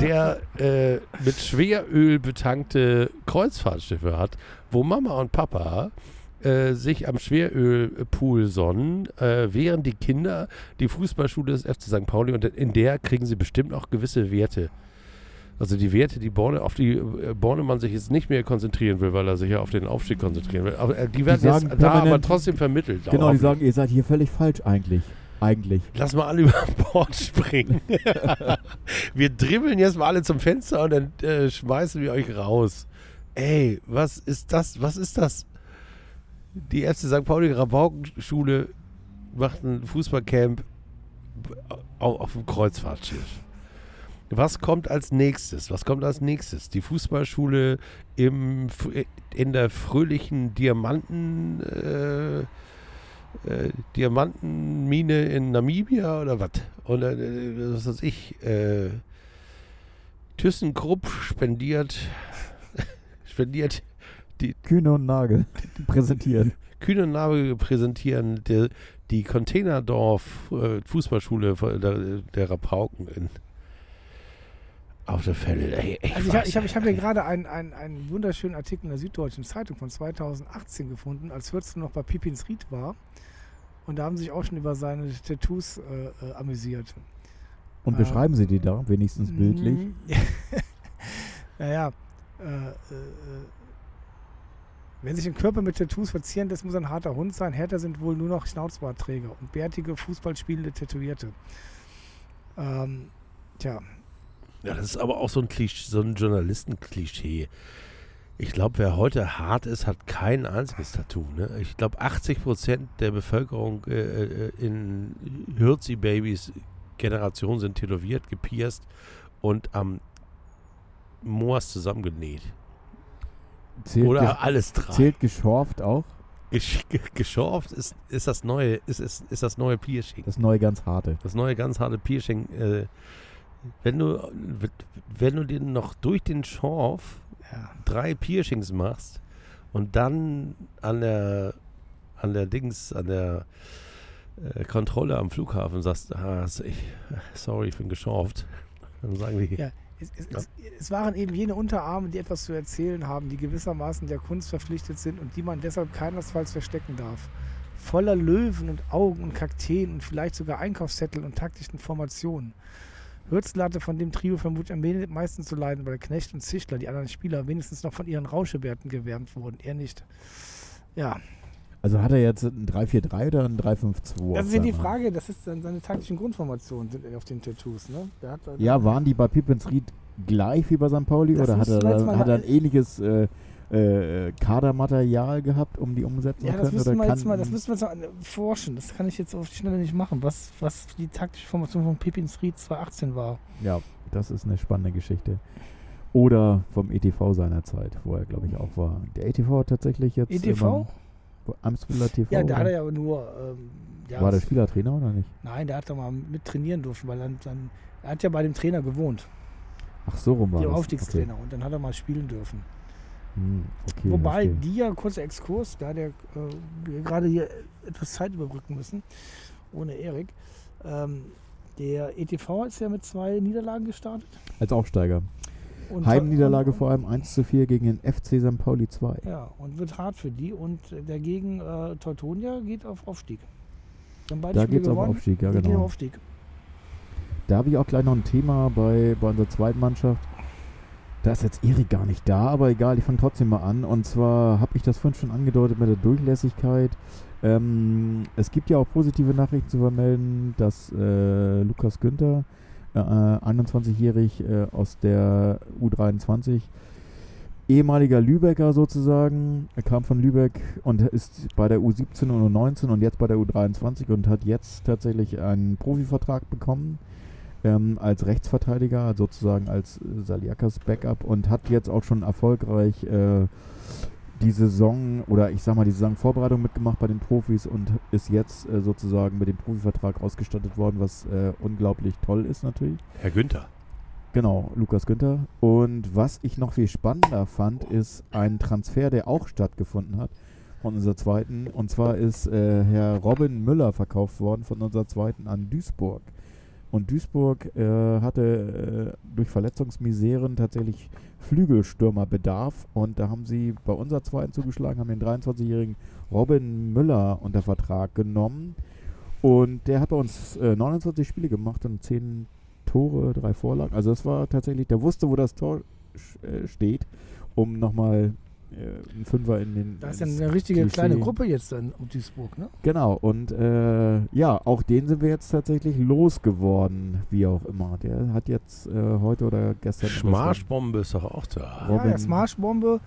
Speaker 1: der äh, mit Schweröl betankte Kreuzfahrtschiffe hat, wo Mama und Papa äh, sich am Schwerölpool sonnen, äh, während die Kinder die Fußballschule des FC St. Pauli und in der kriegen sie bestimmt auch gewisse Werte. Also die Werte, die Borne, auf die äh, Bornemann sich jetzt nicht mehr konzentrieren will, weil er sich ja auf den Aufstieg konzentrieren will. Aber äh, die werden
Speaker 2: sagen
Speaker 1: jetzt da aber
Speaker 2: permanent-
Speaker 1: trotzdem vermittelt.
Speaker 2: Genau, die
Speaker 1: Hoffentlich.
Speaker 2: sagen, ihr seid hier völlig falsch eigentlich. Eigentlich.
Speaker 1: Lass mal alle über Bord springen. wir dribbeln jetzt mal alle zum Fenster und dann äh, schmeißen wir euch raus. Ey, was ist das? Was ist das? Die FC St. Pauli Rabaukenschule macht ein Fußballcamp auf, auf dem Kreuzfahrtschiff. Was kommt als nächstes? Was kommt als nächstes? Die Fußballschule im, äh, in der fröhlichen Diamanten, äh, äh, Diamantenmine in Namibia oder was? Oder äh, was weiß ich? Äh, ThyssenKrupp spendiert, spendiert die
Speaker 2: Kühne und Nagel präsentieren.
Speaker 1: Kühne und Nagel präsentieren die, die Containerdorf äh, Fußballschule der, der Rapauken in auf der Fälle. Ey,
Speaker 3: ich also ich, habe ich hab, ich hab hier gerade einen, einen, einen wunderschönen Artikel in der Süddeutschen Zeitung von 2018 gefunden, als Hürzel noch bei Pippins Ried war. Und da haben sie sich auch schon über seine Tattoos äh, äh, amüsiert.
Speaker 2: Und
Speaker 3: Ähm,
Speaker 2: beschreiben Sie die da, wenigstens
Speaker 3: Mhm.
Speaker 2: bildlich.
Speaker 3: naja, äh, äh, äh, wenn sich ein Körper mit Tattoos verzieren lässt, muss er ein harter Hund sein. Härter sind wohl nur noch Schnauzbartträger und bärtige, fußballspielende Tätowierte. Ähm, tja,
Speaker 1: Ja, das ist aber auch so ein Klischee, so ein Journalistenklischee. Ich glaube, wer heute hart ist, hat kein einziges Tattoo. Ne? Ich glaube, 80 Prozent der Bevölkerung äh, äh, in Hirzi-Babys Generation sind tätowiert, gepierst und am Moas zusammengenäht.
Speaker 2: Zählt,
Speaker 1: Oder
Speaker 2: ge
Speaker 1: alles dran.
Speaker 2: zählt geschorft auch.
Speaker 1: Gesch ge- geschorft ist, ist das neue, ist, ist, ist das neue Piercing.
Speaker 2: Das neue ganz harte.
Speaker 1: Das neue ganz harte Piercing. Äh, wenn du, wenn du den noch durch den Schorf
Speaker 3: ja.
Speaker 1: drei Piercings machst und dann an der an der Dings, an der äh, Kontrolle am Flughafen sagst, ah, s- ich, sorry, ich bin geschorft. Dann sagen die,
Speaker 3: Ja. Es, es, es, es waren eben jene Unterarme, die etwas zu erzählen haben, die gewissermaßen der Kunst verpflichtet sind und die man deshalb keinesfalls verstecken darf. Voller Löwen und Augen und Kakteen und vielleicht sogar Einkaufszettel und taktischen Formationen. Hürzler hatte von dem Trio vermutlich am me- meisten zu leiden, weil Knecht und Zischler, die anderen Spieler, wenigstens noch von ihren Rauschebärten gewärmt wurden. Er nicht. Ja,
Speaker 2: Also hat er jetzt ein 343 oder ein 352?
Speaker 3: das
Speaker 2: auf
Speaker 3: ist ja die
Speaker 2: seiner-
Speaker 3: Frage, das ist dann seine taktischen Grundformationen sind auf den Tattoos, ne? Der hat,
Speaker 2: Ja, waren die bei Pippins Ried gleich wie bei St. Pauli
Speaker 3: Das
Speaker 2: oder hat er,
Speaker 3: müssen wir jetzt
Speaker 2: da-
Speaker 3: mal-
Speaker 2: hat er ein ähnliches äh, äh, Kadermaterial gehabt, um die umsetzen
Speaker 3: Ja,
Speaker 2: zu
Speaker 3: das
Speaker 2: können?
Speaker 3: müssen
Speaker 2: oder
Speaker 3: wir
Speaker 2: kann,
Speaker 3: jetzt mal, das müssen wir jetzt mal äh, forschen. Das kann ich jetzt auf die Schnelle nicht machen, was, was die taktische Formation von Pippin Street 2018 war.
Speaker 2: ja, das ist eine spannende Geschichte. Oder vom ETV seiner Zeit, wo er, glaube ich, auch war. Der ETV hat tatsächlich jetzt.
Speaker 3: ETV?
Speaker 2: immer- oh, wo- Amsbiller TV?
Speaker 3: E ja, da hat er
Speaker 2: oder?
Speaker 3: ja aber nur. Ähm, ja,
Speaker 2: war der Spielertrainer oder nicht?
Speaker 3: Nein, der hat da mal mit trainieren dürfen, weil dann, dann, er hat ja bei dem Trainer gewohnt,
Speaker 2: Ach, so rum war
Speaker 3: dem
Speaker 2: das.
Speaker 3: Aufstiegstrainer, und dann hat er mal spielen dürfen.
Speaker 2: Okay. Hm, okay,
Speaker 3: Wobei
Speaker 2: verstehe.
Speaker 3: die ja, kurzer Exkurs, da der, äh, wir gerade hier etwas Zeit überbrücken müssen, ohne Erik. Ähm, der ETV ist ja mit zwei Niederlagen gestartet.
Speaker 2: Als Aufsteiger.
Speaker 3: und-
Speaker 2: Heimniederlage
Speaker 3: und-
Speaker 2: vor allem 1 zu 4 gegen den FC St. Pauli 2.
Speaker 3: Ja, und wird hart für die. Und äh, dagegen äh, Teutonia geht auf Aufstieg. Die haben beide
Speaker 2: Da
Speaker 3: Spiele
Speaker 2: geht es auf
Speaker 3: gewonnen,
Speaker 2: Aufstieg, ja,
Speaker 3: die gehen auf
Speaker 2: genau.
Speaker 3: Aufstieg.
Speaker 2: Da habe ich auch gleich noch ein Thema bei, bei unserer zweiten Mannschaft. Da ist jetzt Erik gar nicht da, aber egal, ich fange trotzdem mal an. Und zwar habe ich das vorhin schon angedeutet mit der Durchlässigkeit. Ähm, es gibt ja auch positive Nachrichten zu vermelden, dass äh, Lukas Günther, äh, 21-jährig äh, aus der U23, ehemaliger Lübecker sozusagen, er kam von Lübeck und ist bei der U17 und U19 und jetzt bei der U23 und hat jetzt tatsächlich einen Profivertrag bekommen ähm, als Rechtsverteidiger, also sozusagen als äh, Saliakas Backup und hat jetzt auch schon erfolgreich äh, die Saison oder ich sag mal die Saisonvorbereitung mitgemacht bei den Profis und ist jetzt äh, sozusagen mit dem Profivertrag ausgestattet worden, was äh, unglaublich toll ist natürlich.
Speaker 1: Herr Günther.
Speaker 2: Genau, Lukas Günther. Und was ich noch viel spannender fand, ist ein Transfer, der auch stattgefunden hat von unserer zweiten. Und zwar ist äh, Herr Robin Müller verkauft worden von unserer zweiten an Duisburg. Und Duisburg äh, hatte äh, durch Verletzungsmiseren tatsächlich Flügelstürmerbedarf. Und da haben sie bei unserer zweiten zugeschlagen, haben den 23-jährigen Robin Müller unter Vertrag genommen. Und der hat bei uns äh, 29 Spiele gemacht und 10 Tore, drei Vorlagen. Also das war tatsächlich, der wusste, wo das Tor sch- äh, steht, um nochmal äh, einen Fünfer in den...
Speaker 3: Da ist ja
Speaker 2: ins
Speaker 3: eine richtige
Speaker 2: Klischee.
Speaker 3: kleine Gruppe jetzt dann um Duisburg, ne?
Speaker 2: Genau, und äh, ja, auch den sind wir jetzt tatsächlich losgeworden, wie auch immer. Der hat jetzt äh, heute oder gestern...
Speaker 1: Schmarschbombe ist doch auch da.
Speaker 2: Robin-
Speaker 3: Ja, ja, Smarschbombe,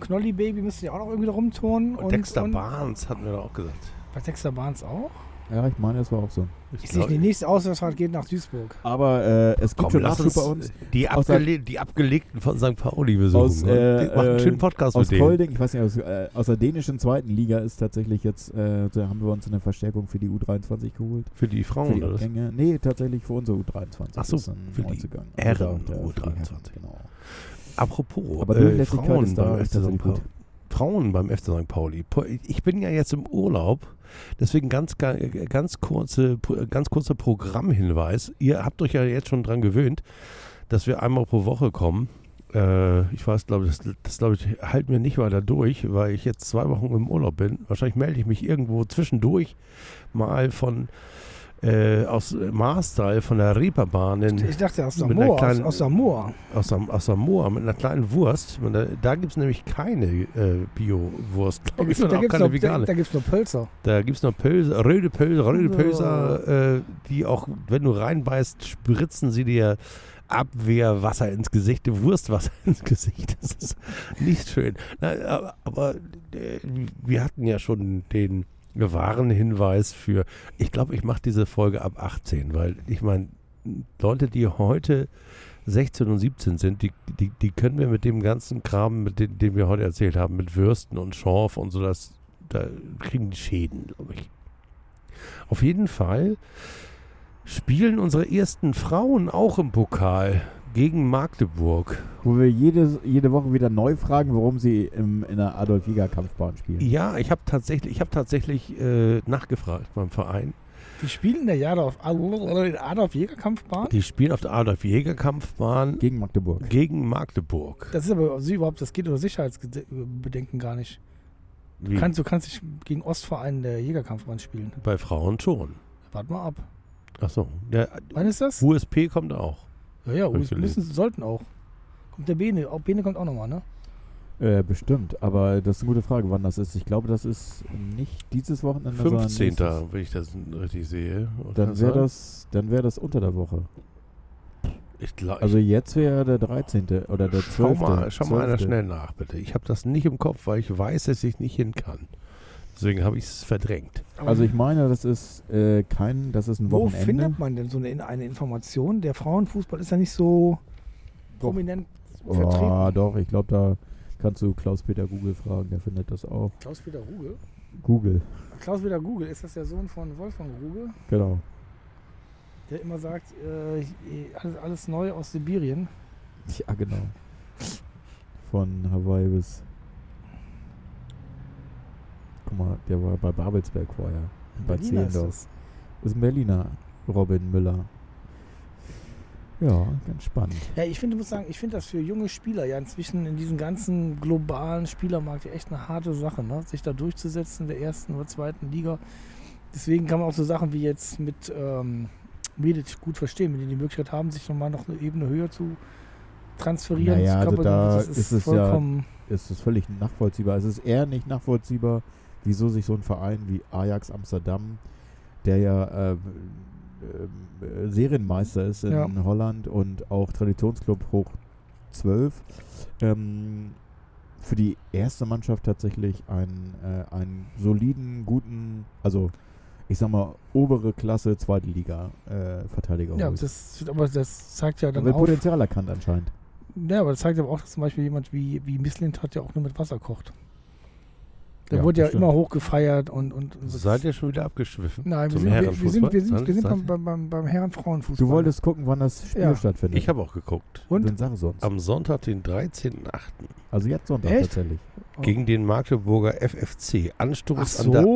Speaker 3: Knolli Baby müsste ja auch noch irgendwie da rumturnen.
Speaker 1: Und Dexter Barnes hatten wir doch auch gesagt.
Speaker 3: Bei Dexter Barnes auch?
Speaker 2: Ja, ich meine, das war auch so.
Speaker 1: Ich
Speaker 3: Ich sehe, die nächste Auswärtsfahrt geht nach Duisburg.
Speaker 2: Aber äh, es gibt
Speaker 1: Komm,
Speaker 2: schon
Speaker 1: lass
Speaker 2: Nachschub
Speaker 1: uns
Speaker 2: bei uns. äh,
Speaker 1: die,
Speaker 2: Aus
Speaker 1: abgele die abgelegten von St. Pauli besuchen.
Speaker 2: Aus,
Speaker 1: ne?
Speaker 2: äh,
Speaker 1: Die machen einen
Speaker 2: äh,
Speaker 1: schönen Podcast
Speaker 2: Aus
Speaker 1: mit denen.
Speaker 2: Kolding, ich weiß nicht, aus, äh, aus der dänischen zweiten Liga ist tatsächlich jetzt, äh, da haben wir uns eine Verstärkung für die U23 geholt.
Speaker 1: Für die
Speaker 2: für
Speaker 1: Frauen,
Speaker 2: die
Speaker 1: oder? was?
Speaker 2: Abgänge. Nee, tatsächlich für unsere U23.
Speaker 1: Oh, Ach so,
Speaker 2: ist ein
Speaker 1: für die
Speaker 2: Neuzugang.
Speaker 1: Herren
Speaker 2: Also der- der- für die Herren,
Speaker 1: U23.
Speaker 2: Genau.
Speaker 1: Apropos,
Speaker 2: Aber
Speaker 1: äh,
Speaker 2: Durchlässigkeit
Speaker 1: Frauen,
Speaker 2: ist da
Speaker 1: beim
Speaker 2: ist
Speaker 1: FC St.
Speaker 2: tatsächlich
Speaker 1: Pauli.
Speaker 2: gut.
Speaker 1: Frauen beim FC St. Pauli. Po- Ich bin ja jetzt im Urlaub, deswegen ganz, ga- ganz, kurze, ganz kurzer Programmhinweis. Ihr habt euch ja jetzt schon dran gewöhnt, dass wir einmal pro Woche kommen. Äh, Ich weiß, glaube das, das glaube ich, halten wir nicht weiter durch, weil ich jetzt zwei Wochen im Urlaub bin. Wahrscheinlich melde ich mich irgendwo zwischendurch mal von äh, aus Marstal von der Reeperbahn in,
Speaker 3: Ich dachte aus
Speaker 1: Mit einer
Speaker 3: Samoa. Aus,
Speaker 1: kleinen-
Speaker 3: aus Samoa.
Speaker 1: aus, Sam aus Samoa mit einer kleinen Wurst. Man, da da gibt es nämlich keine äh, Bio-Wurst,
Speaker 3: Da
Speaker 1: glaube ich,
Speaker 3: gibt's-
Speaker 1: sondern
Speaker 3: da
Speaker 1: auch
Speaker 3: gibt's
Speaker 1: keine
Speaker 3: nur, da,
Speaker 1: vegane.
Speaker 3: da gibt's nur Pölzer.
Speaker 1: Da gibt es noch Pölse, röde Pölse, röde
Speaker 3: Ja.
Speaker 1: Pölser, äh, die auch, wenn du reinbeißt, spritzen sie dir Abwehrwasser ins Gesicht, Wurstwasser ins Gesicht. Das ist nicht schön. Na, aber aber äh, wir hatten ja schon den wahren Hinweis für, ich glaube, ich mache diese Folge ab 18, weil ich meine, Leute, die heute 16 und 17 sind, die, die, die können wir mit dem ganzen Kram, mit dem, den wir heute erzählt haben, mit Würsten und Schorf und so, das, da kriegen die Schäden, glaube ich. Auf jeden Fall spielen unsere ersten Frauen auch im Pokal gegen Magdeburg.
Speaker 2: Wo wir jede, jede Woche wieder neu fragen, warum sie im, in der Adolf-Jäger-Kampfbahn spielen.
Speaker 1: Ja, ich habe tatsächlich, ich hab tatsächlich äh, nachgefragt beim Verein.
Speaker 3: Die spielen in der Adolf, Adolf Jägerkampfbahn.
Speaker 1: Die spielen auf der Adolf-Jäger-Kampfbahn
Speaker 2: Gegen Magdeburg.
Speaker 1: gegen Magdeburg.
Speaker 3: Das ist aber sie überhaupt, das geht unter Sicherheitsbedenken gar nicht. Du
Speaker 1: Wie
Speaker 3: kannst, du kannst dich gegen Ostverein der Jägerkampfbahn spielen.
Speaker 1: bei Frauen schon.
Speaker 3: Warte mal ab.
Speaker 1: Ach so. Ja,
Speaker 3: Wann ist das?
Speaker 1: USP kommt auch.
Speaker 3: Ja, ja,
Speaker 1: ich
Speaker 3: müssen,
Speaker 1: gelesen.
Speaker 3: sollten auch. Kommt der Bene, auch Bene kommt auch nochmal, ne?
Speaker 2: Äh, bestimmt, aber das ist eine gute Frage, wann das ist. Ich glaube, das ist nicht dieses Wochenende. sondern
Speaker 1: 15.
Speaker 2: nächstes.
Speaker 1: wenn ich das richtig sehe.
Speaker 2: Dann wäre das, dann wäre das unter der Woche.
Speaker 1: Ich glaub,
Speaker 2: Also jetzt wäre der 13. oder der 12.
Speaker 1: Schau mal, schau mal einer
Speaker 2: 12..
Speaker 1: schnell nach, bitte. Ich habe das nicht im Kopf, weil ich weiß, dass ich nicht hin kann. Deswegen habe ich es verdrängt.
Speaker 2: Also ich meine, das ist äh, kein, das ist ein
Speaker 3: Wo
Speaker 2: Wochenende.
Speaker 3: findet man denn so eine, eine Information? Der Frauenfußball ist ja nicht so
Speaker 2: Doch.
Speaker 3: prominent
Speaker 2: oh,
Speaker 3: vertreten.
Speaker 2: doch, ich glaube, da kannst du Klaus-Peter Google fragen, der findet das auch.
Speaker 3: Klaus-Peter Ruge?
Speaker 2: Google,
Speaker 3: Klaus-Peter Ruge, ist das der Sohn von Wolfgang Ruge,
Speaker 2: genau.
Speaker 3: der immer sagt, äh, alles, alles neu aus Sibirien?
Speaker 2: Ja, genau. Von Hawaii bis. Guck mal, der war bei Babelsberg vorher. Bei
Speaker 3: Berliner ist
Speaker 2: Zehlendorf.
Speaker 3: das.
Speaker 2: Ist ein Berliner, Robin Müller. Ja, ganz spannend.
Speaker 3: Ja, ich finde, ich muss sagen, ich finde das für junge Spieler ja inzwischen in diesem ganzen globalen Spielermarkt ja echt eine harte Sache, ne? sich da durchzusetzen in der ersten oder zweiten Liga. Deswegen kann man auch so Sachen wie jetzt mit ähm, Medic gut verstehen, wenn die die Möglichkeit haben, sich nochmal noch eine Ebene höher zu transferieren.
Speaker 2: Naja,
Speaker 3: zu
Speaker 2: also
Speaker 3: kapern,
Speaker 2: da
Speaker 3: das
Speaker 2: ist es ja-
Speaker 3: vollkommen.
Speaker 2: Ist das völlig nachvollziehbar? Es ist eher nicht nachvollziehbar, wieso sich so ein Verein wie Ajax Amsterdam, der ja äh, äh, äh, Serienmeister ist in
Speaker 3: Ja.
Speaker 2: Holland und auch Traditionsclub hoch 12, ähm, für die erste Mannschaft tatsächlich einen, äh, einen soliden, guten, also ich sag mal, obere Klasse, zweite Liga äh, Verteidiger
Speaker 3: Ja,
Speaker 2: holt.
Speaker 3: das, aber das zeigt ja
Speaker 2: Da
Speaker 3: dann
Speaker 2: wird
Speaker 3: auch.
Speaker 2: Potenzial erkannt anscheinend.
Speaker 3: Ja, aber das zeigt aber auch, dass zum Beispiel jemand wie, wie Misslint hat ja auch nur mit Wasser kocht. Der
Speaker 2: Ja,
Speaker 3: wurde ja
Speaker 2: das stimmt.
Speaker 3: immer hochgefeiert und, und, und so.
Speaker 1: Seid ihr schon wieder abgeschwiffen?
Speaker 3: Nein, wir
Speaker 1: Zum
Speaker 3: sind, wir, wir sind,
Speaker 1: Herrenfußball?
Speaker 3: wir sind, wir sind
Speaker 1: Seid-
Speaker 3: beim,
Speaker 1: seid-
Speaker 3: beim, beim, beim Herren-Frauenfußball.
Speaker 2: Du wolltest gucken, wann das Spiel
Speaker 3: Ja.
Speaker 2: stattfindet.
Speaker 1: Ich habe auch geguckt.
Speaker 3: Und?
Speaker 2: Dann sag sonst.
Speaker 1: Am Sonntag, den 13.08.
Speaker 2: Also jetzt Sonntag
Speaker 3: Echt?
Speaker 2: tatsächlich.
Speaker 1: gegen den Magdeburger FFC. Anstoß
Speaker 3: Ach
Speaker 1: an der
Speaker 3: so.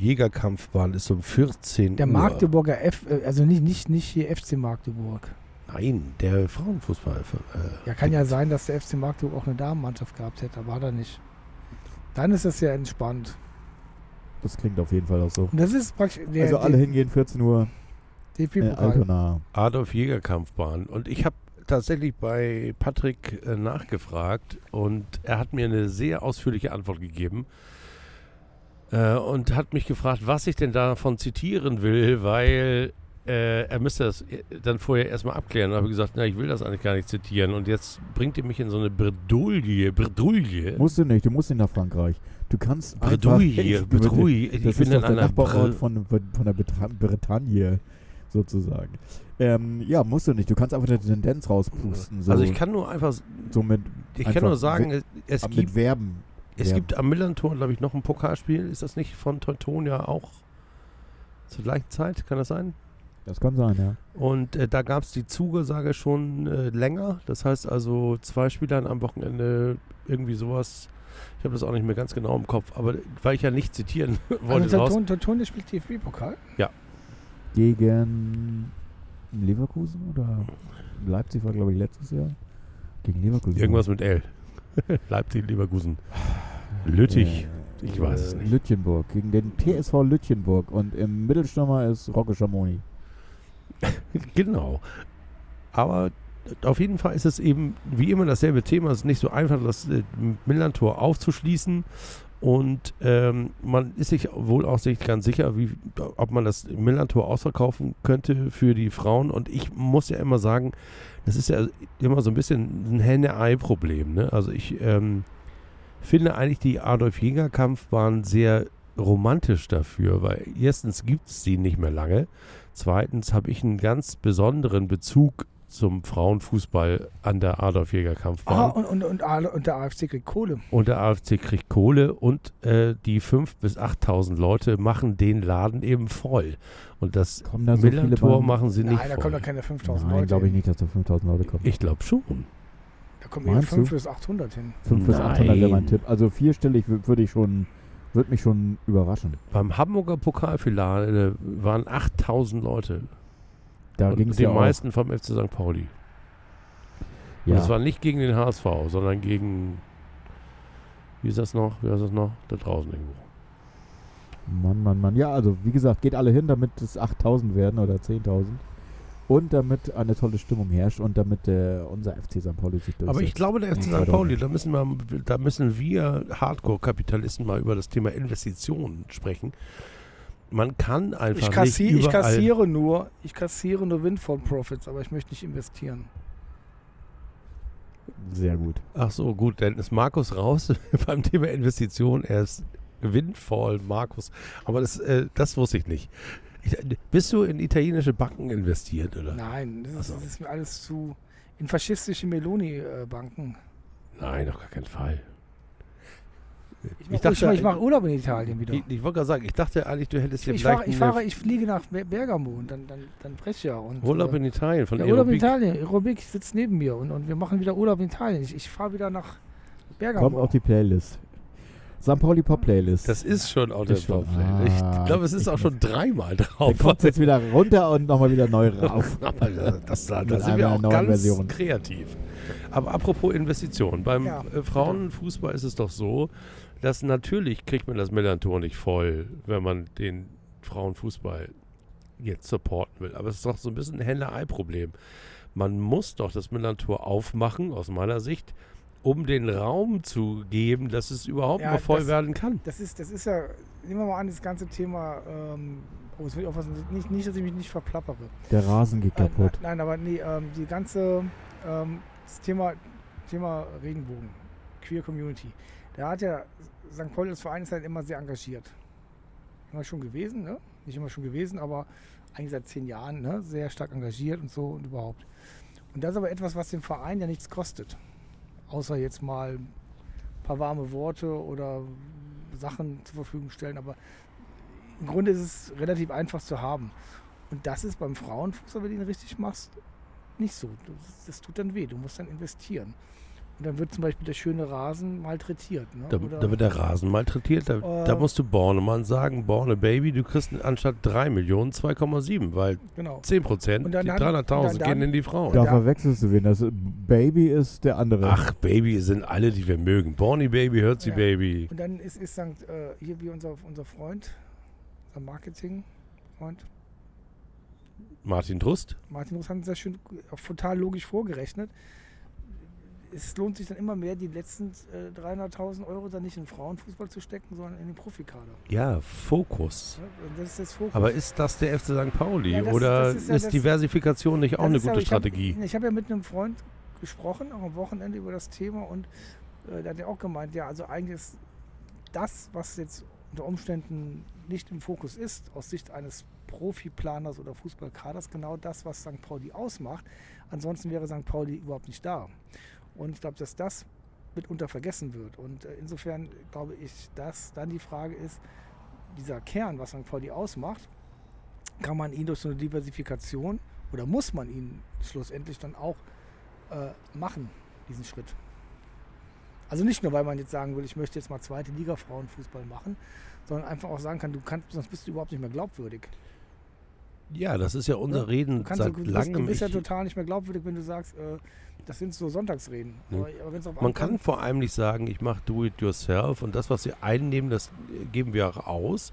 Speaker 1: Adolf-Jäger-Kampfbahn ist um 14
Speaker 3: der
Speaker 1: Uhr.
Speaker 3: Magdeburger F, äh, also nicht, nicht, nicht hier FC Magdeburg.
Speaker 1: Nein, der Frauenfußball. Äh,
Speaker 3: Ja, kann ja sein, dass der FC Magdeburg auch eine Damenmannschaft gehabt hätte, aber hat er nicht. Dann ist das ja entspannt.
Speaker 2: Das klingt auf jeden Fall auch so.
Speaker 3: Und das ist praktisch der,
Speaker 2: also alle
Speaker 3: der
Speaker 2: hingehen, 14 Uhr, äh,
Speaker 3: DFB-Pokal.
Speaker 2: Altona.
Speaker 1: Adolf-Jäger-Kampfbahn. Und ich habe tatsächlich bei Patrick äh, nachgefragt und er hat mir eine sehr ausführliche Antwort gegeben. Äh, und hat mich gefragt, was ich denn davon zitieren will, weil äh, er müsste das äh, dann vorher erstmal abklären. Und habe gesagt, na, ich will das eigentlich gar nicht zitieren. Und jetzt bringt ihr mich in so eine Bredouille. Bredouille.
Speaker 2: Musst du nicht, du musst nicht nach Frankreich. Du kannst einfach...
Speaker 1: Bredouille. Bredouille.
Speaker 2: Das ist doch der Nachbarort von, von der Breta- Bretagne, sozusagen. Ähm, ja, musst du nicht. Du kannst einfach eine Tendenz rauspusten. So,
Speaker 1: Also ich kann nur einfach,
Speaker 2: so mit,
Speaker 1: ich
Speaker 2: Einfach
Speaker 1: kann nur sagen, es, es,
Speaker 2: mit
Speaker 1: gibt,
Speaker 2: Verben.
Speaker 1: es
Speaker 2: ja.
Speaker 1: gibt am Millantor, glaube ich, noch ein Pokalspiel. Ist das nicht von Teutonia auch zur gleichen Zeit? Kann das sein?
Speaker 2: Das kann sein, ja.
Speaker 1: Und äh, da gab es die Zugesage schon äh, länger. Das heißt also, zwei Spielern am Wochenende irgendwie sowas. Ich habe das auch nicht mehr ganz genau im Kopf, aber weil ich ja nicht zitieren wollte,
Speaker 3: also
Speaker 1: raus,
Speaker 3: Torton, Torton, der spielt DFB-Pokal.
Speaker 2: Gegen Leverkusen oder Leipzig war, glaube ich, letztes Jahr. Gegen Leverkusen.
Speaker 1: irgendwas mit L. Leipzig, Leverkusen. Lüttich.
Speaker 2: Äh,
Speaker 1: Ich weiß es nicht.
Speaker 2: Lütjenburg. Gegen den TSV Lütjenburg. Und im Mittelstürmer ist Rocco Schamoni.
Speaker 1: Genau. Aber auf jeden Fall ist es eben wie immer dasselbe Thema. Es ist nicht so einfach, das äh, Millantor aufzuschließen. Und ähm, man ist sich wohl auch nicht ganz sicher, wie, ob man das Millantor ausverkaufen könnte für die Frauen. Und ich muss ja immer sagen, das ist ja immer so ein bisschen ein Henne-Ei-Problem. Ne? Also ich ähm, finde eigentlich, die Adolf-Jäger-Kampf waren sehr romantisch dafür, weil erstens gibt es die nicht mehr lange. Zweitens habe ich einen ganz besonderen Bezug zum Frauenfußball an der Adolf Jäger
Speaker 3: Ah,
Speaker 1: Kampfbahn
Speaker 3: und, und, und, Adel- und der AFC kriegt Kohle.
Speaker 1: und der AFC kriegt Kohle und äh, die 5.000 bis 8.000 Leute machen den Laden eben voll. Und das
Speaker 2: Kommen da so viele
Speaker 1: Millantor
Speaker 2: Bahnen?
Speaker 1: machen sie nicht
Speaker 3: Nein, da kommen
Speaker 1: voll.
Speaker 3: doch keine 5000
Speaker 2: Nein,
Speaker 3: Leute.
Speaker 2: glaube ich
Speaker 3: hin.
Speaker 2: nicht, dass da 5000 Leute kommen.
Speaker 1: ich glaube schon.
Speaker 3: Da kommen eher
Speaker 2: Meinst
Speaker 3: 5
Speaker 2: du?
Speaker 3: bis 800 hin.
Speaker 2: 5 bis 800 wäre mein
Speaker 1: Nein.
Speaker 2: Tipp. Also vierstellig wür- würde ich schon, würde mich schon überraschen.
Speaker 1: Beim Hamburger Pokalfinale waren 8.000 Leute.
Speaker 2: Da ging
Speaker 1: und
Speaker 2: es
Speaker 1: die
Speaker 2: ja auch.
Speaker 1: meisten vom FC St. Pauli. Und
Speaker 2: ja.
Speaker 1: es war nicht gegen den HSV, sondern gegen. Wie ist das noch? Wie ist das noch? Da draußen irgendwo.
Speaker 2: Mann, Mann, Mann. Ja, also wie gesagt, geht alle hin, damit es 8000 werden oder 10.000. Und damit eine tolle Stimmung herrscht und damit äh, unser FC St. Pauli sich durchsetzt.
Speaker 1: Aber ich glaube, der FC
Speaker 2: Ja,
Speaker 1: St.
Speaker 2: doch.
Speaker 1: Pauli, da müssen wir, da müssen wir Hardcore-Kapitalisten mal über das Thema Investitionen sprechen. Man kann einfach
Speaker 3: Ich, kassi
Speaker 1: nicht
Speaker 3: ich
Speaker 1: überall,
Speaker 3: kassiere nur, ich kassiere nur Windfall Profits, aber ich möchte nicht investieren.
Speaker 2: Sehr gut.
Speaker 1: Ach so, gut, dann ist Markus raus beim Thema Investitionen. Er ist windfall, Markus. Aber das, äh, das wusste ich nicht. Ich, bist du in italienische Banken investiert, oder?
Speaker 3: Nein, das ist,
Speaker 1: Ach so.
Speaker 3: das ist mir alles zu in faschistische Meloni-Banken.
Speaker 1: Nein, auf gar keinen Fall.
Speaker 3: Ich,
Speaker 1: Ich
Speaker 3: mach-
Speaker 1: dachte-
Speaker 3: ich, mach- ich mache Urlaub in Italien wieder.
Speaker 1: Ich, ich wollte gerade sagen, ich dachte eigentlich, du hättest dir
Speaker 3: Ich
Speaker 1: vielleicht
Speaker 3: fahre, ich,
Speaker 1: eine
Speaker 3: fahre, ich fliege nach Be- Bergamo und dann, dann, dann Brescia. Und,
Speaker 1: Urlaub
Speaker 3: äh,
Speaker 1: in Italien von
Speaker 3: ja, Urlaub in
Speaker 1: Aerobic.
Speaker 3: Italien. Aerobic sitzt neben mir und, und wir machen wieder Urlaub in Italien. Ich, ich fahre wieder nach Bergamo.
Speaker 2: Kommt auf die Playlist. St. Pauli Pop Playlist.
Speaker 1: Das ist schon out
Speaker 2: Ist
Speaker 1: of
Speaker 2: schon-
Speaker 1: Play.
Speaker 2: Ah,
Speaker 1: Ich glaube, es ist
Speaker 2: ich
Speaker 1: auch schon dreimal
Speaker 2: Dann
Speaker 1: drauf.
Speaker 2: kommt jetzt wieder runter und nochmal wieder neu rauf.
Speaker 1: Aber das, das, da
Speaker 2: Mit
Speaker 1: sind wir
Speaker 2: einer
Speaker 1: auch
Speaker 2: neuen
Speaker 1: ganz
Speaker 2: Version.
Speaker 1: kreativ. Aber apropos Investitionen. Beim
Speaker 3: Ja.
Speaker 1: äh, Frauenfußball ist es doch so, dass natürlich kriegt man das Melantor nicht voll, wenn man den Frauenfußball jetzt supporten will. Aber es ist doch so ein bisschen ein Henne-Ei-Problem. Man muss doch das Melantor aufmachen, aus meiner Sicht, um den Raum zu geben, dass es überhaupt
Speaker 3: Ja,
Speaker 1: mal voll
Speaker 3: das-
Speaker 1: werden kann.
Speaker 3: Das ist, das ist ja, nehmen wir mal an, das ganze Thema, ähm, oh, jetzt will ich aufpassen, nicht, nicht, dass ich mich nicht verplappere.
Speaker 2: Der Rasen geht
Speaker 3: Äh,
Speaker 2: kaputt.
Speaker 3: nein, aber nee, ähm, die ganze, ähm, das Thema, Thema Regenbogen, Queer Community. Da hat ja St. Pauli als Verein ist halt immer sehr engagiert. Immer schon gewesen, ne? Nicht immer schon gewesen, aber eigentlich seit zehn Jahren, ne? Sehr stark engagiert und so und überhaupt. Und das ist aber etwas, was dem Verein ja nichts kostet. Außer jetzt mal ein paar warme Worte oder Sachen zur Verfügung stellen, aber im Grunde ist es relativ einfach zu haben. Und das ist beim Frauenfußball, wenn du ihn richtig machst, nicht so. Das, das tut dann weh. Du musst dann investieren. Und dann wird zum Beispiel der schöne Rasen malträtiert. Ne?
Speaker 1: Da,
Speaker 3: Oder-
Speaker 1: da wird der Rasen malträtiert. Da,
Speaker 3: Äh,
Speaker 1: da musst du Bornemann sagen, Borne Baby, du kriegst anstatt 3 Millionen 2,7, weil
Speaker 3: genau.
Speaker 1: 10 Prozent,
Speaker 3: Und
Speaker 1: die
Speaker 3: dann- dann-
Speaker 1: 300.000
Speaker 3: dann-
Speaker 1: gehen in die Frauen.
Speaker 2: Da
Speaker 3: Ja.
Speaker 2: verwechselst du wen. Das Baby ist der andere.
Speaker 1: Ach, Baby sind alle, die wir mögen. Borny Baby, hört sie
Speaker 3: Ja.
Speaker 1: Baby.
Speaker 3: Und dann ist, ist St. Äh, hier wie unser, unser Freund, unser Marketing-Freund,
Speaker 1: Martin Trust.
Speaker 3: äh, Martin Russ hat uns das schön auch total logisch vorgerechnet. es lohnt sich dann immer mehr, die letzten äh, 300.000 Euro dann nicht in Frauenfußball zu stecken, sondern in den Profikader.
Speaker 1: Ja, Fokus.
Speaker 3: Ja, das ist das Fokus.
Speaker 1: Aber ist das der FC St. Pauli?
Speaker 3: Ja, das-
Speaker 1: Oder
Speaker 3: das
Speaker 1: ist,
Speaker 3: ist ja das-
Speaker 1: Diversifikation nicht auch eine
Speaker 3: Das ist
Speaker 1: gute
Speaker 3: aber- ich hab-
Speaker 1: Strategie?
Speaker 3: Ich habe ja mit einem Freund gesprochen, auch am Wochenende über das Thema und äh, der hat ja auch gemeint, ja, also eigentlich ist das, was jetzt unter Umständen nicht im Fokus ist, aus Sicht eines Profiplaners oder Fußballkaders, genau das, was St. Pauli ausmacht. Ansonsten wäre St. Pauli überhaupt nicht da. Und ich glaube, dass das mitunter vergessen wird. Und äh, insofern glaube ich, dass dann die Frage ist, dieser Kern, was St. Pauli ausmacht, kann man ihn durch so eine Diversifikation oder muss man ihn schlussendlich dann auch äh, machen, diesen Schritt. Also nicht nur, weil man jetzt sagen will, ich möchte jetzt mal zweite Liga Frauenfußball machen, sondern einfach auch sagen kann, du kannst, sonst bist du überhaupt nicht mehr glaubwürdig.
Speaker 1: Ja, das ist ja unser
Speaker 3: Ja,
Speaker 1: Reden
Speaker 3: Du, kannst,
Speaker 1: seit
Speaker 3: du, bist, du
Speaker 1: langem.
Speaker 3: bist ja
Speaker 1: Ich-
Speaker 3: total nicht mehr glaubwürdig, wenn du sagst, äh, das sind so Sonntagsreden.
Speaker 1: Nee.
Speaker 3: Aber, aber wenn's auf
Speaker 1: Man kann
Speaker 3: ankommt-
Speaker 1: vor allem nicht sagen, ich mache do it yourself und das, was wir einnehmen, das geben wir auch aus.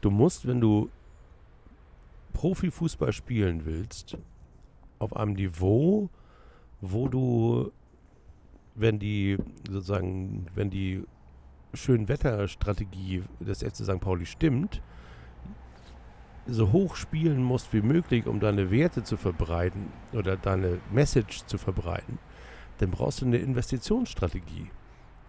Speaker 1: Du musst, wenn du Profifußball spielen willst, auf einem Niveau, wo du, wenn die sozusagen, wenn die Schönwetterstrategie des FC St. Pauli stimmt, so hoch spielen musst wie möglich, um deine Werte zu verbreiten oder deine Message zu verbreiten dann brauchst du eine Investitionsstrategie.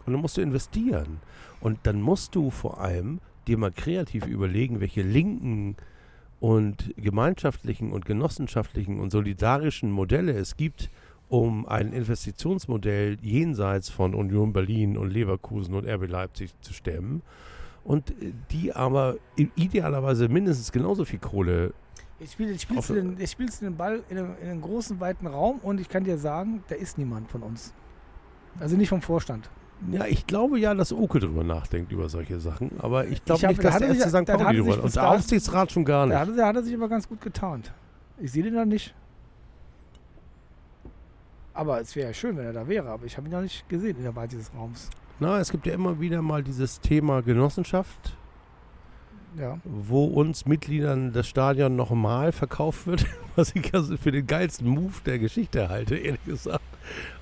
Speaker 1: Und dann musst du investieren. Und dann musst du vor allem dir mal kreativ überlegen, welche linken und gemeinschaftlichen und genossenschaftlichen und solidarischen Modelle es gibt, um ein Investitionsmodell jenseits von Union Berlin und Leverkusen und RB Leipzig zu stemmen. Und äh, die aber i- idealerweise mindestens genauso viel Kohle.
Speaker 3: Ich spiele ich spielst
Speaker 1: Auf-
Speaker 3: du den, ich spielst du den Ball in einem, in einem großen, weiten Raum und ich kann dir sagen, da ist niemand von uns. Also nicht vom Vorstand.
Speaker 1: Ja, ich glaube ja, dass Oke drüber nachdenkt über solche Sachen, aber ich glaube
Speaker 3: hab-
Speaker 1: nicht,
Speaker 3: da
Speaker 1: dass
Speaker 3: hat
Speaker 1: der
Speaker 3: er sich-
Speaker 1: FC St.
Speaker 3: da hat er
Speaker 1: Pauli
Speaker 3: sich
Speaker 1: drüber
Speaker 3: bis
Speaker 1: und der
Speaker 3: dahin-
Speaker 1: Aufsichtsrat schon gar
Speaker 3: Da
Speaker 1: nicht.
Speaker 3: hat, er- da hat er sich aber ganz gut getarnt. Ich sehe den da nicht. Aber es wäre ja schön, wenn er da wäre, aber ich habe ihn noch nicht gesehen in der Weite des Raums.
Speaker 1: Na, es gibt ja immer wieder mal dieses Thema Genossenschaft,
Speaker 3: Ja.
Speaker 1: wo uns Mitgliedern das Stadion nochmal verkauft wird, was ich also für den geilsten Move der Geschichte halte, ehrlich gesagt.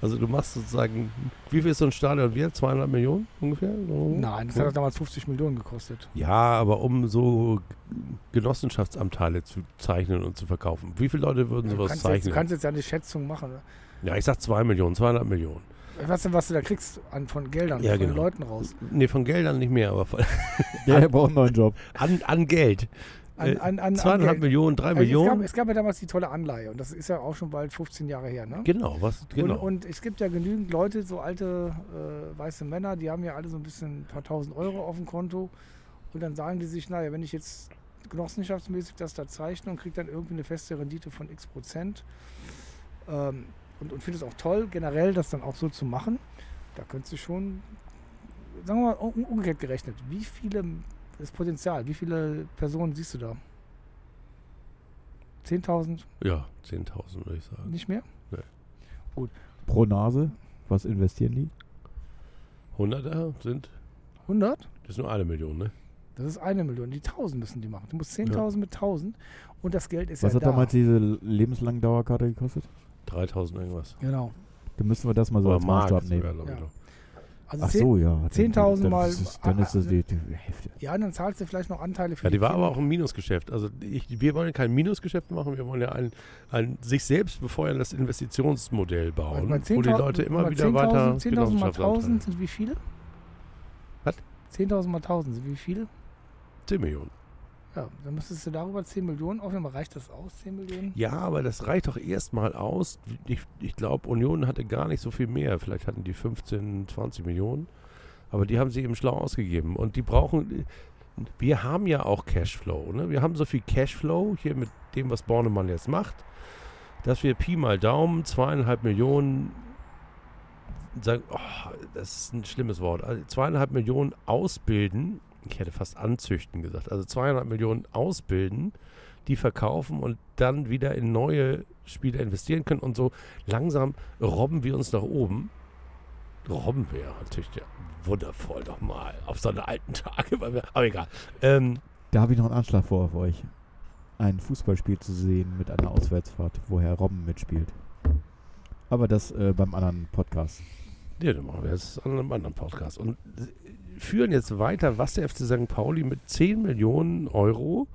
Speaker 1: Also du machst sozusagen, wie viel ist so ein Stadion wert? 200 Millionen ungefähr? So?
Speaker 3: Nein, das hat doch damals 50 Millionen gekostet.
Speaker 1: Ja, aber um so Genossenschaftsanteile zu zeichnen und zu verkaufen. Wie viele Leute würden
Speaker 3: Du
Speaker 1: sowas
Speaker 3: kannst, jetzt, du
Speaker 1: zeichnen?
Speaker 3: kannst jetzt ja eine Schätzung machen.
Speaker 1: Ja, ich sag 2 Millionen, 200 Millionen.
Speaker 3: Was denn, was du da kriegst an, von Geldern,
Speaker 1: Ja,
Speaker 3: von
Speaker 1: genau.
Speaker 3: Leuten raus.
Speaker 1: Nee, von Geldern nicht mehr, aber von,
Speaker 2: Der braucht einen neuen Job.
Speaker 1: an, an Geld. Äh,
Speaker 3: An, an, an, an
Speaker 1: Zweieinhalb
Speaker 3: Geld.
Speaker 1: Millionen, drei
Speaker 3: Also es, gab,
Speaker 1: Millionen.
Speaker 3: es gab ja damals die tolle Anleihe und das ist ja auch schon bald 15 Jahre her. Ne?
Speaker 1: Genau, was, genau.
Speaker 3: Und, und es gibt ja genügend Leute, so alte äh, weiße Männer, die haben ja alle so ein bisschen ein paar tausend Euro auf dem Konto. Und dann sagen die sich, naja, wenn ich jetzt genossenschaftsmäßig das da zeichne und kriege dann irgendwie eine feste Rendite von x Prozent ähm, und, und finde es auch toll, generell das dann auch so zu machen, da könntest du schon, sagen wir mal, um, umgekehrt gerechnet, wie viele, das Potenzial, wie viele Personen siehst du da? 10.000,
Speaker 1: ja, 10.000 würde ich sagen.
Speaker 3: nicht mehr?
Speaker 2: Pro Nase, was investieren die?
Speaker 1: 100er äh, sind,
Speaker 3: 100?
Speaker 1: das ist nur eine Million, ne?
Speaker 3: Das ist eine Million. Die 1000 müssen die machen. Du musst 10.000 mit 1000 und das Geld ist
Speaker 2: Was
Speaker 3: ja
Speaker 2: hat
Speaker 3: da.
Speaker 2: damals diese lebenslange Dauerkarte gekostet?
Speaker 1: 3.000 irgendwas.
Speaker 3: genau.
Speaker 2: Dann müssen wir das
Speaker 3: Also
Speaker 2: mal so als Maßstab
Speaker 1: sogar,
Speaker 2: nehmen.
Speaker 1: glaube ich,
Speaker 3: Ja.
Speaker 1: noch.
Speaker 3: Also
Speaker 2: Ach
Speaker 3: zehn-
Speaker 2: so, ja.
Speaker 3: 10.000
Speaker 2: Dann-
Speaker 3: mal-
Speaker 2: Dann ist das, dann ist das die, die Hälfte.
Speaker 3: Ja, und dann zahlst du vielleicht noch Anteile für
Speaker 1: Ja, die war aber
Speaker 3: Kinder.
Speaker 1: auch ein Minusgeschäft. Also ich, wir wollen kein Minusgeschäft machen, wir wollen ja ein, ein sich selbst befeuerndes Investitionsmodell bauen,
Speaker 3: Bei
Speaker 1: wo die
Speaker 3: 10.000
Speaker 1: Leute immer
Speaker 3: bei
Speaker 1: wieder weiter
Speaker 3: 10.000 10.000 mal 1000
Speaker 1: Genossenschaftsanteile.
Speaker 3: sind wie viele?
Speaker 1: Was?
Speaker 3: 10.000 mal 1000 sind wie viele?
Speaker 1: 10 Millionen.
Speaker 3: Ja, dann müsstest du darüber 10 Millionen aufnehmen. Aber Reicht das aus, 10 Millionen?
Speaker 1: Ja, aber das reicht doch erstmal aus. Ich, ich glaube, Union hatte gar nicht so viel mehr. Vielleicht hatten die 15, 20 Millionen. Aber die haben sie eben schlau ausgegeben. Und die brauchen. Wir haben ja auch Cashflow. Ne? Wir haben so viel Cashflow hier mit dem, was Bornemann jetzt macht, dass wir Pi mal Daumen zweieinhalb Millionen sagen, oh, das ist ein schlimmes Wort, also zweieinhalb Millionen ausbilden, ich hätte fast anzüchten gesagt, also zweieinhalb Millionen ausbilden, die verkaufen und dann wieder in neue Spiele investieren können und so langsam robben wir uns nach oben. Robben wir natürlich ja, wundervoll doch mal auf seine alten Tage, weil wir, aber egal. Ähm,
Speaker 2: Da habe ich noch einen Anschlag vor auf euch. Ein Fußballspiel zu sehen mit einer Auswärtsfahrt, wo Herr Robben mitspielt. Aber das äh, beim anderen Podcast.
Speaker 1: Ja, dann machen wir es an einem anderen Podcast. Und äh, führen jetzt weiter, was der FC St. Pauli mit 10 Millionen Euro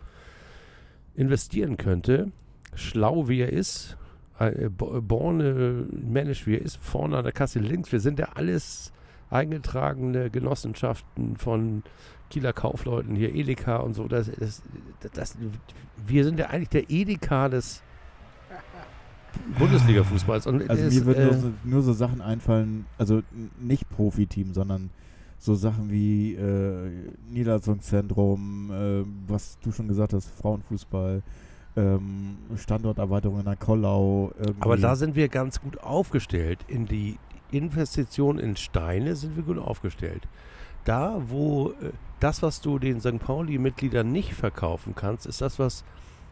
Speaker 1: investieren könnte. Schlau wie er ist, äh, bo- borne Mensch wie er ist, vorne an der Kasse links. Wir sind ja alles eingetragene Genossenschaften von Kieler Kaufleuten, hier Edeka und so. Das, das, das, wir sind ja eigentlich der Edeka des Bundesliga-Fußballs. Und
Speaker 2: Also
Speaker 1: es,
Speaker 2: mir würden
Speaker 1: äh,
Speaker 2: nur, so, nur so Sachen einfallen, also n- nicht Profiteam, sondern so Sachen wie äh, Niederlassungszentrum, äh, was du schon gesagt hast, Frauenfußball, ähm, Standorterweiterung in der Kollau. irgendwie.
Speaker 1: Aber da sind wir ganz gut aufgestellt. In die Investition in Steine sind wir gut aufgestellt. Da, wo äh, das, was du den St. Pauli-Mitgliedern nicht verkaufen kannst, ist das, was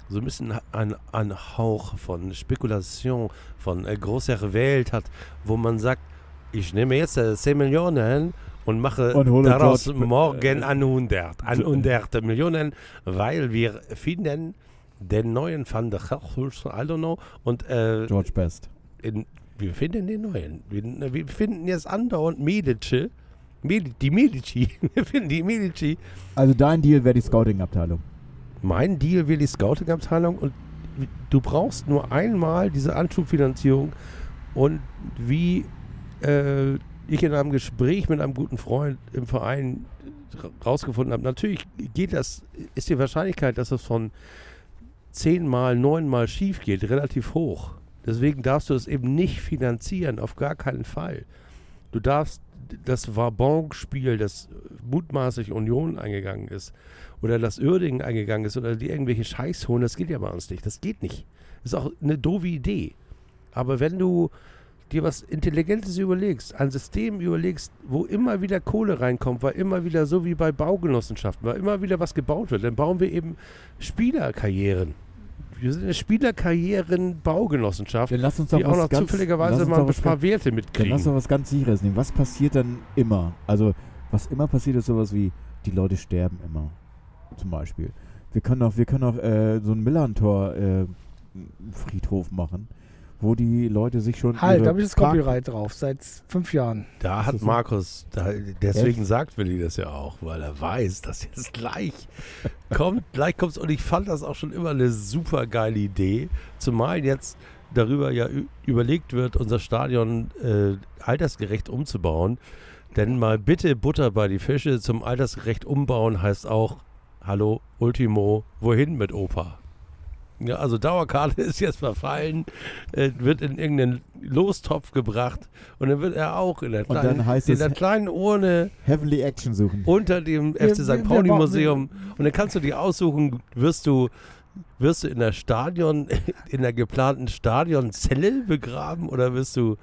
Speaker 1: so ein bisschen ein, ein Hauch von Spekulation, von äh, großer Welt hat, wo man sagt, ich nehme jetzt äh, 10 Millionen und mache
Speaker 2: Und hole
Speaker 1: daraus
Speaker 2: dort- äh,
Speaker 1: morgen 100, 100 Millionen, weil wir finden den neuen Van der Gaal, I don't know, und äh,
Speaker 2: George Best.
Speaker 1: in, wir finden den neuen. Wir, wir finden jetzt andauernd Medici. Medi, die Medici. Wir finden die Medici.
Speaker 2: Also dein Deal wäre die Scouting-Abteilung.
Speaker 1: Mein Deal will die Scouting-Abteilung und du brauchst nur einmal diese Anschubfinanzierung. Und wie äh, ich in einem Gespräch mit einem guten Freund im Verein ra- rausgefunden habe, natürlich geht das, ist die Wahrscheinlichkeit, dass das von zehnmal, neunmal schief geht, relativ hoch. Deswegen darfst du es eben nicht finanzieren, auf gar keinen Fall. Du darfst das Wabonk-Spiel, das mutmaßlich Union eingegangen ist, oder das Uerdingen eingegangen ist, oder die irgendwelche Scheiß holen, das geht ja bei uns nicht. Das geht nicht. Ist auch eine doofe Idee. Aber wenn du dir was Intelligentes überlegst, ein System überlegst, wo immer wieder Kohle reinkommt, weil immer wieder so wie bei Baugenossenschaften, weil immer wieder was gebaut wird, dann bauen wir eben Spielerkarrieren. Wir sind eine Spielerkarrieren-Baugenossenschaft,
Speaker 2: Dann lass uns doch
Speaker 1: die auch
Speaker 2: was
Speaker 1: noch
Speaker 2: ganz, lass
Speaker 1: zufälligerweise
Speaker 2: uns
Speaker 1: mal
Speaker 2: doch
Speaker 1: ein
Speaker 2: was
Speaker 1: paar Werte
Speaker 2: Dann lass
Speaker 1: mitkriegen.
Speaker 2: doch was ganz sicheres nehmen. Was passiert dann immer? Also, was immer passiert, ist sowas wie, die Leute sterben immer. Zum Beispiel. Wir können auch, wir können auch äh, so einen Millantor äh, Friedhof machen, wo die Leute sich schon.
Speaker 3: Halt,
Speaker 2: ihre
Speaker 3: da habe ich das
Speaker 2: Park-
Speaker 3: Copyright drauf, seit fünf Jahren.
Speaker 1: Da
Speaker 2: Ist
Speaker 1: hat
Speaker 2: das so?
Speaker 1: Markus, da, deswegen sagt Willi das ja auch, weil er weiß, dass jetzt gleich kommt, gleich kommt's. Und ich fand das auch schon immer eine super geile Idee, zumal jetzt darüber ja ü- überlegt wird, unser Stadion äh, altersgerecht umzubauen. Denn mal bitte Butter bei die Fische zum altersgerecht umbauen heißt auch, hallo Ultimo, wohin mit Opa? Ja, also Dauerkarte ist jetzt verfallen, äh, wird in irgendeinen Lostopf gebracht und dann wird er auch in der
Speaker 2: Und dann
Speaker 1: kleinen,
Speaker 2: heißt
Speaker 1: in
Speaker 2: es-
Speaker 1: der kleinen Urne
Speaker 2: Heavenly Action suchen.
Speaker 1: unter dem FC
Speaker 3: wir- wir
Speaker 1: St. Pauli
Speaker 3: bauen-
Speaker 1: Museum und dann kannst du dir aussuchen, wirst du wirst du in der Stadion in der geplanten Stadionzelle begraben oder wirst du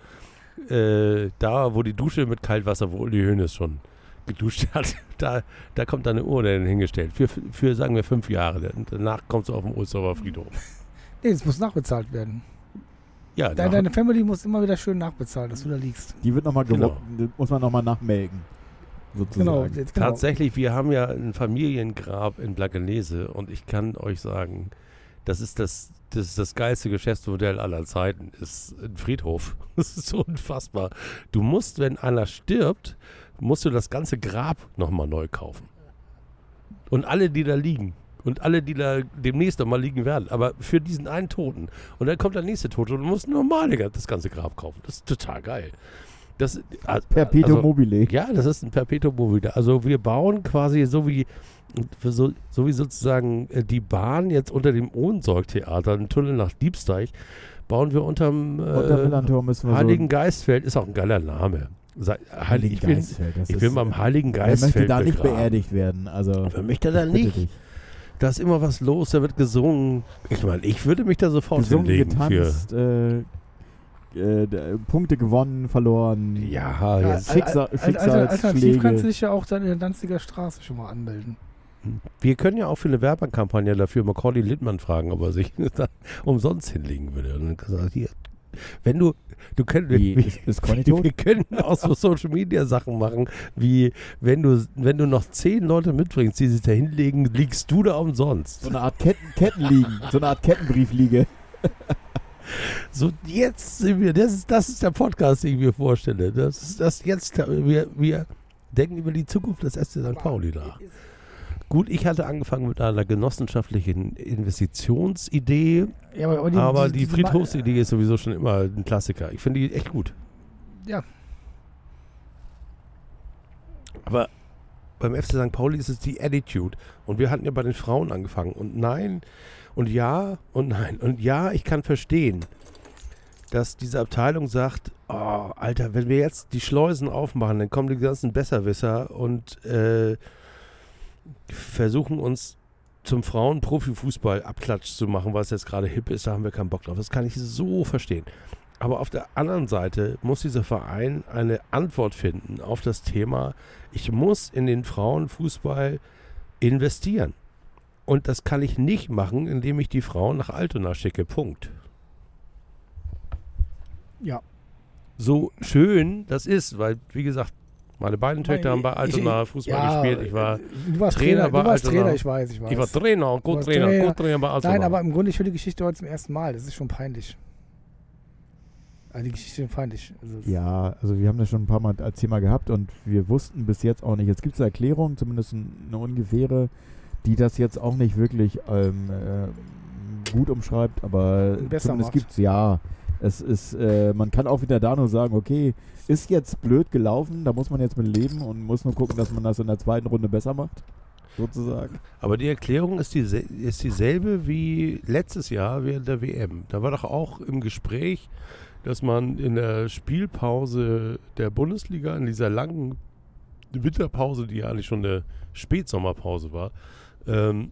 Speaker 1: äh, da, wo die Dusche mit Kaltwasser, wo Uli Hoeneß schon geduscht hat, da, da kommt deine Urne hin- hingestellt. Für, für, sagen wir, fünf Jahre. Danach kommst du auf den Osterhofer Friedhof.
Speaker 3: Nee, das muss nachbezahlt werden.
Speaker 1: Ja,
Speaker 3: Deine,
Speaker 1: nach-
Speaker 3: deine Family muss immer wieder schön nachbezahlen, dass du da liegst.
Speaker 2: Die wird nochmal
Speaker 1: Genau.
Speaker 2: genau. muss man nochmal nachmelken.
Speaker 3: Genau,
Speaker 2: Sozusagen.
Speaker 3: jetzt, genau.
Speaker 1: Tatsächlich, wir haben ja ein Familiengrab in Blankenese und ich kann euch sagen, das ist das, das, ist das geilste Geschäftsmodell aller Zeiten. Ist ein Friedhof. Das ist so unfassbar. Du musst, wenn einer stirbt, musst du das ganze Grab nochmal neu kaufen. Und alle, die da liegen. Und alle, die da demnächst nochmal liegen werden. Aber für diesen einen Toten. Und dann kommt der nächste Tote und du musst normal das ganze Grab kaufen. Das ist total geil. Das,
Speaker 3: Genau.
Speaker 1: also- äh,
Speaker 2: Perpetuum mobile.
Speaker 1: ja, das ist ein Perpetuum mobile. Also wir bauen quasi so wie, so, so wie sozusagen äh, die Bahn jetzt unter dem Ohnsorgtheater, einen Tunnel nach Diebsteich, bauen wir unterm
Speaker 2: Unter also
Speaker 1: äh,
Speaker 2: Millantor müssen wir
Speaker 1: Heiligen
Speaker 2: so.
Speaker 1: Geistfeld, ist auch ein geiler Name. Sei, Heil, ich will,
Speaker 2: Geistfeld, das
Speaker 1: ich will
Speaker 2: ist-
Speaker 1: mal am Heiligen
Speaker 2: Wer
Speaker 1: Geistfeld
Speaker 2: möchte da nicht
Speaker 1: begraben.
Speaker 2: beerdigt werden? Also,
Speaker 1: Wer möchte da
Speaker 2: ich bitte
Speaker 1: nicht?
Speaker 2: dich.
Speaker 1: Da ist immer was los, da wird gesungen. Ich meine, ich würde mich da sofort
Speaker 2: gesungen,
Speaker 1: hinlegen für...
Speaker 2: getanzt, äh, äh, d- Punkte gewonnen, verloren.
Speaker 1: Ja,
Speaker 3: Ja,
Speaker 1: jetzt.
Speaker 3: al- al-
Speaker 2: Schicksal-
Speaker 3: al- alter- Alternativ
Speaker 2: Schicksalsschläge.
Speaker 3: kannst du dich ja auch dann in der Danziger Straße schon mal anmelden.
Speaker 1: wir können ja auch für eine Werbekampagne dafür Macaulay Littmann fragen, ob er sich da umsonst hinlegen würde. Und dann sagt er, hier, wenn du, du könnt,
Speaker 2: Wie,
Speaker 1: wir,
Speaker 2: ist, ist Conny tot?
Speaker 1: wir können auch so Social Media Sachen machen, wie wenn du, wenn du noch zehn Leute mitbringst, die sich da hinlegen, liegst du da umsonst.
Speaker 2: So eine Art Ketten, Kettenliegen, so eine Art Kettenbriefliege.
Speaker 1: So, jetzt sind wir, das ist, das ist der Podcast, den ich mir vorstelle. Das ist das jetzt, wir, wir denken über die Zukunft des SC St. Pauli nach. Gut, ich hatte angefangen mit einer genossenschaftlichen Investitionsidee,
Speaker 3: Ja, aber,
Speaker 1: aber die
Speaker 3: diese Ma-
Speaker 1: Friedhofsidee ist sowieso schon immer ein Klassiker. Ich finde die echt gut.
Speaker 3: Ja.
Speaker 1: Aber beim FC St. Pauli ist es die Attitude. Und wir hatten ja bei den Frauen angefangen. Und nein, und ja, und nein. Und ja, ich kann verstehen, dass diese Abteilung sagt, oh, Alter, wenn wir jetzt die Schleusen aufmachen, dann kommen die ganzen Besserwisser und äh, versuchen uns zum Frauen-Profifußball abklatsch zu machen, was jetzt gerade hip ist, da haben wir keinen Bock drauf. Das kann ich so verstehen. Aber auf der anderen Seite muss dieser Verein eine Antwort finden auf das Thema, ich muss in den Frauenfußball investieren. Und das kann ich nicht machen, indem ich die Frauen nach Altona schicke. Punkt.
Speaker 3: Ja.
Speaker 1: So schön das ist, weil, wie gesagt, meine beiden
Speaker 3: Nein,
Speaker 1: Töchter haben bei
Speaker 3: ich-
Speaker 1: Altona Fußball
Speaker 3: ja, äh,
Speaker 1: gespielt. Ich war,
Speaker 3: Du warst
Speaker 1: Trainer
Speaker 3: Trainer,
Speaker 1: war
Speaker 3: du warst
Speaker 1: also noch-
Speaker 3: Trainer, ich weiß, ich weiß.
Speaker 1: ich war Trainer und
Speaker 3: warst
Speaker 1: Co-Trainer,
Speaker 3: Trainer.
Speaker 1: Co-Trainer bei Altona.
Speaker 3: Nein, aber im Grunde, ich höre die Geschichte heute zum ersten Mal. Das ist schon peinlich. Also die Geschichte ist peinlich. Also,
Speaker 2: Ja, also wir haben das schon ein paar Mal als Thema gehabt und wir wussten bis jetzt auch nicht. Jetzt gibt es eine Erklärung, zumindest ein- eine ungefähre, die das jetzt auch nicht wirklich ähm, äh, gut umschreibt, aber
Speaker 3: Besser
Speaker 2: zumindest
Speaker 3: macht.
Speaker 2: gibt es ja. Es ist, äh, man kann auch wieder da nur sagen, okay, ist jetzt blöd gelaufen, da muss man jetzt mit leben und muss nur gucken, dass man das in der zweiten Runde besser macht. Sozusagen.
Speaker 1: Aber die Erklärung ist, diese, ist dieselbe wie letztes Jahr während der WM. Da war doch auch im Gespräch, dass man in der Spielpause der Bundesliga, in dieser langen Winterpause, die ja eigentlich schon eine Spätsommerpause war, ähm,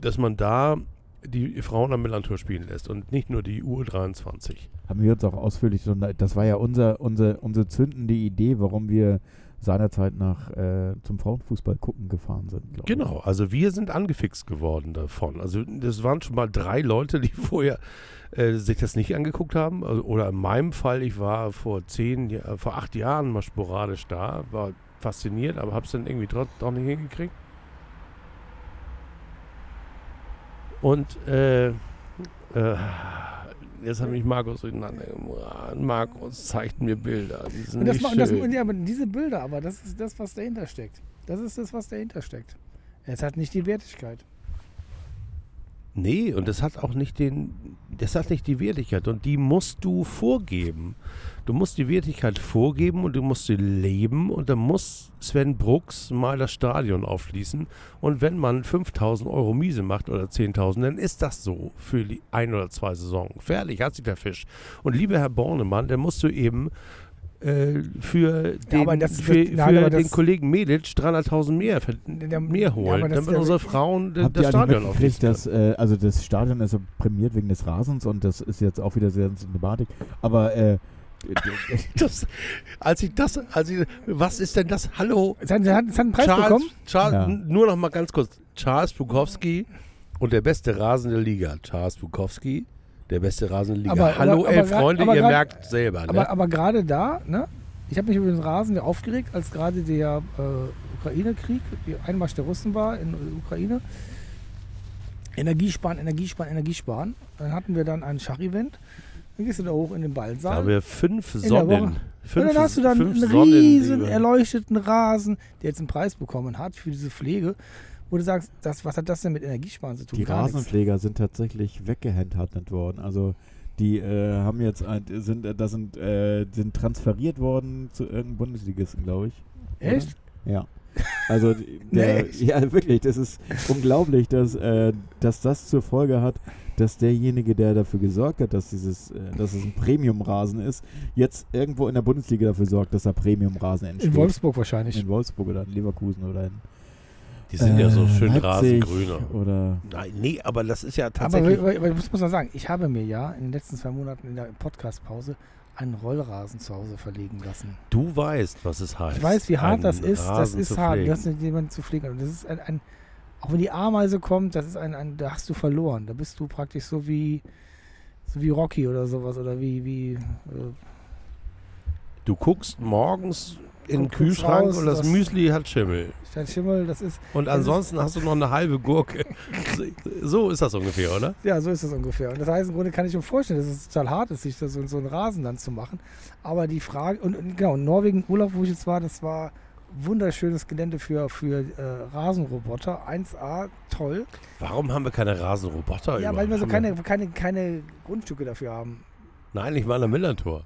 Speaker 1: dass man da die Frauen am Millantor spielen lässt und nicht nur die U23.
Speaker 2: Haben wir uns auch ausführlich, so, das war ja unser, unser, unsere zündende Idee, warum wir seinerzeit nach äh, zum Frauenfußball gucken gefahren sind. glaub ich.
Speaker 1: Genau, also wir sind angefixt geworden davon. Also das waren schon mal drei Leute, die vorher äh, sich das nicht angeguckt haben. Also, oder in meinem Fall, ich war vor zehn, Ja- vor acht Jahren mal sporadisch da, war fasziniert, aber hab's dann irgendwie trotzdem doch nicht hingekriegt. Und äh, äh, jetzt hat mich Markus durcheinandergebracht. Markus zeigt mir Bilder. Die sind
Speaker 3: und das,
Speaker 1: nicht
Speaker 3: ma- und das,
Speaker 1: schön.
Speaker 3: ja, aber diese Bilder, aber das ist das, was dahinter steckt. Das ist das, was dahinter steckt. Es hat nicht die Wertigkeit.
Speaker 1: Nee, und das hat auch nicht den, das hat nicht die Wertigkeit und die musst du vorgeben. Du musst die Wertigkeit vorgeben und du musst sie leben und dann muss Sven Brooks mal das Stadion aufschließen und wenn man 5000 Euro Miese macht oder 10.000, dann ist das so für die ein oder zwei Saisonen. Fertig, hat sich der Fisch. Und lieber Herr Bornemann, dann musst du eben äh, für den,
Speaker 3: aber das-
Speaker 1: für,
Speaker 3: das- nein,
Speaker 1: für
Speaker 3: aber
Speaker 1: den
Speaker 3: das-
Speaker 1: Kollegen Medic 300.000 mehr, ver-
Speaker 3: Der-
Speaker 1: mehr holen,
Speaker 3: aber das ist
Speaker 1: damit
Speaker 3: ja-
Speaker 1: unsere Frauen das,
Speaker 2: Habt ihr
Speaker 1: das
Speaker 2: eigentlich
Speaker 1: Stadion aufschließen.
Speaker 2: mitgekriegt, dass, äh, also das Stadion ist so prämiert wegen des Rasens und das ist jetzt auch wieder sehr symptomatisch. Aber äh,
Speaker 1: Das, als ich das, als ich, was ist denn das? Hallo,
Speaker 3: Es hat, es hat, es hat einen Preis
Speaker 1: Charles,
Speaker 3: bekommen.
Speaker 1: Charles
Speaker 2: Ja.
Speaker 1: nur noch mal ganz kurz. Charles Bukowski und der beste Rasen der Liga. Charles Bukowski, der beste Rasen der Liga.
Speaker 3: Aber- aber-
Speaker 1: Hallo,
Speaker 3: aber
Speaker 1: elf
Speaker 3: grad-
Speaker 1: Freunde,
Speaker 3: aber
Speaker 1: ihr
Speaker 3: grad-
Speaker 1: merkt selber. Ne?
Speaker 3: Aber, aber gerade da, ne? Ich habe mich über den Rasen ja aufgeregt, als gerade der äh, Ukraine-Krieg, die Einmarsch der Russen war in der Ukraine. Energiesparen, Energiesparen, Energiesparen. Dann hatten wir dann ein Schach-Event. Dann gehst du da hoch in den
Speaker 1: da haben
Speaker 3: Ballsaal.
Speaker 1: wir fünf
Speaker 3: der
Speaker 1: Sonnen.
Speaker 3: Woche.
Speaker 1: Fünf,
Speaker 3: und dann hast du dann
Speaker 1: fünf
Speaker 3: einen
Speaker 1: Sonnen,
Speaker 3: riesen
Speaker 1: die-
Speaker 3: erleuchteten Rasen, der jetzt einen Preis bekommen hat für diese Pflege, wo du sagst, das, was hat das denn mit Energiesparen zu tun?
Speaker 2: die
Speaker 3: Gar nichts.
Speaker 2: Rasenpfleger sind tatsächlich weggehandhabt worden. Also die äh, haben jetzt ein, sind äh, das sind, äh, sind transferiert worden zu irgendeinem Bundesligisten, glaube ich. oder?
Speaker 3: Echt?
Speaker 2: Ja. Also die- der,
Speaker 3: Nee, echt?
Speaker 2: ja wirklich, das ist unglaublich, dass, äh, dass das zur Folge hat, dass derjenige, der dafür gesorgt hat, dass dieses, äh, dass es ein Premium-Rasen ist, jetzt irgendwo in der Bundesliga dafür sorgt, dass da Premium-Rasen entsteht.
Speaker 3: In Wolfsburg wahrscheinlich.
Speaker 2: in Wolfsburg oder in Leverkusen oder in
Speaker 1: Die sind ja so
Speaker 2: äh,
Speaker 1: schön
Speaker 2: Leipzig
Speaker 1: rasengrüner.
Speaker 2: Oder
Speaker 1: Nein, nee, aber das ist ja
Speaker 3: Aber,
Speaker 1: tatsächlich.
Speaker 3: aber, aber ich muss, muss man sagen, ich habe mir ja in den letzten zwei Monaten in der Podcast-Pause einen Rollrasen zu Hause verlegen lassen.
Speaker 1: du weißt, was es heißt.
Speaker 3: Ich weiß, wie hart das
Speaker 1: einen
Speaker 3: ist. Das
Speaker 1: Rasen zu
Speaker 3: ist hart.
Speaker 1: pflegen.
Speaker 3: Du hast jemanden zu pflegen. Und das ist ein, ein, auch wenn die Ameise kommt, das ist ein, ein, da hast du verloren. Da bist du praktisch so wie, so wie Rocky oder sowas oder wie, wie äh,
Speaker 1: Du guckst morgens in den
Speaker 3: Kommt kurz
Speaker 1: Kühlschrank
Speaker 3: raus,
Speaker 1: und das
Speaker 3: das-
Speaker 1: Müsli hat Schimmel.
Speaker 3: Statt Schimmel, das ist,
Speaker 1: Und
Speaker 3: Das ist-
Speaker 1: ansonsten hast du noch eine halbe Gurke. So ist das ungefähr, oder?
Speaker 3: ja, so ist das ungefähr. Und das heißt, im Grunde kann ich mir vorstellen, dass es total hart ist, sich das in so einen Rasen dann zu machen. Aber die Frage, und- und genau, in Norwegen Urlaub, wo ich jetzt war, das war wunderschönes Gelände für, für äh, Rasenroboter. 1A, toll.
Speaker 1: Warum haben wir keine Rasenroboter?
Speaker 3: Ja,
Speaker 1: überall?
Speaker 3: weil wir so
Speaker 1: Haben
Speaker 3: keine, keine, keine Grundstücke dafür haben.
Speaker 1: Nein, ich war am Millantor.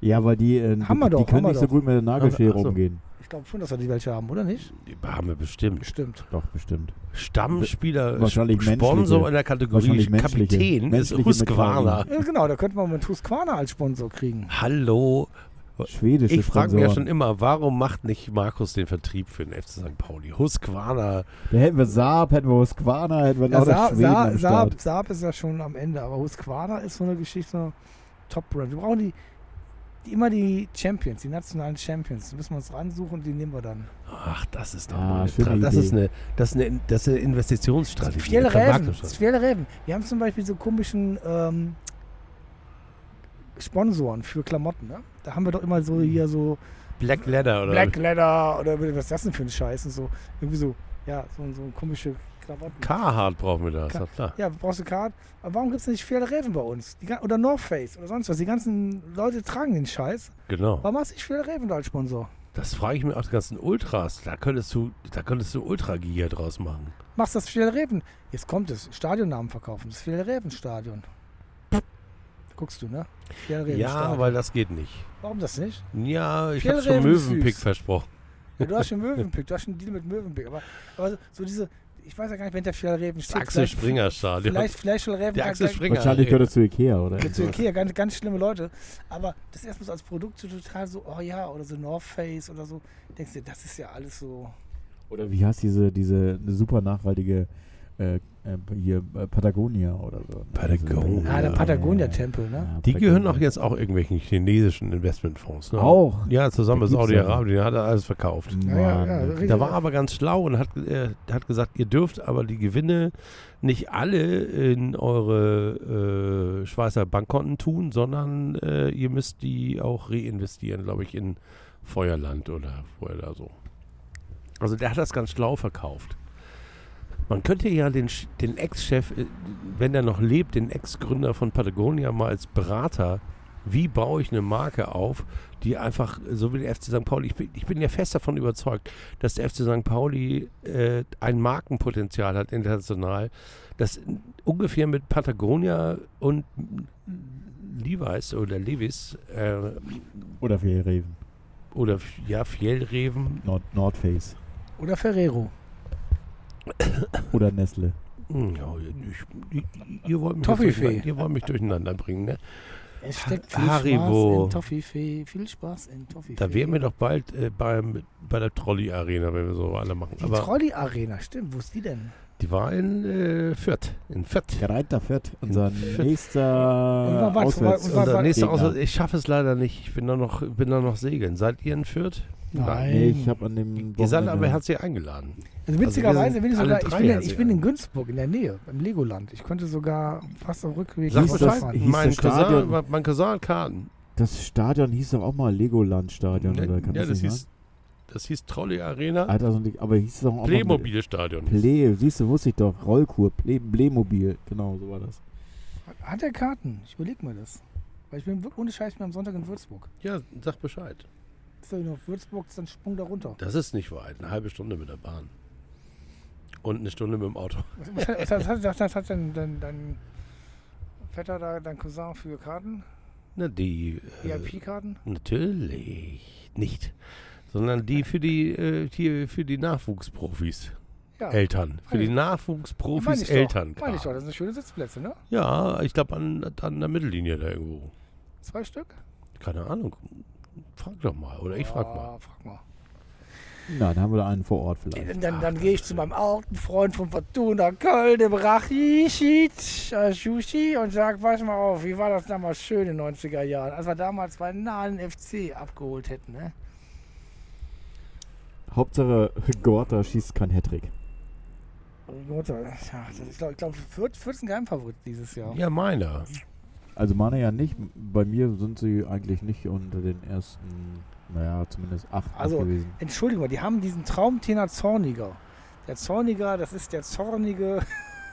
Speaker 2: Ja, weil die, äh, die,
Speaker 3: Haben wir
Speaker 2: die
Speaker 3: doch,
Speaker 2: können
Speaker 3: haben wir
Speaker 2: nicht so
Speaker 3: doch.
Speaker 2: gut mit der Nagelschere
Speaker 1: Ach so.
Speaker 2: umgehen.
Speaker 3: Ich glaube schon, dass wir die welche haben, oder nicht?
Speaker 1: Die haben wir bestimmt.
Speaker 3: Stimmt.
Speaker 2: Doch, bestimmt.
Speaker 1: Stammspieler,
Speaker 2: Wahrscheinlich menschliche.
Speaker 1: Sponsor in der Kategorie
Speaker 2: Wahrscheinlich menschliche.
Speaker 1: Kapitän ist
Speaker 2: Menschliche mit
Speaker 1: Husqvarna.
Speaker 3: Ja, genau, da könnte man mit Husqvarna als Sponsor kriegen.
Speaker 1: Hallo.
Speaker 2: Schwedische
Speaker 1: Ich frage mich ja schon
Speaker 2: Sponsoren.
Speaker 1: immer, warum macht nicht Markus den Vertrieb für den FC St. Pauli? Husqvarna.
Speaker 2: Da hätten wir Saab, hätten wir Husqvarna, hätten wir
Speaker 3: Ja,
Speaker 2: lauter
Speaker 3: Saab,
Speaker 2: Schweden
Speaker 3: Saab,
Speaker 2: am Start.
Speaker 3: Saab, Saab ist ja schon am Ende, aber Husqvarna ist so eine Geschichte, Top-Brand. Wir brauchen die, die, immer die Champions, die nationalen Champions. Die müssen wir uns ransuchen und die nehmen wir dann.
Speaker 1: Ach, das ist doch
Speaker 2: Ah,
Speaker 1: mal eine
Speaker 2: schöne
Speaker 1: Tra- das
Speaker 2: Idee.
Speaker 1: ist eine, das ist eine, das ist eine Investitionsstrategie.
Speaker 3: Fjell
Speaker 1: eine
Speaker 3: Räven,
Speaker 1: Vermarktungsstrategie.
Speaker 3: Fjell Räven. Wir haben zum Beispiel so komischen ähm, Sponsoren für Klamotten. Ne? Da haben wir doch immer so
Speaker 2: Hm.
Speaker 3: hier so
Speaker 1: Black Leather oder
Speaker 3: Black Leather oder was ist das denn für ein Scheiß und so. Irgendwie so, ja, so, so komische Klamotten.
Speaker 1: Carhartt brauchen wir da. Ist
Speaker 3: Ka-
Speaker 1: doch klar.
Speaker 3: Ja, brauchst du Card. Aber warum gibt es nicht Fjell Raven bei uns? Die, ga- oder North Face oder sonst was. Die ganzen Leute tragen den Scheiß.
Speaker 1: Genau.
Speaker 3: Warum hast du nicht Fjell Raven da als Sponsor?
Speaker 1: Das frage ich mir auch die ganzen Ultras. Da könntest du, da könntest du Ultra-Gier draus machen.
Speaker 3: Machst das Fjell Raven? Jetzt kommt es. Stadionnamen verkaufen. Das Fjell Raven Stadion. Guckst du, ne? Fjell Raven
Speaker 1: Ja,
Speaker 3: Stadion.
Speaker 1: weil das geht nicht.
Speaker 3: Warum das nicht?
Speaker 1: Ja, ich
Speaker 3: Fjell
Speaker 1: habe schon
Speaker 3: Räven ist
Speaker 1: Möwenpick
Speaker 3: süß.
Speaker 1: versprochen.
Speaker 3: Ja, du hast schon Möwenpick. Du hast schon einen Deal mit Möwenpick. Aber, aber so, so diese. Ich weiß ja gar nicht, wenn der Fjell Raven
Speaker 1: Das
Speaker 3: steht.
Speaker 1: Axel
Speaker 3: vielleicht-
Speaker 1: Springer Stadion.
Speaker 3: Vielleicht, vielleicht Fjell Raven.
Speaker 1: Der Axel Springer.
Speaker 2: Wahrscheinlich gehört es zu Ikea, oder?
Speaker 3: Geht
Speaker 1: Also.
Speaker 3: zu Ikea, ganz, ganz schlimme Leute. Aber das erstmal so als Produkt so total so, oh ja, oder so North Face oder so. Denkst du, das ist ja alles so.
Speaker 2: Oder wie heißt diese, diese super nachhaltige äh, äh, hier äh, Patagonia oder so? ne?
Speaker 1: Patagonia.
Speaker 3: Ah, der
Speaker 1: Ja.
Speaker 3: Patagonia-Tempel, ne?
Speaker 1: die gehören auch jetzt auch irgendwelchen chinesischen Investmentfonds. Ne?
Speaker 2: Auch.
Speaker 1: Ja, zusammen mit
Speaker 2: Da gibt's
Speaker 1: Saudi-Arabien. Der hat er alles verkauft.
Speaker 3: Ja, ja, ja,
Speaker 2: Mann.
Speaker 3: richtig.
Speaker 1: Da war aber ganz schlau und hat, äh, hat gesagt, ihr dürft aber die Gewinne nicht alle in eure äh, Schweizer Bankkonten tun, sondern äh, ihr müsst die auch reinvestieren, glaube ich, in Feuerland oder oder so. Also der hat das ganz schlau verkauft. Man könnte ja den, Sch- den Ex-Chef, äh, wenn er noch lebt, den Ex-Gründer von Patagonia mal als Berater, wie baue ich eine Marke auf, die einfach, äh, so wie der FC St. Pauli, ich bin, ich bin ja fest davon überzeugt, dass der FC St. Pauli äh, ein Markenpotenzial hat international, das in- ungefähr mit Patagonia und Levi's oder Levis äh,
Speaker 2: Oder für Reven.
Speaker 1: oder F- ja, Fjellreven
Speaker 2: Nord Nordface.
Speaker 3: Oder Ferrero.
Speaker 2: Oder Nestle.
Speaker 1: Hm, Ja, ich, ich, ihr, wollt mich
Speaker 3: Toffifee.
Speaker 1: durcheinander- ihr wollt mich durcheinander bringen, ne?
Speaker 3: Es
Speaker 1: Ha-
Speaker 3: steckt viel
Speaker 1: Haribo.
Speaker 3: Spaß in Toffifee. Viel Spaß in Toffifee.
Speaker 1: Da wären wir doch bald äh, beim, bei der Trolley-Arena, wenn wir so alle machen.
Speaker 3: Die
Speaker 1: Aber
Speaker 3: Trolley-Arena, stimmt. Wo ist die denn?
Speaker 1: die war in äh, Fürth. In Fürth.
Speaker 2: Gereiter Fett, unser
Speaker 1: Fett.
Speaker 2: nächster
Speaker 3: Und war-
Speaker 2: Auswärts.
Speaker 3: und war-
Speaker 1: Unser
Speaker 3: war-
Speaker 1: nächster
Speaker 2: Gegner.
Speaker 1: Ausland, ich schaffe es leider nicht. Ich bin da noch, bin da noch segeln. Seid ihr in Fürth? Nein.
Speaker 2: Nee, ich habe an dem
Speaker 1: Ihr seid aber
Speaker 2: Wochenende-
Speaker 1: herzlich eingeladen.
Speaker 3: Also
Speaker 1: wir
Speaker 3: witzigerweise
Speaker 1: sind
Speaker 3: bin ich
Speaker 1: alle
Speaker 3: sogar. Ich
Speaker 1: drei
Speaker 3: bin, in-
Speaker 1: herzlich
Speaker 3: ich bin in Günzburg, in der Nähe, im Legoland. Ich könnte sogar fast am Rückweg
Speaker 1: Sag
Speaker 2: Hieß
Speaker 3: noch
Speaker 2: das-
Speaker 1: Bescheid.
Speaker 3: fahren.
Speaker 2: hieß
Speaker 1: Mein
Speaker 2: das Stadion-
Speaker 1: Cousin, mein Cousin hat Karten.
Speaker 2: Das Stadion hieß doch auch mal Legoland-Stadion, oder? Kann
Speaker 1: ja, das,
Speaker 2: nicht
Speaker 1: hieß,
Speaker 2: sein?
Speaker 1: das hieß Trolley-Arena,
Speaker 2: Alter, so ein Ding- aber hieß es doch auch mal
Speaker 1: Playmobil-Stadion.
Speaker 2: Play, siehst du, wusste ich doch. Rollkur, Play, Playmobil, genau, so war das.
Speaker 3: Hat er Karten? Ich überlege mir das. Weil ich bin wirklich ohne Scheiß ich bin am Sonntag in Würzburg.
Speaker 1: Ja, sag Bescheid.
Speaker 3: Ist ja nur Würzburg, ist dann Sprung da runter.
Speaker 1: Das ist nicht weit. Eine halbe Stunde mit der Bahn. Und eine Stunde mit dem Auto.
Speaker 3: Was hat, was hat, was hat, was hat denn dein, dein Vetter da, dein Cousin für Karten? E
Speaker 1: Na, die. Äh,
Speaker 3: VIP-Karten?
Speaker 1: natürlich nicht. Sondern die für die, äh, hier für die Nachwuchsprofis.
Speaker 3: Ja.
Speaker 1: Eltern. Für die
Speaker 3: Meine ich
Speaker 1: Nachwuchsprofis
Speaker 3: doch.
Speaker 1: Eltern.
Speaker 3: Meine ich doch, das sind schöne Sitzplätze, ne?
Speaker 1: Ja, ich glaube an, an der Mittellinie da irgendwo.
Speaker 3: Zwei Stück?
Speaker 1: Keine Ahnung. Frag doch mal. Oder ich frag mal.
Speaker 3: Ah, frag mal.
Speaker 2: Na, dann haben wir da einen vor Ort vielleicht.
Speaker 3: Dann, dann, dann gehe ich zu meinem alten Freund von Fortuna Köln, dem Rachishit äh, Shushi, und sag, pass mal auf, wie war das damals schön in den 90er Jahren, als wir damals bei nahen FC abgeholt hätten, ne?
Speaker 2: Hauptsache, Gorta schießt kein Hattrick.
Speaker 3: Gut, äh, ja, ich glaube, ich glaub, Fürth, Fürth ist ein Geheimfavorit dieses Jahr.
Speaker 1: Ja, meiner.
Speaker 2: Also meine ja nicht. Bei mir sind sie eigentlich nicht unter den ersten Naja, zumindest acht noch
Speaker 3: Also,
Speaker 2: gewesen.
Speaker 3: Entschuldigung, mal, die haben diesen Traumtenor Zorniger. Der Zorniger, das ist der zornige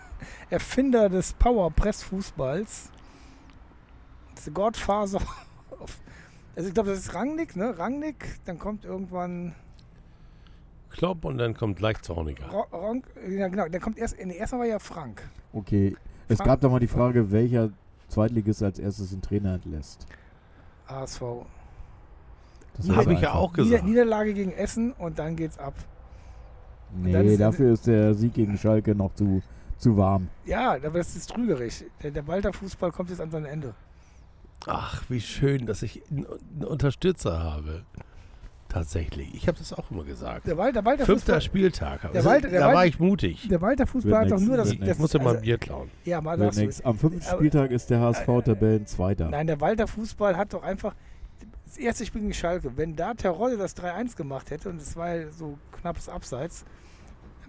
Speaker 3: Erfinder des Power-Press-Fußballs. Das ist der Godfather. of- Also ich glaube, das ist Rangnick, ne? Rangnick, dann kommt irgendwann
Speaker 1: Klopp und dann kommt leicht zorniger.
Speaker 3: Ro- Ronk, ja genau, dann kommt erst, in der ersten war ja Frank.
Speaker 2: Okay. Es
Speaker 3: Frank-
Speaker 2: gab doch mal die Frage, welcher Zweitligist als erstes den Trainer entlässt.
Speaker 3: ASV.
Speaker 2: Das
Speaker 3: Hab
Speaker 2: war so
Speaker 1: ich ja
Speaker 2: einfach.
Speaker 1: auch
Speaker 3: Nieder
Speaker 1: gesagt.
Speaker 3: Niederlage gegen Essen und dann geht's ab. Dann
Speaker 2: Nee,
Speaker 3: ist-
Speaker 2: dafür ist der Sieg gegen Schalke noch zu, zu warm.
Speaker 3: Ja, aber das ist trügerisch. Der, der Walter Fußball kommt jetzt an sein Ende.
Speaker 1: Ach, wie schön, dass ich einen einen Unterstützer habe. Tatsächlich. Ich habe das auch immer gesagt.
Speaker 3: Der Walter, Walter
Speaker 1: Fünfter
Speaker 3: Fußball,
Speaker 1: Spieltag. Aber
Speaker 3: Der
Speaker 1: so-
Speaker 3: Walter- der
Speaker 1: da war
Speaker 3: Walter-
Speaker 1: ich mutig.
Speaker 3: der Walter Fußball
Speaker 2: Wird
Speaker 3: hat doch
Speaker 2: nix,
Speaker 3: nur das,
Speaker 2: wird
Speaker 3: das
Speaker 1: ich musste mal
Speaker 3: also,
Speaker 1: ein Bier klauen.
Speaker 3: Ja, mal
Speaker 2: Wird
Speaker 3: das
Speaker 2: nix. Am fünften
Speaker 3: aber- Äh,
Speaker 2: Spieltag ist der HSV Tabellenzweiter.
Speaker 3: Nein, der Walter Fußball hat doch einfach das erste Spiel gegen Schalke. Wenn da Terodde das 3-1 gemacht hätte und es war ja so knappes Abseits,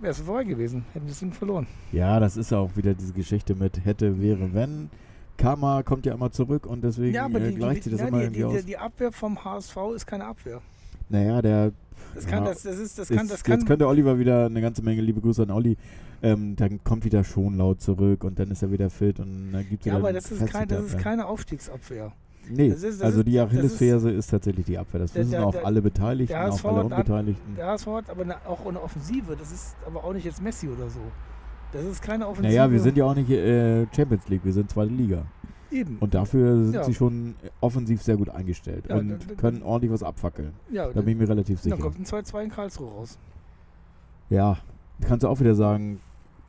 Speaker 3: wäre es vorbei gewesen. Hätten das Ding verloren.
Speaker 2: Ja, das ist ja auch wieder diese Geschichte mit hätte, wäre, wenn. Karma kommt ja immer zurück und deswegen äh, gleicht sich das
Speaker 3: ja,
Speaker 2: immer
Speaker 3: die,
Speaker 2: irgendwie
Speaker 3: die,
Speaker 2: aus.
Speaker 3: die, die Abwehr vom HSV ist keine Abwehr.
Speaker 2: naja, der
Speaker 3: Das kann,
Speaker 2: Ja.
Speaker 3: das, das ist, das kann,
Speaker 2: Jetzt-
Speaker 3: das kann.
Speaker 2: Jetzt könnte Oliver wieder eine ganze Menge liebe Grüße an Olli. Ähm, dann kommt wieder schon laut zurück und dann ist er wieder fit und dann gibt es
Speaker 3: ja,
Speaker 2: wieder.
Speaker 3: aber
Speaker 2: einen
Speaker 3: das ist,
Speaker 2: festen
Speaker 3: kein, das ist
Speaker 2: Körper.
Speaker 3: keine Aufstiegsabwehr.
Speaker 2: Nee,
Speaker 3: das ist- das
Speaker 2: also
Speaker 3: ist-
Speaker 2: die
Speaker 3: das ist-
Speaker 2: Achillesferse ist, tatsächlich die Abwehr. Das
Speaker 3: Der-
Speaker 2: wissen
Speaker 3: der-
Speaker 2: auch
Speaker 3: der-
Speaker 2: alle Beteiligten,
Speaker 3: der
Speaker 2: auch
Speaker 3: HSV
Speaker 2: alle
Speaker 3: hat- hat-
Speaker 2: Unbeteiligten.
Speaker 3: Der HSV hat aber eine, auch eine Offensive. Das ist aber auch nicht jetzt Messi oder so. Das ist keine Offensive.
Speaker 2: Naja, wir sind ja auch nicht äh, Champions League, wir sind zweite Liga.
Speaker 3: eben.
Speaker 2: Und dafür sind
Speaker 3: Ja.
Speaker 2: sie schon offensiv sehr gut eingestellt
Speaker 3: Ja,
Speaker 2: und
Speaker 3: da- da-
Speaker 2: können ordentlich was abfackeln.
Speaker 3: ja,
Speaker 2: Da bin ich mir relativ
Speaker 3: dann
Speaker 2: sicher.
Speaker 3: kommt ein 2-2 in Karlsruhe raus.
Speaker 2: Ja, kannst du auch wieder sagen,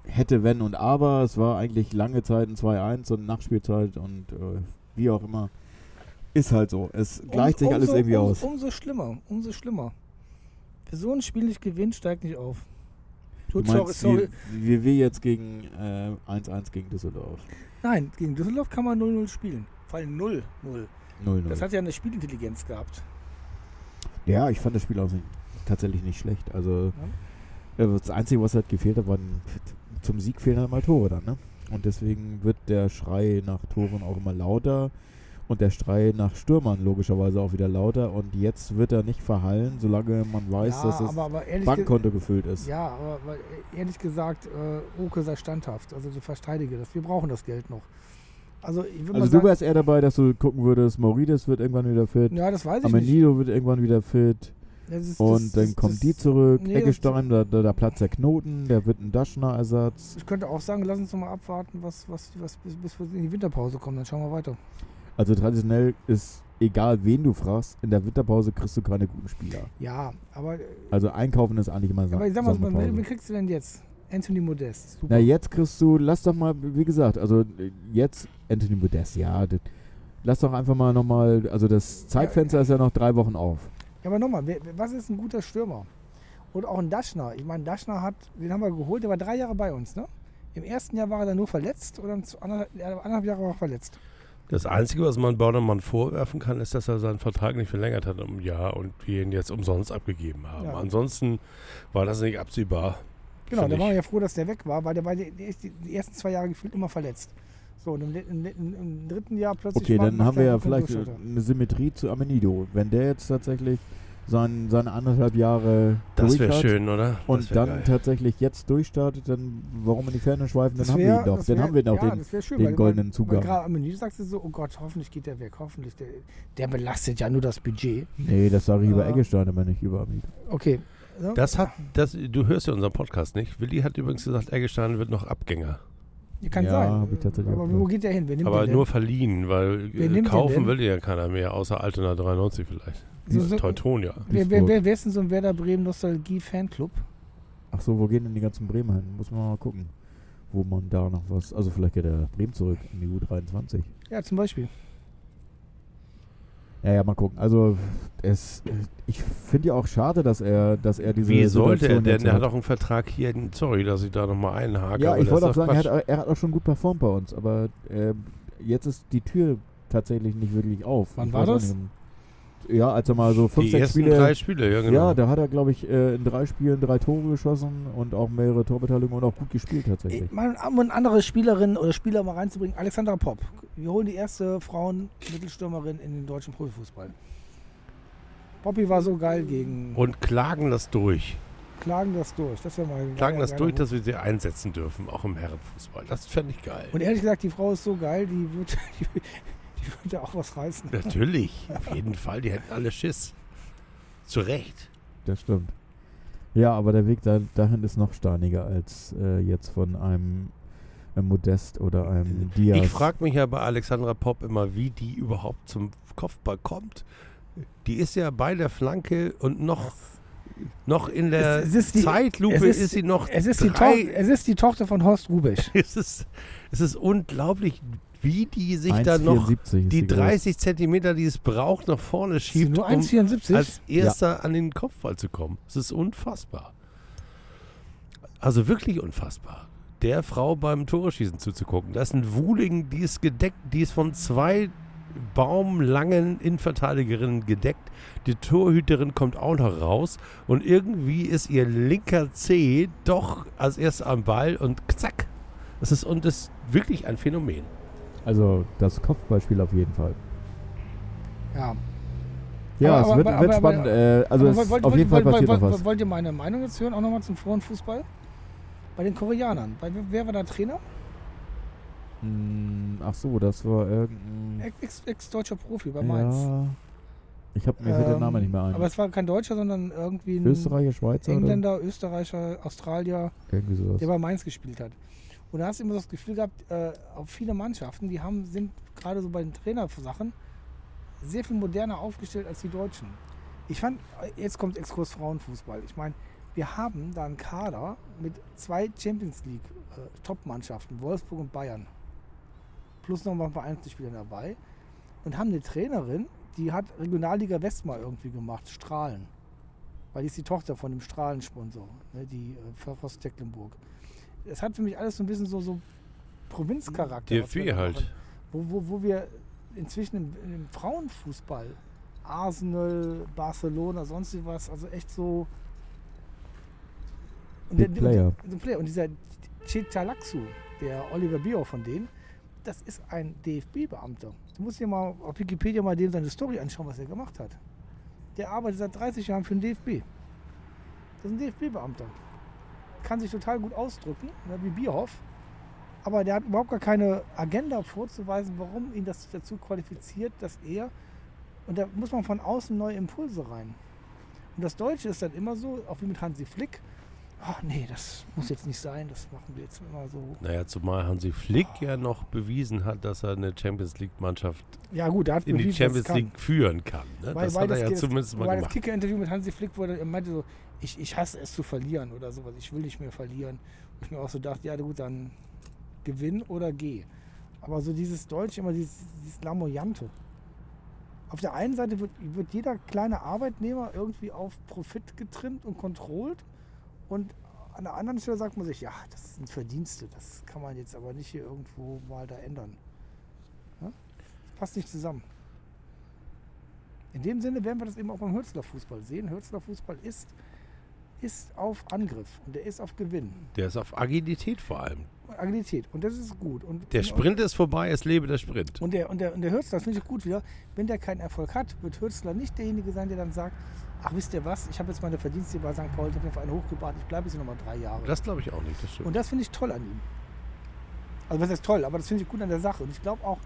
Speaker 2: hätte, wenn und aber. Es war eigentlich lange Zeit ein 2-1 und Nachspielzeit und äh, wie auch immer. Ist halt so. Es gleicht sich
Speaker 3: Um-
Speaker 2: alles
Speaker 3: umso-
Speaker 2: irgendwie
Speaker 3: umso,
Speaker 2: aus.
Speaker 3: Umso schlimmer, umso schlimmer. Wer so ein Spiel nicht gewinnt, steigt nicht auf.
Speaker 2: Du
Speaker 3: Gut, sorry,
Speaker 2: meinst,
Speaker 3: sorry.
Speaker 2: Wie, wie wir jetzt gegen äh, 1-1 gegen Düsseldorf.
Speaker 3: Nein, gegen Düsseldorf kann man 0-0 spielen. Vor allem 0-0.
Speaker 2: 0-0.
Speaker 3: Das hat ja eine Spielintelligenz gehabt.
Speaker 2: Ja, ich fand das Spiel auch nicht, tatsächlich nicht schlecht. Also äh, das Einzige, was halt gefehlt hat, waren zum Sieg fehlen halt mal Tore dann, ne? Und deswegen wird der Schrei nach Toren auch immer lauter und der Schrei nach Stürmern logischerweise auch wieder lauter. Und jetzt wird er nicht verhallen, solange man weiß,
Speaker 3: ja,
Speaker 2: dass das
Speaker 3: aber, aber ehrlich ge-
Speaker 2: Bankkonto gefüllt ist.
Speaker 3: Ja, aber aber ehrlich gesagt, äh, Oke sei standhaft. Also ich verteidige das. Wir brauchen das Geld noch. Also ich würde mal
Speaker 2: Also du
Speaker 3: sagen,
Speaker 2: wärst eher dabei, dass du gucken würdest, Maurides wird irgendwann wieder fit,
Speaker 3: ja, das weiß ich nicht.
Speaker 2: Amenido wird irgendwann wieder fit.
Speaker 3: Das ist-
Speaker 2: Und
Speaker 3: das-
Speaker 2: dann
Speaker 3: das-
Speaker 2: kommt
Speaker 3: das-
Speaker 2: die zurück,
Speaker 3: nee, das-
Speaker 2: Eggestein, da, da, da platzt der Knoten, der wird ein Daschner-Ersatz.
Speaker 3: Ich könnte auch sagen, lass uns noch mal abwarten, was, was, was, bis, bis wir in die Winterpause kommen. Dann schauen wir weiter.
Speaker 2: Also traditionell ist, egal wen du fragst, in der Winterpause kriegst du keine guten Spieler.
Speaker 3: Ja, aber
Speaker 2: Also einkaufen ist eigentlich immer Sa
Speaker 3: Aber ich sag mal, so, wen, wen
Speaker 2: Sommerpause.
Speaker 3: kriegst du denn jetzt? Anthony Modest. Super.
Speaker 2: Na, jetzt kriegst du, lass doch mal, wie gesagt, also jetzt Anthony Modest, ja, das, lass doch einfach mal nochmal, also das Zeitfenster ist ja noch drei Wochen auf.
Speaker 3: Ja, aber nochmal, wer- wer- was ist ein guter Stürmer? Und auch ein Daschner. Ich meine, Daschner hat, den haben wir geholt, der war drei Jahre bei uns, ne? Im ersten Jahr war er dann nur verletzt oder im zu- anderthalb ja, anderthalb Jahre war er verletzt.
Speaker 1: Das Einzige, was man Bornemann vorwerfen kann, ist, dass er seinen Vertrag nicht verlängert hat um ein Jahr und wir ihn jetzt umsonst abgegeben haben.
Speaker 3: Ja.
Speaker 1: Ansonsten war das nicht absehbar.
Speaker 3: Genau,
Speaker 1: Finde
Speaker 3: da waren wir
Speaker 1: ich.
Speaker 3: ja froh, dass der weg war, weil der war die, die, die- die ersten zwei Jahre gefühlt immer verletzt. So, und im, im, im, im dritten Jahr plötzlich.
Speaker 2: Okay,
Speaker 3: macht-
Speaker 2: dann
Speaker 3: macht
Speaker 2: haben wir
Speaker 3: er
Speaker 2: ja
Speaker 3: einen
Speaker 2: vielleicht äh,
Speaker 3: Durchstarter.
Speaker 2: eine Symmetrie zu Amenido. Wenn der jetzt tatsächlich sein, seine anderthalb Jahre
Speaker 1: Das
Speaker 2: durch
Speaker 1: wäre
Speaker 2: hat,
Speaker 1: schön, oder? Das
Speaker 2: und
Speaker 1: wär
Speaker 2: dann
Speaker 1: geil.
Speaker 2: tatsächlich jetzt durchstartet, dann warum in die Ferne schweifen, dann
Speaker 3: Das
Speaker 2: haben
Speaker 3: wär-
Speaker 2: wir ihn doch.
Speaker 3: das
Speaker 2: Dann
Speaker 3: wär-
Speaker 2: haben wir doch,
Speaker 3: ja,
Speaker 2: den,
Speaker 3: das wär schön,
Speaker 2: den
Speaker 3: weil- weil-
Speaker 2: goldenen
Speaker 3: Weil
Speaker 2: Zugang.
Speaker 3: gerade am Menü sagst du so, oh Gott, hoffentlich geht der weg, hoffentlich. Der, der belastet ja nur das Budget.
Speaker 2: Nee, das sage ich über
Speaker 3: Ja.
Speaker 2: Eggestein, aber nicht über Amid.
Speaker 3: Okay. ne?
Speaker 1: Das hat, das, du hörst ja unseren Podcast nicht. Willi hat übrigens gesagt, Eggestein wird noch Abgänger.
Speaker 3: Kann
Speaker 2: Ja, hab ich
Speaker 3: sein.
Speaker 2: tatsächlich auch
Speaker 3: Aber wo
Speaker 2: gehört.
Speaker 3: geht der hin? Wer nimmt
Speaker 1: Aber
Speaker 3: den
Speaker 1: nur verliehen, weil
Speaker 3: Wer
Speaker 1: äh,
Speaker 3: nimmt den denn?
Speaker 1: kaufen will ja keiner mehr, außer Altena 93 vielleicht.
Speaker 3: denn? So, so,
Speaker 1: Teutonia.
Speaker 3: wer, wer, wer, wer ist denn so ein Werder Bremen Nostalgie Fanclub?
Speaker 2: Ach so, wo gehen denn die ganzen Bremer hin? Muss man mal gucken, wo man da noch was. Also vielleicht geht er nach Bremen zurück in die U23.
Speaker 3: Ja, zum Beispiel.
Speaker 2: Ja, ja, mal gucken. Also es, ich finde ja auch schade, dass er, dass er diese
Speaker 1: Wie sollte er
Speaker 2: Situation
Speaker 1: denn?
Speaker 2: jetzt
Speaker 1: Der
Speaker 2: hat.
Speaker 1: hat auch einen Vertrag hier. in- Sorry, dass ich da nochmal einhake.
Speaker 2: Ja,
Speaker 1: aber
Speaker 2: ich
Speaker 1: das
Speaker 2: wollte
Speaker 1: ist doch
Speaker 2: auch sagen, er
Speaker 1: Quatsch.
Speaker 2: hat, er hat auch schon gut performt bei uns, aber ähm, jetzt ist die Tür tatsächlich nicht wirklich auf.
Speaker 3: Wann
Speaker 2: Ich
Speaker 3: war
Speaker 2: weiß auch
Speaker 3: das?
Speaker 2: nicht. um, Ja, als er mal so fünf,
Speaker 1: die
Speaker 2: sechs
Speaker 1: ersten
Speaker 2: Spiele.
Speaker 1: drei Spiele, ja genau.
Speaker 2: Ja, da hat er, glaube ich, äh, in drei Spielen drei Tore geschossen und auch mehrere Torbeteiligungen und auch gut gespielt tatsächlich.
Speaker 3: Mal, um eine andere Spielerin oder Spieler mal reinzubringen, Alexandra Popp. Wir holen die erste Frauen-Mittelstürmerin in den deutschen Profifußball. Poppy war so geil gegen
Speaker 1: Und klagen das durch.
Speaker 3: Klagen das durch. Das wäre mal
Speaker 1: Klagen
Speaker 3: wär
Speaker 1: das
Speaker 3: mal
Speaker 1: durch,
Speaker 2: genau.
Speaker 3: gut.
Speaker 1: dass wir sie einsetzen dürfen, auch im Herrenfußball. Das fände ich geil.
Speaker 3: Und ehrlich gesagt, die Frau ist so geil, die wird, die, wird da auch was reißen.
Speaker 1: Natürlich, auf jeden Fall. Die hätten alle Schiss. Zu Recht.
Speaker 2: Das stimmt. Ja, aber der Weg da, dahin ist noch steiniger als äh, jetzt von einem, äh, Modest oder einem Diaz.
Speaker 1: Ich frage mich ja bei Alexandra Popp immer, wie die überhaupt zum Kopfball kommt. Die ist ja bei der Flanke und noch, noch in der
Speaker 3: Es- es ist die- es
Speaker 1: Zeitlupe ist,
Speaker 3: ist-
Speaker 1: sie noch
Speaker 3: Es ist, die Tochter,
Speaker 1: drei.
Speaker 3: es ist die Tochter von Horst Rubisch.
Speaker 1: Es ist, es ist unglaublich, wie die sich da noch
Speaker 2: 1,74 ist
Speaker 1: die
Speaker 2: groß.
Speaker 1: 30 Zentimeter, die es braucht, nach vorne
Speaker 3: Sie ist
Speaker 1: schiebt,
Speaker 3: nur
Speaker 1: um
Speaker 3: 1,74.
Speaker 1: als erster an den Kopfball zu kommen. Es ist unfassbar. Also wirklich unfassbar. Der Frau beim Toreschießen zuzugucken. Das ist ein Wuhling, die ist gedeckt, die ist von zwei baumlangen Innenverteidigerinnen gedeckt. Die Torhüterin kommt auch noch raus und irgendwie ist ihr linker Zeh doch als erstes am Ball und zack. Das ist, und das ist wirklich ein Phänomen.
Speaker 2: Also das Kopfballspiel auf jeden Fall.
Speaker 3: ja.
Speaker 2: Ja,
Speaker 3: Aber-
Speaker 2: es
Speaker 3: aber-
Speaker 2: wird,
Speaker 3: aber-
Speaker 2: wird
Speaker 3: aber-
Speaker 2: spannend. äh, also
Speaker 3: Aber
Speaker 2: es,
Speaker 3: wollt- wollt-
Speaker 2: auf jeden Fall
Speaker 3: wollt-
Speaker 2: passiert
Speaker 3: wollt-
Speaker 2: noch
Speaker 3: wollt-
Speaker 2: was.
Speaker 3: Wollt ihr meine Meinung jetzt hören, auch nochmal zum Frauenfußball? Bei den Koreanern. Bei, wer war da Trainer?
Speaker 2: Hm, Ach so, das war irgendein...
Speaker 3: Ex- Ex-deutscher Profi bei Mainz.
Speaker 2: Ja, ich habe mir hört der
Speaker 3: Ähm,
Speaker 2: Name nicht mehr ein.
Speaker 3: Aber es war kein Deutscher, sondern irgendwie ein
Speaker 2: Österreicher, Schweizer oder
Speaker 3: Engländer, Österreicher, Australier,
Speaker 2: irgendwie sowas.
Speaker 3: der bei Mainz gespielt hat. Und da hast du immer so das Gefühl gehabt, äh, auch viele Mannschaften, die haben, sind gerade so bei den Trainersachen sehr viel moderner aufgestellt als die Deutschen. Ich fand, jetzt kommt Exkurs Frauenfußball. Ich meine, wir haben da einen Kader mit zwei Champions League äh, Top-Mannschaften, Wolfsburg und Bayern. Plus noch mal ein paar Einzelspielern dabei. Und haben eine Trainerin, die hat Regionalliga West mal irgendwie gemacht, Strahlen. Weil die ist die Tochter von dem Strahlensponsor, ne, die äh, Forst Tecklenburg. Es hat für mich alles so ein bisschen so, so Provinzcharakter. was wir
Speaker 1: DFB
Speaker 3: da machen
Speaker 1: halt.
Speaker 3: wo, wo, wo wir inzwischen im, im Frauenfußball Arsenal, Barcelona, sonst wie was, also echt so. Und
Speaker 2: Big Player.
Speaker 3: Und, der Player. und dieser Chitalaxu, der Oliver Bio von denen, das ist ein DFB-Beamter. Du musst dir mal auf Wikipedia mal dem seine Story anschauen, was er gemacht hat. Der arbeitet seit 30 Jahren für den DFB. Das ist ein DFB-Beamter. Kann sich total gut ausdrücken, ne, wie Bierhoff. Aber der hat überhaupt gar keine Agenda vorzuweisen, warum ihn das dazu qualifiziert, dass er. Und da muss man von außen neue Impulse rein. Und das Deutsche ist dann immer so, auch wie mit Hansi Flick. Ach nee, das muss jetzt nicht sein, das machen wir jetzt immer so.
Speaker 1: Naja, zumal Hansi Flick ja noch bewiesen hat, dass er eine Champions League-Mannschaft
Speaker 3: Ja, gut, da hat
Speaker 1: in die
Speaker 3: bewiesen, dass
Speaker 1: Champions
Speaker 3: es kann.
Speaker 1: League führen kann. Ne?
Speaker 3: Weil-
Speaker 1: das
Speaker 3: weil
Speaker 1: hat er ja
Speaker 3: das-
Speaker 1: zumindest mal
Speaker 3: Weil das
Speaker 1: gemacht.
Speaker 3: Kicker-Interview mit Hansi Flick wurde, er meinte so, ich, ich hasse es zu verlieren oder sowas, ich will nicht mehr verlieren. Und ich mir auch so dachte, ja gut, dann gewinn oder geh. Aber so dieses Deutsche, immer dieses, dieses Lamoyante. Auf der einen Seite wird, wird jeder kleine Arbeitnehmer irgendwie auf Profit getrimmt und kontrollt und an der anderen Stelle sagt man sich, ja, das sind Verdienste, das kann man jetzt aber nicht hier irgendwo mal da ändern. Ja? Das passt nicht zusammen. In dem Sinne werden wir das eben auch beim Hürzler-Fußball sehen. Hürzler-Fußball ist, ist auf Angriff und der ist auf Gewinn
Speaker 1: Der ist auf Agilität vor allem.
Speaker 3: und Agilität und das ist gut. Und
Speaker 1: Der
Speaker 3: und-
Speaker 1: Sprint ist vorbei, es lebe der Sprint.
Speaker 3: Und der, und der, und der Hürzler, das finde ich gut wieder, wenn der keinen Erfolg hat, wird Hürzler nicht derjenige sein, der dann sagt, ach wisst ihr was, ich habe jetzt meine Verdienste bei St. Paul, ich habe mir für einen hochgebart, ich bleibe jetzt hier nochmal drei Jahre.
Speaker 1: Das glaube ich auch nicht, das stimmt.
Speaker 3: Und das finde ich toll an ihm. Also was heißt toll, aber das finde ich gut an der Sache. Und ich glaube auch,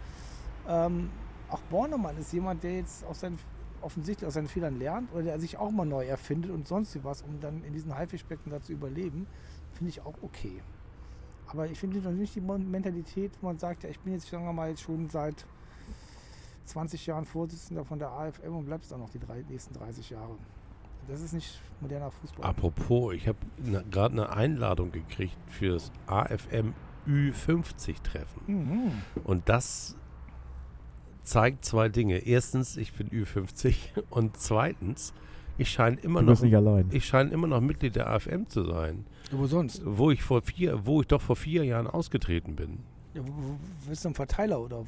Speaker 3: ähm, auch Bornemann ist jemand, der jetzt aus seinen, offensichtlich aus seinen Fehlern lernt oder der sich auch mal neu erfindet und sonst wie was, um dann in diesen Haifischbecken da zu überleben, finde ich auch okay. Aber ich finde noch nicht die Mon- Mentalität, wo man sagt, ja, ich bin jetzt, sagen wir mal, jetzt schon seit 20 Jahren Vorsitzender von der AFM und bleibst auch noch die drei, nächsten 30 Jahre. Das ist nicht moderner Fußball.
Speaker 1: Apropos, ich habe gerade eine ne Einladung gekriegt für das AFM Ü50-Treffen.
Speaker 3: Mhm.
Speaker 1: Und das zeigt zwei Dinge. Erstens, ich bin Ü50 und zweitens, ich scheine immer
Speaker 2: Du
Speaker 1: noch
Speaker 2: bist nicht allein.
Speaker 1: ich scheine immer noch Mitglied der AFM zu sein,
Speaker 3: Ja, Wo sonst?
Speaker 1: wo ich vor vier, wo ich doch vor vier Jahren ausgetreten bin.
Speaker 3: Ja, wo- wo- wo- bist du ein Verteiler oder?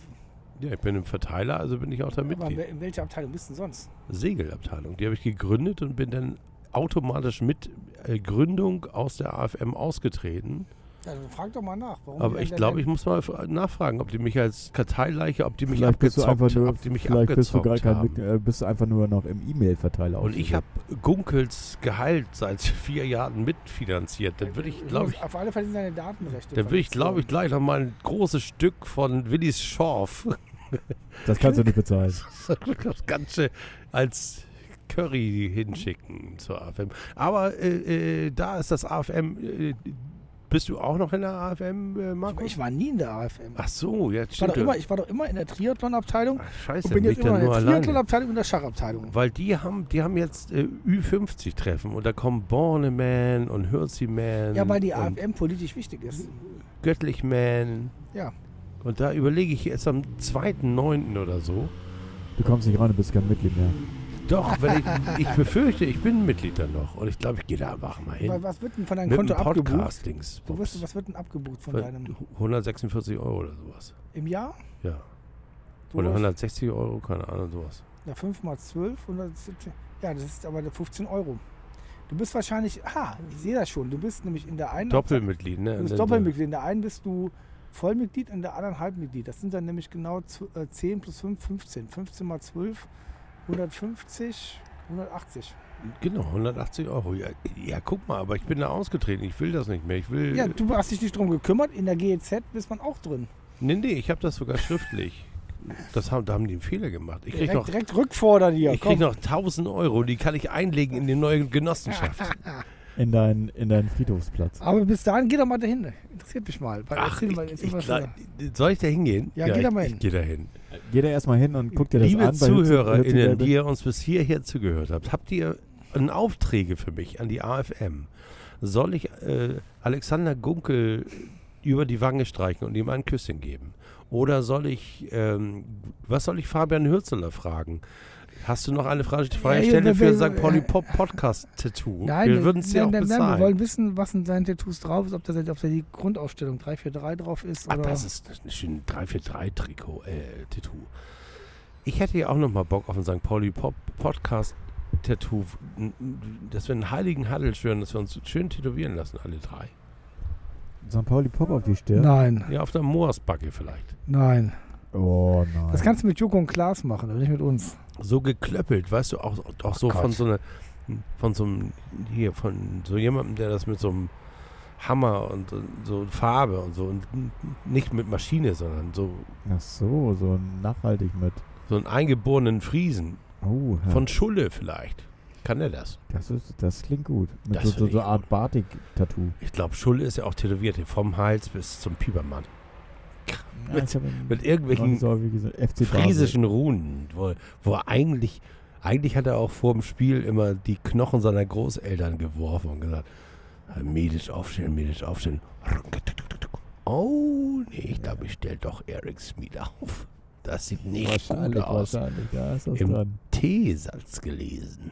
Speaker 1: Ja, ich bin im Verteiler, also bin ich auch da
Speaker 3: Aber in
Speaker 1: Mitglied.
Speaker 3: wel- in welcher Abteilung bist du denn sonst?
Speaker 1: Segelabteilung. Die habe ich gegründet und bin dann automatisch mit äh, Gründung aus der AFM ausgetreten
Speaker 3: Ja, dann frag doch mal nach. Warum
Speaker 1: Aber
Speaker 3: die-
Speaker 1: ich
Speaker 3: der-
Speaker 1: glaube,
Speaker 3: der-
Speaker 1: ich muss mal f- nachfragen, ob die mich als Karteileiche, ob die mich
Speaker 2: vielleicht bist du einfach
Speaker 1: abgezockt,
Speaker 2: nur,
Speaker 1: ob die mich
Speaker 2: vielleicht bist du gar
Speaker 1: abgezockt
Speaker 2: kein, Mit-
Speaker 1: haben.
Speaker 2: äh, bist du einfach nur noch im E-Mail-Verteiler.
Speaker 1: Und ich
Speaker 2: ausgesucht.
Speaker 1: habe Gunkels Gehalt seit vier Jahren mitfinanziert. Dann würde ich, glaube
Speaker 3: muss-
Speaker 1: ich,
Speaker 3: Auf alle Fälle sind seine Datenrechte.
Speaker 1: dann würde ich, glaube ich,
Speaker 3: verletzt
Speaker 1: gleich noch mal ein großes Stück von Willis Schorf,
Speaker 2: das kannst du nicht bezahlen.
Speaker 1: das Ganze als Curry hinschicken zur AFM. Aber äh, äh, da ist das AFM. Äh, bist du auch noch in der AFM, äh,
Speaker 3: worden.
Speaker 1: Markus?
Speaker 3: Ich war nie in der AFM.
Speaker 1: Ach so, jetzt
Speaker 3: Ich war,
Speaker 1: stimmt.
Speaker 3: doch immer, ich war doch immer in der Triathlon-Abteilung
Speaker 1: Ach, scheiße,
Speaker 3: und bin
Speaker 1: bin
Speaker 3: jetzt
Speaker 1: ich dann
Speaker 3: immer in
Speaker 1: nur
Speaker 3: der
Speaker 1: alleine.
Speaker 3: Triathlon-Abteilung und der Schachabteilung.
Speaker 1: Weil die haben, die haben jetzt äh, Ü50-Treffen und da kommen Borneman und Hirziman
Speaker 3: Ja, weil die
Speaker 1: Ähm, und
Speaker 3: AFM politisch wichtig ist.
Speaker 1: Göttlichman.
Speaker 3: Ja.
Speaker 1: Und da überlege ich erst am 2.9. oder so.
Speaker 2: Du kommst nicht rein, du bist kein Mitglied mehr.
Speaker 1: Doch, weil ich, ich befürchte, ich bin Mitglied dann noch. Und ich glaube, ich gehe da einfach mal hin.
Speaker 3: Weil was wird denn von deinem
Speaker 1: Mit
Speaker 3: Konto
Speaker 1: dem
Speaker 3: abgebucht?
Speaker 1: Podcast-Dings.
Speaker 3: Du wirst, was wird denn abgebucht von deinem
Speaker 1: 146 Euro oder sowas.
Speaker 3: im Jahr?
Speaker 1: Ja.
Speaker 3: Du
Speaker 1: Oder
Speaker 3: hast-
Speaker 1: 160 Euro, keine Ahnung, sowas.
Speaker 3: Ja, 5 mal 12, 117. Ja, das ist aber 15 Euro. Du bist wahrscheinlich, ha, ich sehe das schon. Du bist nämlich in der einen
Speaker 1: Doppelmitglied, ne?
Speaker 3: Du bist Doppelmitglied. In der einen bist du Vollmitglied, in der anderen Halbmitglied. Das sind dann nämlich genau zu- äh, 10 plus 5, 15. 15 mal 12, 150, 180.
Speaker 1: Genau, 180 Euro. Ja, ja, guck mal, aber ich bin da ausgetreten. Ich will das nicht mehr. Ich will.
Speaker 3: Ja, du hast dich nicht drum gekümmert. In der GEZ bist man auch drin.
Speaker 1: Nee, nee, ich habe das sogar schriftlich. Das haben, da haben die einen Fehler gemacht. Ich krieg
Speaker 3: direkt,
Speaker 1: noch,
Speaker 3: direkt rückfordern hier.
Speaker 1: ich
Speaker 3: Komm.
Speaker 1: krieg noch 1000 Euro, die kann ich einlegen in die neue Genossenschaft.
Speaker 2: In deinen in deinen Friedhofsplatz.
Speaker 3: Aber bis dahin, geh doch mal dahin. Interessiert mich mal. Weil
Speaker 1: Ach,
Speaker 3: erzähl
Speaker 1: ich,
Speaker 3: mal, erzähl
Speaker 1: ich,
Speaker 3: mal
Speaker 1: glaub-
Speaker 3: schneller.
Speaker 1: soll ich da hingehen?
Speaker 3: Ja, geh da
Speaker 1: ich,
Speaker 3: mal hin.
Speaker 1: Ich geh da hin.
Speaker 2: Geh da erstmal hin und guck dir das
Speaker 1: Liebe
Speaker 2: an. bei Hitze-
Speaker 1: ZuhörerInnen,
Speaker 2: Hitzegelbe-
Speaker 1: die ihr uns bis hierher zugehört habt, habt ihr einen Aufträge für mich an die AFM? Soll ich äh, Alexander Gunkel über die Wange streichen und ihm ein Küsschen geben? Oder soll ich, ähm, was soll ich Fabian Hürzeler fragen? Hast du noch eine Frage, freie
Speaker 3: Ja, ja,
Speaker 1: Stelle
Speaker 3: wir-
Speaker 1: für
Speaker 3: wir-
Speaker 1: St. Pauli
Speaker 3: äh,
Speaker 1: Pop Podcast Tattoo?
Speaker 3: Nein,
Speaker 1: wir würden es dir auch bezahlen.
Speaker 3: wir wollen wissen, was in seinen Tattoos drauf ist, ob da, ob da die Grundausstellung 343 drauf ist.
Speaker 1: Ah,
Speaker 3: oder
Speaker 1: das ist ein schönes 343-Trikot, äh, Tattoo. Ich hätte ja auch noch mal Bock auf ein St. Pauli Pop Podcast Tattoo, n- n- dass wir einen heiligen Handel schwören, dass wir uns schön tätowieren lassen, alle drei.
Speaker 2: St. Pauli Pop auf die Stirn.
Speaker 3: Nein,
Speaker 1: Ja, auf der Moasbacke vielleicht.
Speaker 3: nein.
Speaker 2: Oh nein.
Speaker 3: Das kannst du mit Joko und Klaas machen, aber nicht mit uns.
Speaker 1: So geklöppelt, weißt du, auch, auch so von
Speaker 3: Gott.
Speaker 1: so einer, von so einem, hier, von so jemandem, der das mit so einem Hammer und und so Farbe und so, und nicht mit Maschine, sondern so,
Speaker 2: Ach so, so nachhaltig mit.
Speaker 1: so einen eingeborenen Friesen.
Speaker 2: Oh, ja.
Speaker 1: Von Schulle vielleicht. Kann er das?
Speaker 2: das, ist, das klingt gut. Mit
Speaker 1: Das
Speaker 2: so,
Speaker 1: finde
Speaker 2: so,
Speaker 1: ich
Speaker 2: so
Speaker 1: gut.
Speaker 2: Art Batik-Tattoo.
Speaker 1: Ich glaube, Schulle ist ja auch tätowiert, hier vom Hals bis zum Piepermann.
Speaker 2: Ja,
Speaker 1: Mit-
Speaker 2: ich hab ihn
Speaker 1: Mit
Speaker 2: noch
Speaker 1: irgendwelchen
Speaker 2: nicht so häufig gesehen. FC Basel.
Speaker 1: friesischen Runen, wo, wo er eigentlich, eigentlich hat er auch vor dem Spiel immer die Knochen seiner Großeltern geworfen und gesagt, medisch aufstellen, medisch aufstellen. Oh, nee, ich glaube, ich stelle doch Eric Smith auf. Das sieht nicht gut
Speaker 2: Wahrscheinlich,
Speaker 1: aus.
Speaker 2: wahrscheinlich. Da ist das
Speaker 1: Im-
Speaker 2: dran.
Speaker 1: Teesatz gelesen.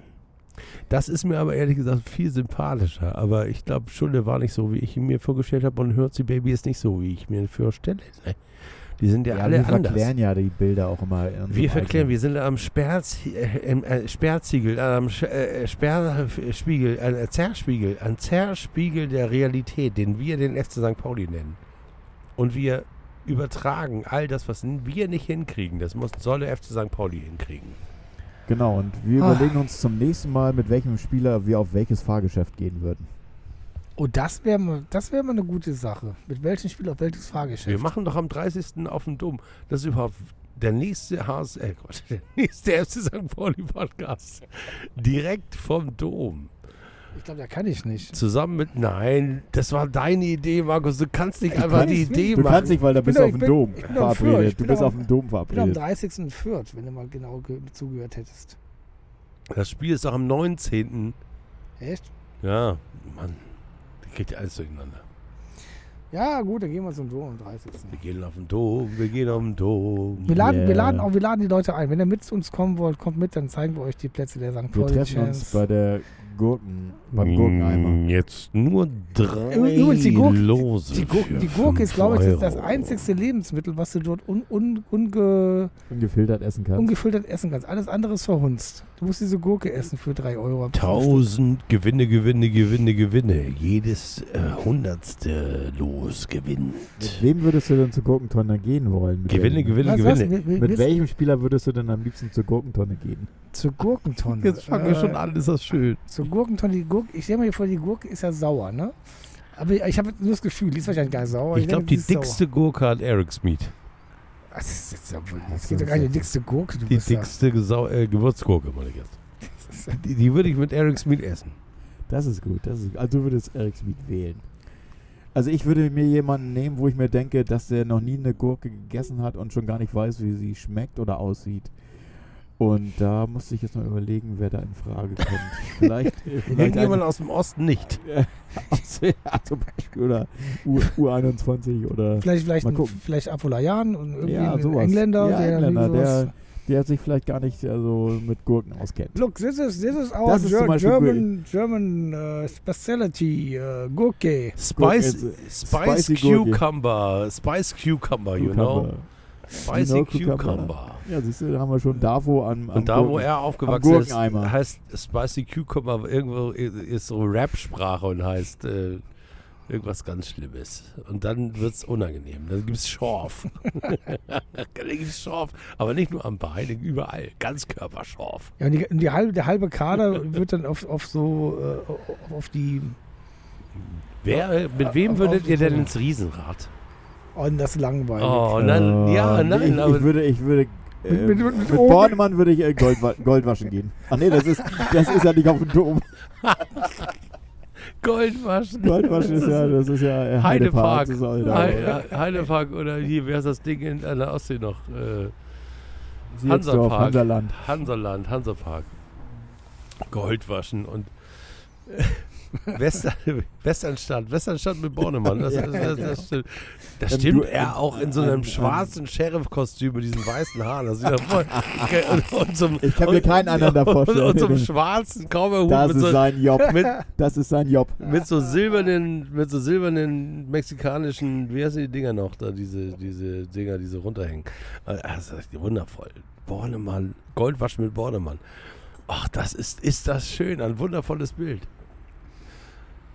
Speaker 1: Das ist mir aber ehrlich gesagt viel sympathischer. Aber ich glaube, Schulle war nicht so, wie ich ihn mir vorgestellt habe. Und Hörzi Baby ist nicht so, wie ich mir vorstelle. Ne? Die sind ja, alle
Speaker 2: wir
Speaker 1: anders.
Speaker 2: verklären ja die Bilder auch immer. in unserem
Speaker 1: wir verklären,
Speaker 2: eigenen-
Speaker 1: wir sind am Sperz, äh, im, äh, Sperrziegel, am Sch, äh, Sperrspiegel, an äh, Zerspiegel, an Zerspiegel der Realität, den wir den FC St. Pauli nennen. Und wir übertragen all das, was wir nicht hinkriegen. Das muss, soll der FC St. Pauli hinkriegen.
Speaker 2: Genau, und wir
Speaker 3: Ah.
Speaker 2: überlegen uns zum nächsten Mal, mit welchem Spieler wir auf welches Fahrgeschäft gehen würden.
Speaker 3: Oh, das wäre mal, das wär mal eine gute Sache. Mit welchem Spiel auf welches Fahrgeschäft?
Speaker 1: Wir machen doch am 30. auf dem Dom. Das ist überhaupt der nächste HS, äh Gott, der nächste FC St. Pauli Podcast. Direkt vom Dom.
Speaker 3: ich glaube, da kann ich nicht.
Speaker 1: Zusammen mit, nein, das war deine Idee, Markus. Du kannst nicht einfach
Speaker 2: kannst
Speaker 1: die
Speaker 3: nicht.
Speaker 1: Idee
Speaker 2: Du
Speaker 1: machen.
Speaker 2: kannst nicht, weil da bist du
Speaker 3: doch-
Speaker 2: auf dem
Speaker 3: ich bin-
Speaker 2: Dom
Speaker 3: ich bin doch ein Führer, ich
Speaker 2: verabredet. Du
Speaker 3: bin
Speaker 2: bist
Speaker 3: doch-
Speaker 2: auf dem Dom
Speaker 3: Ich bin am
Speaker 2: verabredet.
Speaker 3: 30. in Fürth, wenn du mal genau ge zugehört hättest.
Speaker 1: Das Spiel ist doch am 19.
Speaker 3: Echt?
Speaker 1: Ja, Mann. Da geht ja alles durcheinander.
Speaker 3: Ja, gut, dann gehen wir zum Dom am 30.
Speaker 1: Wir gehen auf den Dom, wir gehen auf den Dom.
Speaker 3: Wir laden, wir,
Speaker 2: Yeah.
Speaker 3: laden auch, wir laden die Leute ein. Wenn ihr mit uns kommen wollt, kommt mit, dann zeigen wir euch die Plätze der St.
Speaker 2: Wir
Speaker 3: Pauli
Speaker 2: treffen uns
Speaker 3: Champs.
Speaker 2: bei der Gurken,
Speaker 1: Mm.
Speaker 2: beim Gurkeneimer.
Speaker 1: Jetzt nur drei
Speaker 3: Übrigens, die Gurke-
Speaker 1: Lose.
Speaker 3: die, Gurke,
Speaker 1: für
Speaker 3: die Gurke ist, glaube ich,
Speaker 1: fünf
Speaker 3: das, das
Speaker 1: Euro.
Speaker 3: einzigste Lebensmittel, was du dort un, un, unge,
Speaker 2: Ungefiltert essen kannst.
Speaker 3: ungefiltert essen kannst. Alles andere ist verhunzt. Du musst diese Gurke essen für 3 Euro. am Stück.
Speaker 1: 1000 Gewinne, Gewinne, Gewinne, Gewinne. Jedes äh, hundertste Los gewinnt.
Speaker 2: Mit wem würdest du denn zur Gurkentonne gehen wollen? Mit
Speaker 1: Gewinne,
Speaker 2: welchem?
Speaker 1: Gewinne,
Speaker 3: Was, was?
Speaker 1: Gewinne.
Speaker 3: Wir- wir-
Speaker 2: Mit
Speaker 3: wir-
Speaker 2: welchem Spieler würdest du denn am liebsten zur Gurkentonne gehen?
Speaker 3: Zur Gurkentonne. Äh,
Speaker 1: an, ist das schön.
Speaker 3: Zur Gurkentonne. Die Gurke, ich stelle mir vor, die Gurke ist ja sauer, ne? Aber ich habe nur das Gefühl, die ist wahrscheinlich gar nicht sauer.
Speaker 1: Ich glaube,
Speaker 3: denke,
Speaker 1: die
Speaker 3: ist sauer.
Speaker 1: dickste Gurke hat Eric's Meat.
Speaker 3: Das, ist jetzt ja wohl,
Speaker 2: Das
Speaker 3: das geht doch
Speaker 2: ist
Speaker 3: gar
Speaker 2: jetzt-
Speaker 3: nicht. Die dickste Gurke, du
Speaker 1: Die
Speaker 3: bist
Speaker 1: dickste Gesau äh, Gewürzgurke, meine ich jetzt.
Speaker 3: ja.
Speaker 1: Die, die würde ich mit Eric's Meat essen.
Speaker 2: Das ist gut. Das ist, also du würdest Eric Smith wählen. Also ich würde mir jemanden nehmen, wo ich mir denke, dass der noch nie eine Gurke gegessen hat und schon gar nicht weiß, wie sie schmeckt oder aussieht. Und da musste ich jetzt mal überlegen, wer da in Frage kommt. Vielleicht, vielleicht
Speaker 1: Irgendjemand
Speaker 2: ein,
Speaker 1: aus dem Osten nicht.
Speaker 2: aus, ja, zum Beispiel oder U, U21 oder
Speaker 3: Vielleicht, vielleicht,
Speaker 2: Mal
Speaker 3: ein,
Speaker 2: gucken.
Speaker 3: vielleicht Apolayan und irgendwie
Speaker 2: Ja,
Speaker 3: ein
Speaker 2: sowas.
Speaker 3: Engländer.
Speaker 2: Ja,
Speaker 3: der
Speaker 2: Engländer,
Speaker 3: irgendwie sowas-
Speaker 2: der- der sich vielleicht gar nicht also, mit Gurken auskennt.
Speaker 3: Look, this is, this is our
Speaker 2: Das ist zum
Speaker 3: Ger-
Speaker 2: Beispiel
Speaker 3: German, German äh, Specialty äh, Gurke.
Speaker 1: Spice,
Speaker 2: Gurke ist-
Speaker 1: Spice
Speaker 2: spicy Gurke.
Speaker 1: Cucumber. Spice Cucumber, you know.
Speaker 2: Cucumber.
Speaker 1: Spicy
Speaker 2: know
Speaker 1: Cucumber.
Speaker 2: Cucumber. Ja, siehst du, da haben wir schon Davo am, am
Speaker 1: Und da, wo
Speaker 2: Gurken-
Speaker 1: er aufgewachsen ist,
Speaker 2: Gurkeneimer.
Speaker 1: heißt Spicy Cucumber irgendwo ist so Rap-Sprache und heißt äh, irgendwas ganz Schlimmes. Und dann wird es unangenehm. Dann gibt es Schorf. dann gibt es Schorf. Aber nicht nur am Bein, überall. Ganzkörperschorf.
Speaker 3: Ja, und die, und die halbe, der halbe Kader wird dann auf, auf so, äh, auf, auf die,
Speaker 1: Wer, äh, mit wem
Speaker 3: auf-
Speaker 1: würdet
Speaker 3: auf-
Speaker 1: ihr denn ins Riesenrad?
Speaker 3: on das langweilig.
Speaker 1: Oh, nein,
Speaker 2: Äh,
Speaker 1: ja, nein,
Speaker 2: nee, ich,
Speaker 1: aber
Speaker 2: ich würde, ich würde äh,
Speaker 3: Mit-
Speaker 2: mit,
Speaker 3: mit- mit Ohren.
Speaker 2: Bornemann würde ich äh, Gold, wa- Gold waschen gehen. Ach nee, das ist, das ist ja nicht auf dem Dom.
Speaker 1: Goldwaschen.
Speaker 2: Gold waschen ist ja, das ist ja äh,
Speaker 1: Heidepark.
Speaker 2: Das ist all da.
Speaker 1: Heide- Heidepark oder hier, wer ist das Ding in an der Ostsee noch? Äh,
Speaker 2: Siegsdorf,
Speaker 1: Hansapark.
Speaker 2: Hansaland.
Speaker 1: Hansaland, Hansapark. Gold waschen und Western, Westernstadt, Westernstadt mit Bornemann. Das, das, das, das stimmt. Da
Speaker 2: Ähm,
Speaker 1: stimmt
Speaker 2: du- ähm,
Speaker 1: er auch in so
Speaker 2: ähm,
Speaker 1: einem
Speaker 2: ähm,
Speaker 1: schwarzen Sheriff-Kostüm mit diesen weißen Haaren. Das sieht er voll. Und, und zum,
Speaker 2: Ich kann mir
Speaker 1: und-
Speaker 2: keinen anderen da vorstellen.
Speaker 1: Und, und zum schwarzen Kaumerhut
Speaker 2: Das
Speaker 1: mit
Speaker 2: ist
Speaker 1: so,
Speaker 2: sein Job.
Speaker 1: mit,
Speaker 2: Das ist sein Job.
Speaker 1: mit so silbernen, mit so silbernen mexikanischen, wie heißen die Dinger noch, da diese, diese Dinger, die so runterhängen. Also, Das ist wundervoll. Bornemann, Goldwasch mit Bornemann. Ach, das ist, ist das schön, ein wundervolles Bild.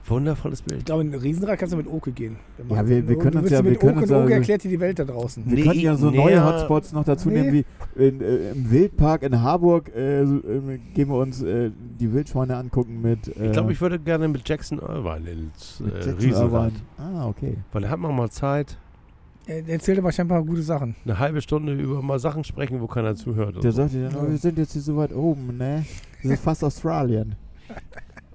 Speaker 1: Wundervolles
Speaker 3: Ich
Speaker 1: Bild.
Speaker 3: glaube, in Riesenrad kannst du mit Oke gehen. Der
Speaker 2: Ja,
Speaker 3: macht-
Speaker 2: wir- wir
Speaker 3: du
Speaker 2: können uns
Speaker 3: bist
Speaker 2: ja- wir
Speaker 3: mit
Speaker 2: können
Speaker 3: Oke
Speaker 2: uns
Speaker 3: und
Speaker 2: ja-
Speaker 3: Oke erklärt dir die Welt da draußen.
Speaker 2: Wir
Speaker 1: Nee,
Speaker 2: könnten ja so neue
Speaker 1: näher-
Speaker 2: Hotspots noch dazu
Speaker 3: Nee.
Speaker 2: nehmen, wie in, äh, im Wildpark in Harburg äh, so, äh, gehen wir uns äh, die Wildschweine angucken mit. Äh,
Speaker 1: Ich glaube, ich würde gerne mit Jackson Irvine ins äh,
Speaker 2: mit Jackson
Speaker 1: Riesenrad.
Speaker 2: Irvine. Ah, okay.
Speaker 1: Weil da hat man mal Zeit,
Speaker 3: Er er erzählt aber scheinbar gute Sachen.
Speaker 1: eine halbe Stunde über mal Sachen sprechen, wo keiner zuhört. und
Speaker 2: Der
Speaker 1: so.
Speaker 2: sagte dann, oh, wir sind jetzt hier so weit oben, ne? Das ist fast Australien.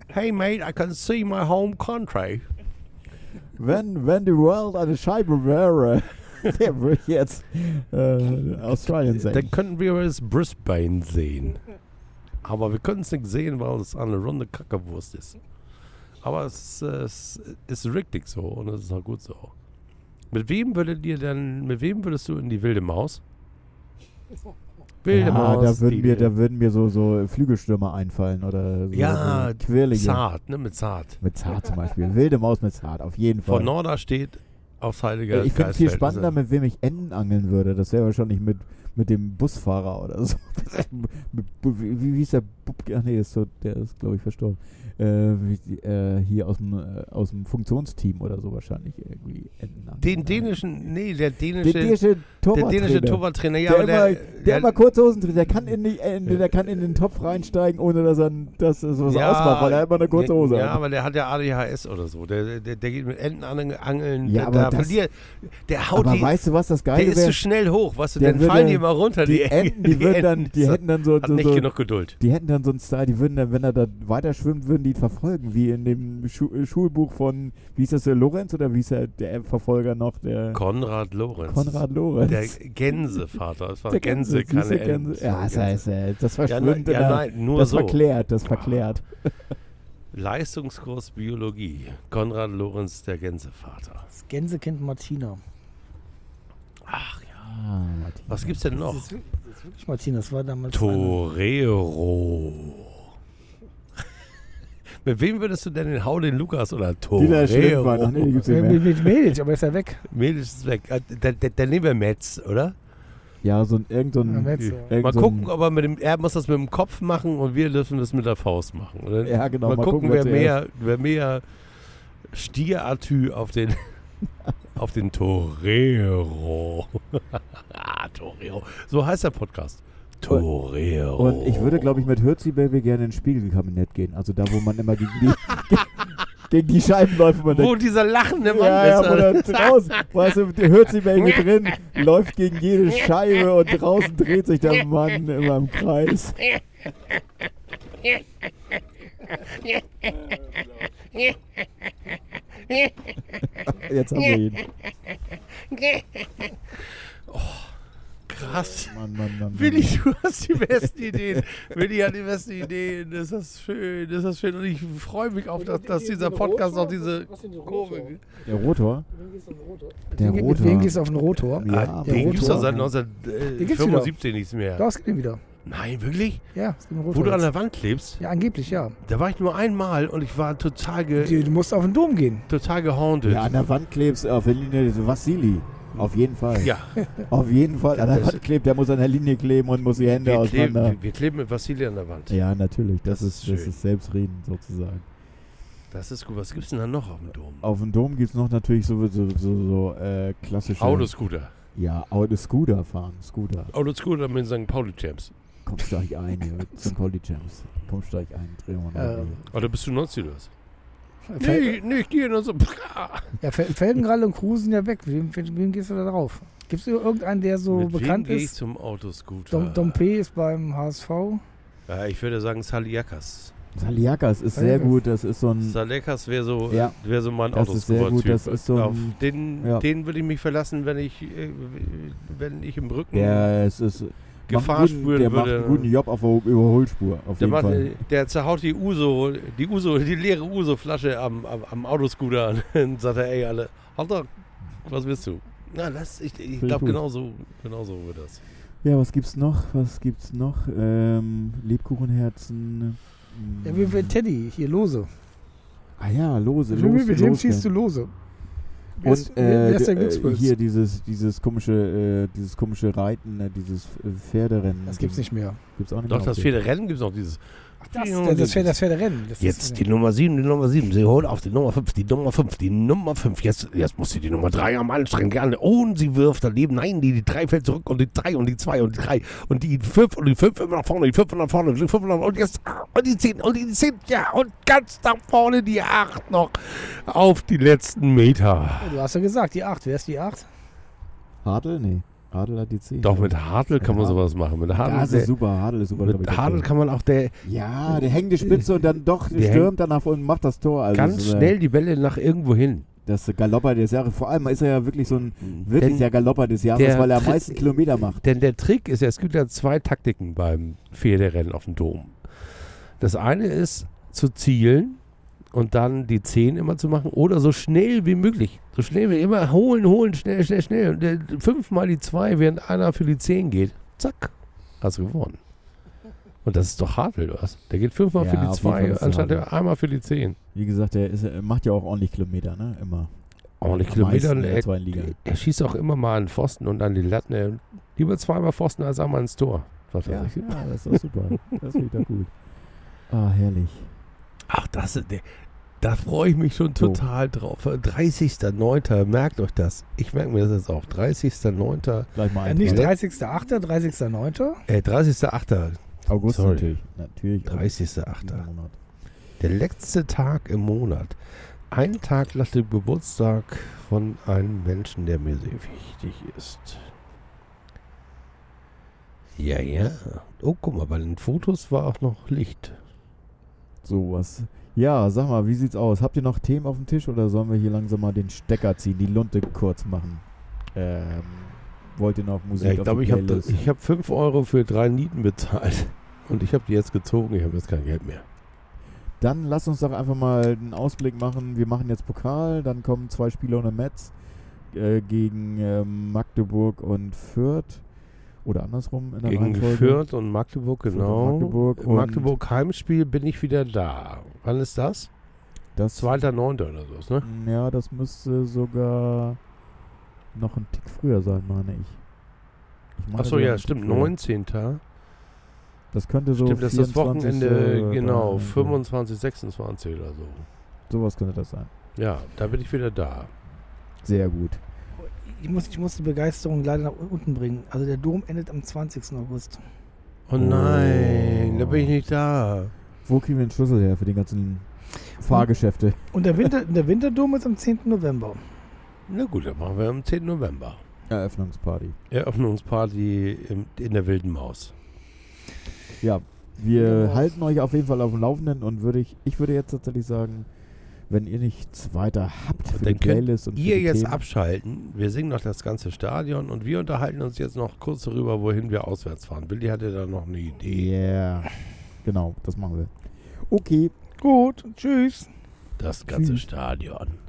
Speaker 1: Hey mate, I can see my home country.
Speaker 2: Wenn, wenn die World eine Scheibe wäre, der würde jetzt äh, Australien sein.
Speaker 1: Dann könnten wir es Brisbane sehen. Aber wir können es nicht sehen, weil es eine runde Kackerwurst ist. Aber es, äh, es ist richtig so und es ist auch gut so. Mit wem würdet ihr denn, mit wem würdest du in die wilde Maus? Wilde
Speaker 2: Ja,
Speaker 1: Maus.
Speaker 2: da würden,
Speaker 1: die-
Speaker 2: mir, da würden mir so, so Flügelstürmer einfallen oder so,
Speaker 1: Ja,
Speaker 2: so Quirlige.
Speaker 1: zart, ne, mit zart.
Speaker 2: Mit Zart zum Beispiel. Wilde Maus mit Zart, auf jeden
Speaker 1: Von
Speaker 2: Fall.
Speaker 1: Norda steht aufs Heilige.
Speaker 2: ich finde es viel
Speaker 1: Geistfeld.
Speaker 2: spannender, mit wem ich Enten angeln würde. Das wäre wahrscheinlich mit, mit dem Busfahrer oder so. Mit Bu- wie, wie hieß der Bub? Ach nee, ist so, der ist, glaube ich, verstorben. Äh, wie, äh, hier aus dem, äh, aus dem Funktionsteam oder so wahrscheinlich irgendwie Enten angeln.
Speaker 1: Den dänischen, nee, der dänische,
Speaker 2: Der
Speaker 1: der
Speaker 2: dänische
Speaker 1: dänische
Speaker 2: Torwarttrainer.
Speaker 1: Torwarttrainer, ja,
Speaker 2: Der,
Speaker 1: aber
Speaker 2: immer,
Speaker 1: der,
Speaker 2: der, immer kurze Hosen trägt, der kann in, die, in, der kann in den Topf reinsteigen, ohne dass er dass das was ausmacht, weil er immer eine kurze Hose
Speaker 1: Ja,
Speaker 2: hat.
Speaker 1: aber der hat ja ADHS oder so. Der, der, der geht mit Entenangeln.
Speaker 2: Ja,
Speaker 1: der,
Speaker 2: aber
Speaker 1: der,
Speaker 2: das-
Speaker 1: verliert, der haut
Speaker 2: Aber
Speaker 1: die,
Speaker 2: weißt du, was das
Speaker 1: der
Speaker 2: Geile
Speaker 1: ist
Speaker 2: wäre?
Speaker 1: zu schnell hoch, weißt du,
Speaker 2: der
Speaker 1: dann
Speaker 2: würde-
Speaker 1: fallen die immer runter.
Speaker 2: Die Enten, die, würden dann, die
Speaker 1: so-
Speaker 2: hätten dann so,
Speaker 1: hat
Speaker 2: so,
Speaker 1: nicht
Speaker 2: so
Speaker 1: genug Geduld.
Speaker 2: die hätten dann so einen Style, die würden dann, wenn er da weiter schwimmt, würden die ihn verfolgen, wie in dem Schu äh, Schulbuch von, wie hieß das, der Lorenz oder wie hieß der, der Verfolger noch, der
Speaker 1: Konrad Lorenz.
Speaker 2: Konrad Lorenz.
Speaker 1: Der Gänsevater. Das war
Speaker 2: Der
Speaker 1: Gänse,
Speaker 2: süße
Speaker 1: keine
Speaker 2: Gänse.
Speaker 1: Enten.
Speaker 2: Ja, das heißt, äh, das
Speaker 1: ja, nein,
Speaker 2: verschwimmt
Speaker 1: ja,
Speaker 2: dann-
Speaker 1: nein, nur
Speaker 2: Das
Speaker 1: so.
Speaker 2: verklärt, das verklärt.
Speaker 1: Leistungskurs Biologie. Konrad Lorenz, der Gänsevater.
Speaker 3: Das Gänsekind Martina.
Speaker 1: Ach ja.
Speaker 2: Ah, Martin.
Speaker 1: Was gibt's denn noch?
Speaker 3: Das ist, wirklich- das ist wirklich Martina, das war damals. eine-
Speaker 1: Torero. Mit wem würdest du denn den Hau den Lukas oder
Speaker 2: Dieter Schlindmann. Ach nee, die
Speaker 1: Torero?
Speaker 2: gibt's nicht
Speaker 3: Äh,
Speaker 2: mehr.
Speaker 3: mit, mit Medic, aber ist er weg.
Speaker 1: Mädels ist weg. Äh, Dann, dann, dann nehmen wir Metz, oder?
Speaker 2: Ja, so ein irgend so
Speaker 3: Dann
Speaker 2: ein,
Speaker 3: wär's so.
Speaker 2: irgend
Speaker 1: Mal
Speaker 2: so
Speaker 1: gucken,
Speaker 2: ein,
Speaker 1: ob er mit dem, er muss das mit dem Kopf machen und wir dürfen das mit der Faust machen. Und dann
Speaker 2: Ja, genau.
Speaker 1: mal, gucken, wer
Speaker 2: zuerst-
Speaker 1: mehr, wer mehr Stieratü auf den auf den Torero. Ah, Torero. So heißt der Podcast. Torero.
Speaker 2: Und ich
Speaker 1: Oh.
Speaker 2: würde, glaube ich, mit Hürzi Baby gerne ins Spiegelkabinett gehen. Also da, wo man immer gegen die, gegen die Scheiben läuft, wo man
Speaker 1: wo dieser lachende Mann
Speaker 2: ja,
Speaker 1: ist.
Speaker 2: ja, wo
Speaker 1: Alter.
Speaker 2: dann draußen, weißt du, die hört sie bei mir drin, läuft gegen jede Scheibe und draußen dreht sich der Mann immer im Kreis. Jetzt haben wir ihn.
Speaker 1: Krass.
Speaker 2: Mann, Mann, Mann.
Speaker 1: Willi, du hast die besten Ideen. Willi hat die besten Ideen. Ist das schön, ist das schön. Und ich freue mich auf, dass, dass dieser Podcast noch diese Kurve.
Speaker 2: Der Rotor? Der
Speaker 3: Mit- Mit wem
Speaker 2: Rotor.
Speaker 3: gehst du auf den Rotor?
Speaker 2: Ja,
Speaker 1: ah,
Speaker 3: der
Speaker 1: den gibt es
Speaker 3: Rotor.
Speaker 1: doch seit
Speaker 3: Den gibt's wieder.
Speaker 1: 1975 nichts mehr.
Speaker 3: Doch, es gibt ihn wieder.
Speaker 1: Nein, wirklich?
Speaker 3: Ja, es gibt einen Rotor.
Speaker 1: Wo du an
Speaker 3: jetzt.
Speaker 1: der Wand klebst?
Speaker 3: ja, angeblich, ja.
Speaker 1: Da war ich nur einmal und ich war total, ge
Speaker 3: Du, du musst auf den Dom gehen.
Speaker 1: total gehaunted.
Speaker 2: Ja, an der Wand klebst auf der Linie so Vassili. Auf jeden Fall.
Speaker 1: Ja,
Speaker 2: Auf jeden Fall. An der Wand klebt, der muss an der Linie kleben und muss die Hände
Speaker 1: wir, kleben,
Speaker 2: auseinander.
Speaker 3: äh,
Speaker 1: wir, wir kleben mit Vassili an der Wand.
Speaker 2: Ja, natürlich. Das,
Speaker 1: Das
Speaker 2: ist,
Speaker 1: ist
Speaker 2: das
Speaker 1: schön.
Speaker 2: ist Selbstreden sozusagen.
Speaker 1: Das ist gut. Was gibt es denn da noch auf dem Dom?
Speaker 2: Auf dem Dom gibt es noch natürlich so, so, so, so äh, klassische.
Speaker 1: Autoscooter.
Speaker 2: Ja, Autos Scooter fahren. Scooter.
Speaker 1: Autoscooter mit den St. Pauli-Champs.
Speaker 2: Komm, steig ein hier zum Poly Jams. Komm, steig ein. Dreh mal
Speaker 3: Ja.
Speaker 2: nach hier.
Speaker 1: Oder bist du Nazi los?
Speaker 3: Fel
Speaker 1: Nee, nicht die in unserem.
Speaker 3: ja, Fel Felgenralle und Kruse sind ja weg. Wem, wem, wem gehst du da drauf? Gibt es irgendeinen, der so
Speaker 1: Mit
Speaker 3: bekannt
Speaker 1: wem geh ich
Speaker 3: ist?
Speaker 1: zum Autoscooter?
Speaker 3: Dom, Dom P. ist beim HSV.
Speaker 1: Ja, ich würde sagen Saliakas.
Speaker 2: Saliakas ist sehr
Speaker 3: Saliakas.
Speaker 2: gut. Das ist so ein.
Speaker 1: Saliakas wäre so,
Speaker 2: Hm. Ja.
Speaker 1: wär so mein
Speaker 2: Das ist sehr
Speaker 1: Autoscooter-Typ.
Speaker 2: gut, das ist so
Speaker 1: Auf
Speaker 2: ein-
Speaker 1: den,
Speaker 2: ja.
Speaker 1: den würde ich mich verlassen, wenn ich, äh, wenn ich im Rücken.
Speaker 2: Der es ist.
Speaker 1: Gefahr
Speaker 2: macht einen
Speaker 1: spüren
Speaker 2: guten, der macht
Speaker 1: würde.
Speaker 2: einen guten Job auf der Überholspur. Auf
Speaker 1: Der,
Speaker 2: jeden
Speaker 1: macht,
Speaker 2: Fall.
Speaker 1: äh, der zerhaut die Uso, die Uso, die leere Uso-Flasche am, am, am Autoscooter und dann sagt er, ey, alle, Alter, was willst du? Na, lass, ich, genau ich
Speaker 2: ich
Speaker 1: glaube,
Speaker 2: gut.
Speaker 1: genauso, genauso wird das.
Speaker 2: Ja, was gibt's noch? Was gibt's noch? Ähm, Lebkuchenherzen. mm.
Speaker 3: Ja, wie, wie Teddy, hier lose.
Speaker 2: ah ja, lose.
Speaker 3: Mit
Speaker 2: Los,
Speaker 3: wem- mit dem
Speaker 2: los,
Speaker 3: ziehst du
Speaker 2: ja.
Speaker 3: lose? Wer ist-
Speaker 2: Und
Speaker 3: wer- wer
Speaker 2: äh,
Speaker 3: ist der
Speaker 2: d- äh,
Speaker 3: Glücksfritz?
Speaker 2: hier dieses, dieses komische, äh, dieses komische Reiten, äh, dieses äh, Pferderennen.
Speaker 3: Das gibt's nicht mehr.
Speaker 2: Gibt's auch nicht
Speaker 1: Doch,
Speaker 2: mehr
Speaker 1: das
Speaker 2: auf
Speaker 1: Pferderennen gibt es noch dieses.
Speaker 3: Ach, das, das, das, Pferd- das Pferderennen. Das ist-
Speaker 4: Jetzt die Nummer 7, die Nummer 7. Sie holt auf die Nummer 5, die Nummer 5, die Nummer 5. Jetzt, jetzt muss sie die Nummer 3 am Anstrengen gerne. Und sie wirft daneben. Nein, die, die 3 fällt zurück und die 3 und die 2 und die 3 und die 5 und die 5 immer nach vorne, die 5 nach vorne, die 5 nach vorne. Und jetzt ah, und die 10 und die 10. Ja, und ganz nach vorne die 8 noch auf die letzten Meter.
Speaker 3: Du hast ja gesagt, die 8. Wer ist die 8?
Speaker 2: Hadel? Nee. Hadel hat die 10.
Speaker 1: Doch, mit Hartl kann man
Speaker 2: Ja.
Speaker 1: sowas machen. Mit Hartl,
Speaker 2: Das
Speaker 1: der,
Speaker 2: ist super, Hadel ist super. glaub ich,
Speaker 1: mit
Speaker 2: das
Speaker 1: Hartl
Speaker 2: Tor.
Speaker 1: kann man auch der
Speaker 2: ja, der hängt die Spitze und dann doch
Speaker 1: Der
Speaker 2: stürmt dann nach vorne und macht das Tor. Also
Speaker 1: ganz
Speaker 2: das ist, äh,
Speaker 1: schnell die Bälle nach irgendwo hin.
Speaker 2: Das Galopper des Jahres. Vor allem ist er ja wirklich so ein wirklich
Speaker 1: Denn-
Speaker 2: der Galopper des Jahres,
Speaker 1: der
Speaker 2: weil er am
Speaker 1: tritt-
Speaker 2: meisten Kilometer macht.
Speaker 1: Denn der Trick ist ja, es gibt ja zwei Taktiken beim Pferderennen auf dem Dom. Das eine ist zu zielen und dann die Zehen immer zu machen oder so schnell wie möglich. So schnell wie immer holen, holen, schnell, schnell, schnell. Und der, fünfmal die zwei, während einer für die Zehen geht. Zack, hast du gewonnen. Und das ist doch Hartl, was? Der geht fünfmal
Speaker 2: Ja,
Speaker 1: für die
Speaker 2: auf jeden Fall
Speaker 1: zwei,
Speaker 2: ist der
Speaker 1: anstatt
Speaker 2: Hartl.
Speaker 1: einmal für die zehn.
Speaker 2: Wie gesagt, der ist, er macht ja auch ordentlich Kilometer, ne? Immer.
Speaker 1: Ordentlich
Speaker 2: Am
Speaker 1: Kilometer. ne? und
Speaker 2: meisten in der
Speaker 1: Er,
Speaker 2: zweiten Liga.
Speaker 1: er schießt auch immer mal an Pfosten und an die Latten. Er- Lieber zweimal Pfosten als einmal ins Tor. Was weiß
Speaker 2: Ja,
Speaker 1: ich.
Speaker 2: ja, das ist auch super. Das ist wieder gut. Ah, herrlich.
Speaker 1: Ach, das ist der. Da freue ich mich schon
Speaker 2: So.
Speaker 1: total drauf. 30.09. Merkt euch das. Ich merke mir das jetzt auch. 30.09.
Speaker 2: Gleich mal ne?
Speaker 3: Äh,
Speaker 2: ein.
Speaker 3: nicht
Speaker 1: Toilette.
Speaker 3: 30.8., 30.9.
Speaker 1: Äh, 30.08.
Speaker 2: August
Speaker 1: Sorry.
Speaker 2: natürlich. Natürlich. August
Speaker 1: 30.08.
Speaker 2: diesen Monat.
Speaker 1: Der letzte Tag im Monat. Ein Tag nach dem Geburtstag von einem Menschen, der mir sehr wichtig ist. Ja, ja. Oh, guck mal, bei den Fotos war auch noch Licht.
Speaker 2: Sowas. Ja, sag mal, wie sieht's aus? Habt ihr noch Themen auf dem Tisch oder sollen wir hier langsam mal den Stecker ziehen, die Lunte kurz machen? Ähm, wollt ihr noch Musik
Speaker 1: Ja, ich
Speaker 2: auf
Speaker 1: glaube,
Speaker 2: die
Speaker 1: ich habe
Speaker 2: Playlist?
Speaker 1: hab 5 Euro für drei Nieten bezahlt. Und ich habe die jetzt gezogen. Ich habe jetzt kein Geld mehr.
Speaker 2: Dann lass uns doch einfach mal einen Ausblick machen. Wir machen jetzt Pokal, dann kommen zwei Spiele ohne Metz äh, gegen ähm, Magdeburg und Fürth. Oder andersrum in der
Speaker 1: Gegen
Speaker 2: Reihenfolge.
Speaker 1: Fürth und Magdeburg,
Speaker 2: Fürth und
Speaker 1: genau.
Speaker 2: Magdeburg und-
Speaker 1: Magdeburg Heimspiel bin ich wieder da. Wann ist das?
Speaker 2: Das
Speaker 1: 2.9. oder so, ne?
Speaker 2: Ja, das müsste sogar noch ein Tick früher sein, meine ich. Ich meine,
Speaker 1: Achso,
Speaker 2: wir
Speaker 1: ja,
Speaker 2: haben
Speaker 1: stimmt.
Speaker 2: früher.
Speaker 1: 19.
Speaker 2: Das könnte so
Speaker 1: stimmt, das ist das
Speaker 2: 24.,
Speaker 1: Wochenende,
Speaker 2: äh,
Speaker 1: genau,
Speaker 2: Also dann-
Speaker 1: 25, 26 oder so.
Speaker 2: Sowas könnte das sein.
Speaker 1: Ja, da bin ich wieder da.
Speaker 2: Sehr gut.
Speaker 3: Ich muss, ich muss die Begeisterung leider nach unten bringen. Also der Dom endet am 20. August.
Speaker 1: Oh nein, da bin ich nicht da.
Speaker 2: Wo kriegen wir den Schlüssel her für die ganzen Fahrgeschäfte?
Speaker 3: Und der, Winter, der Winterdom ist am 10. November.
Speaker 1: Na gut, dann machen wir am 10. November.
Speaker 2: Eröffnungsparty.
Speaker 1: Eröffnungsparty im, in der Wilden Maus.
Speaker 2: Ja, wir
Speaker 3: Genau.
Speaker 2: halten euch auf jeden Fall auf dem Laufenden und würde ich, ich würde jetzt tatsächlich sagen, wenn ihr nichts weiter habt für
Speaker 1: Dann
Speaker 2: die
Speaker 1: könnt
Speaker 2: Playlist und für
Speaker 1: Ihr
Speaker 2: die
Speaker 1: jetzt
Speaker 2: Themen,
Speaker 1: abschalten. Wir singen noch das ganze Stadion und wir unterhalten uns jetzt noch kurz darüber, wohin wir auswärts fahren. Willi hatte da noch eine Idee.
Speaker 2: Yeah. Genau, das machen wir. Okay.
Speaker 3: Gut, tschüss.
Speaker 1: Das ganze
Speaker 2: Tschüss.
Speaker 1: Stadion.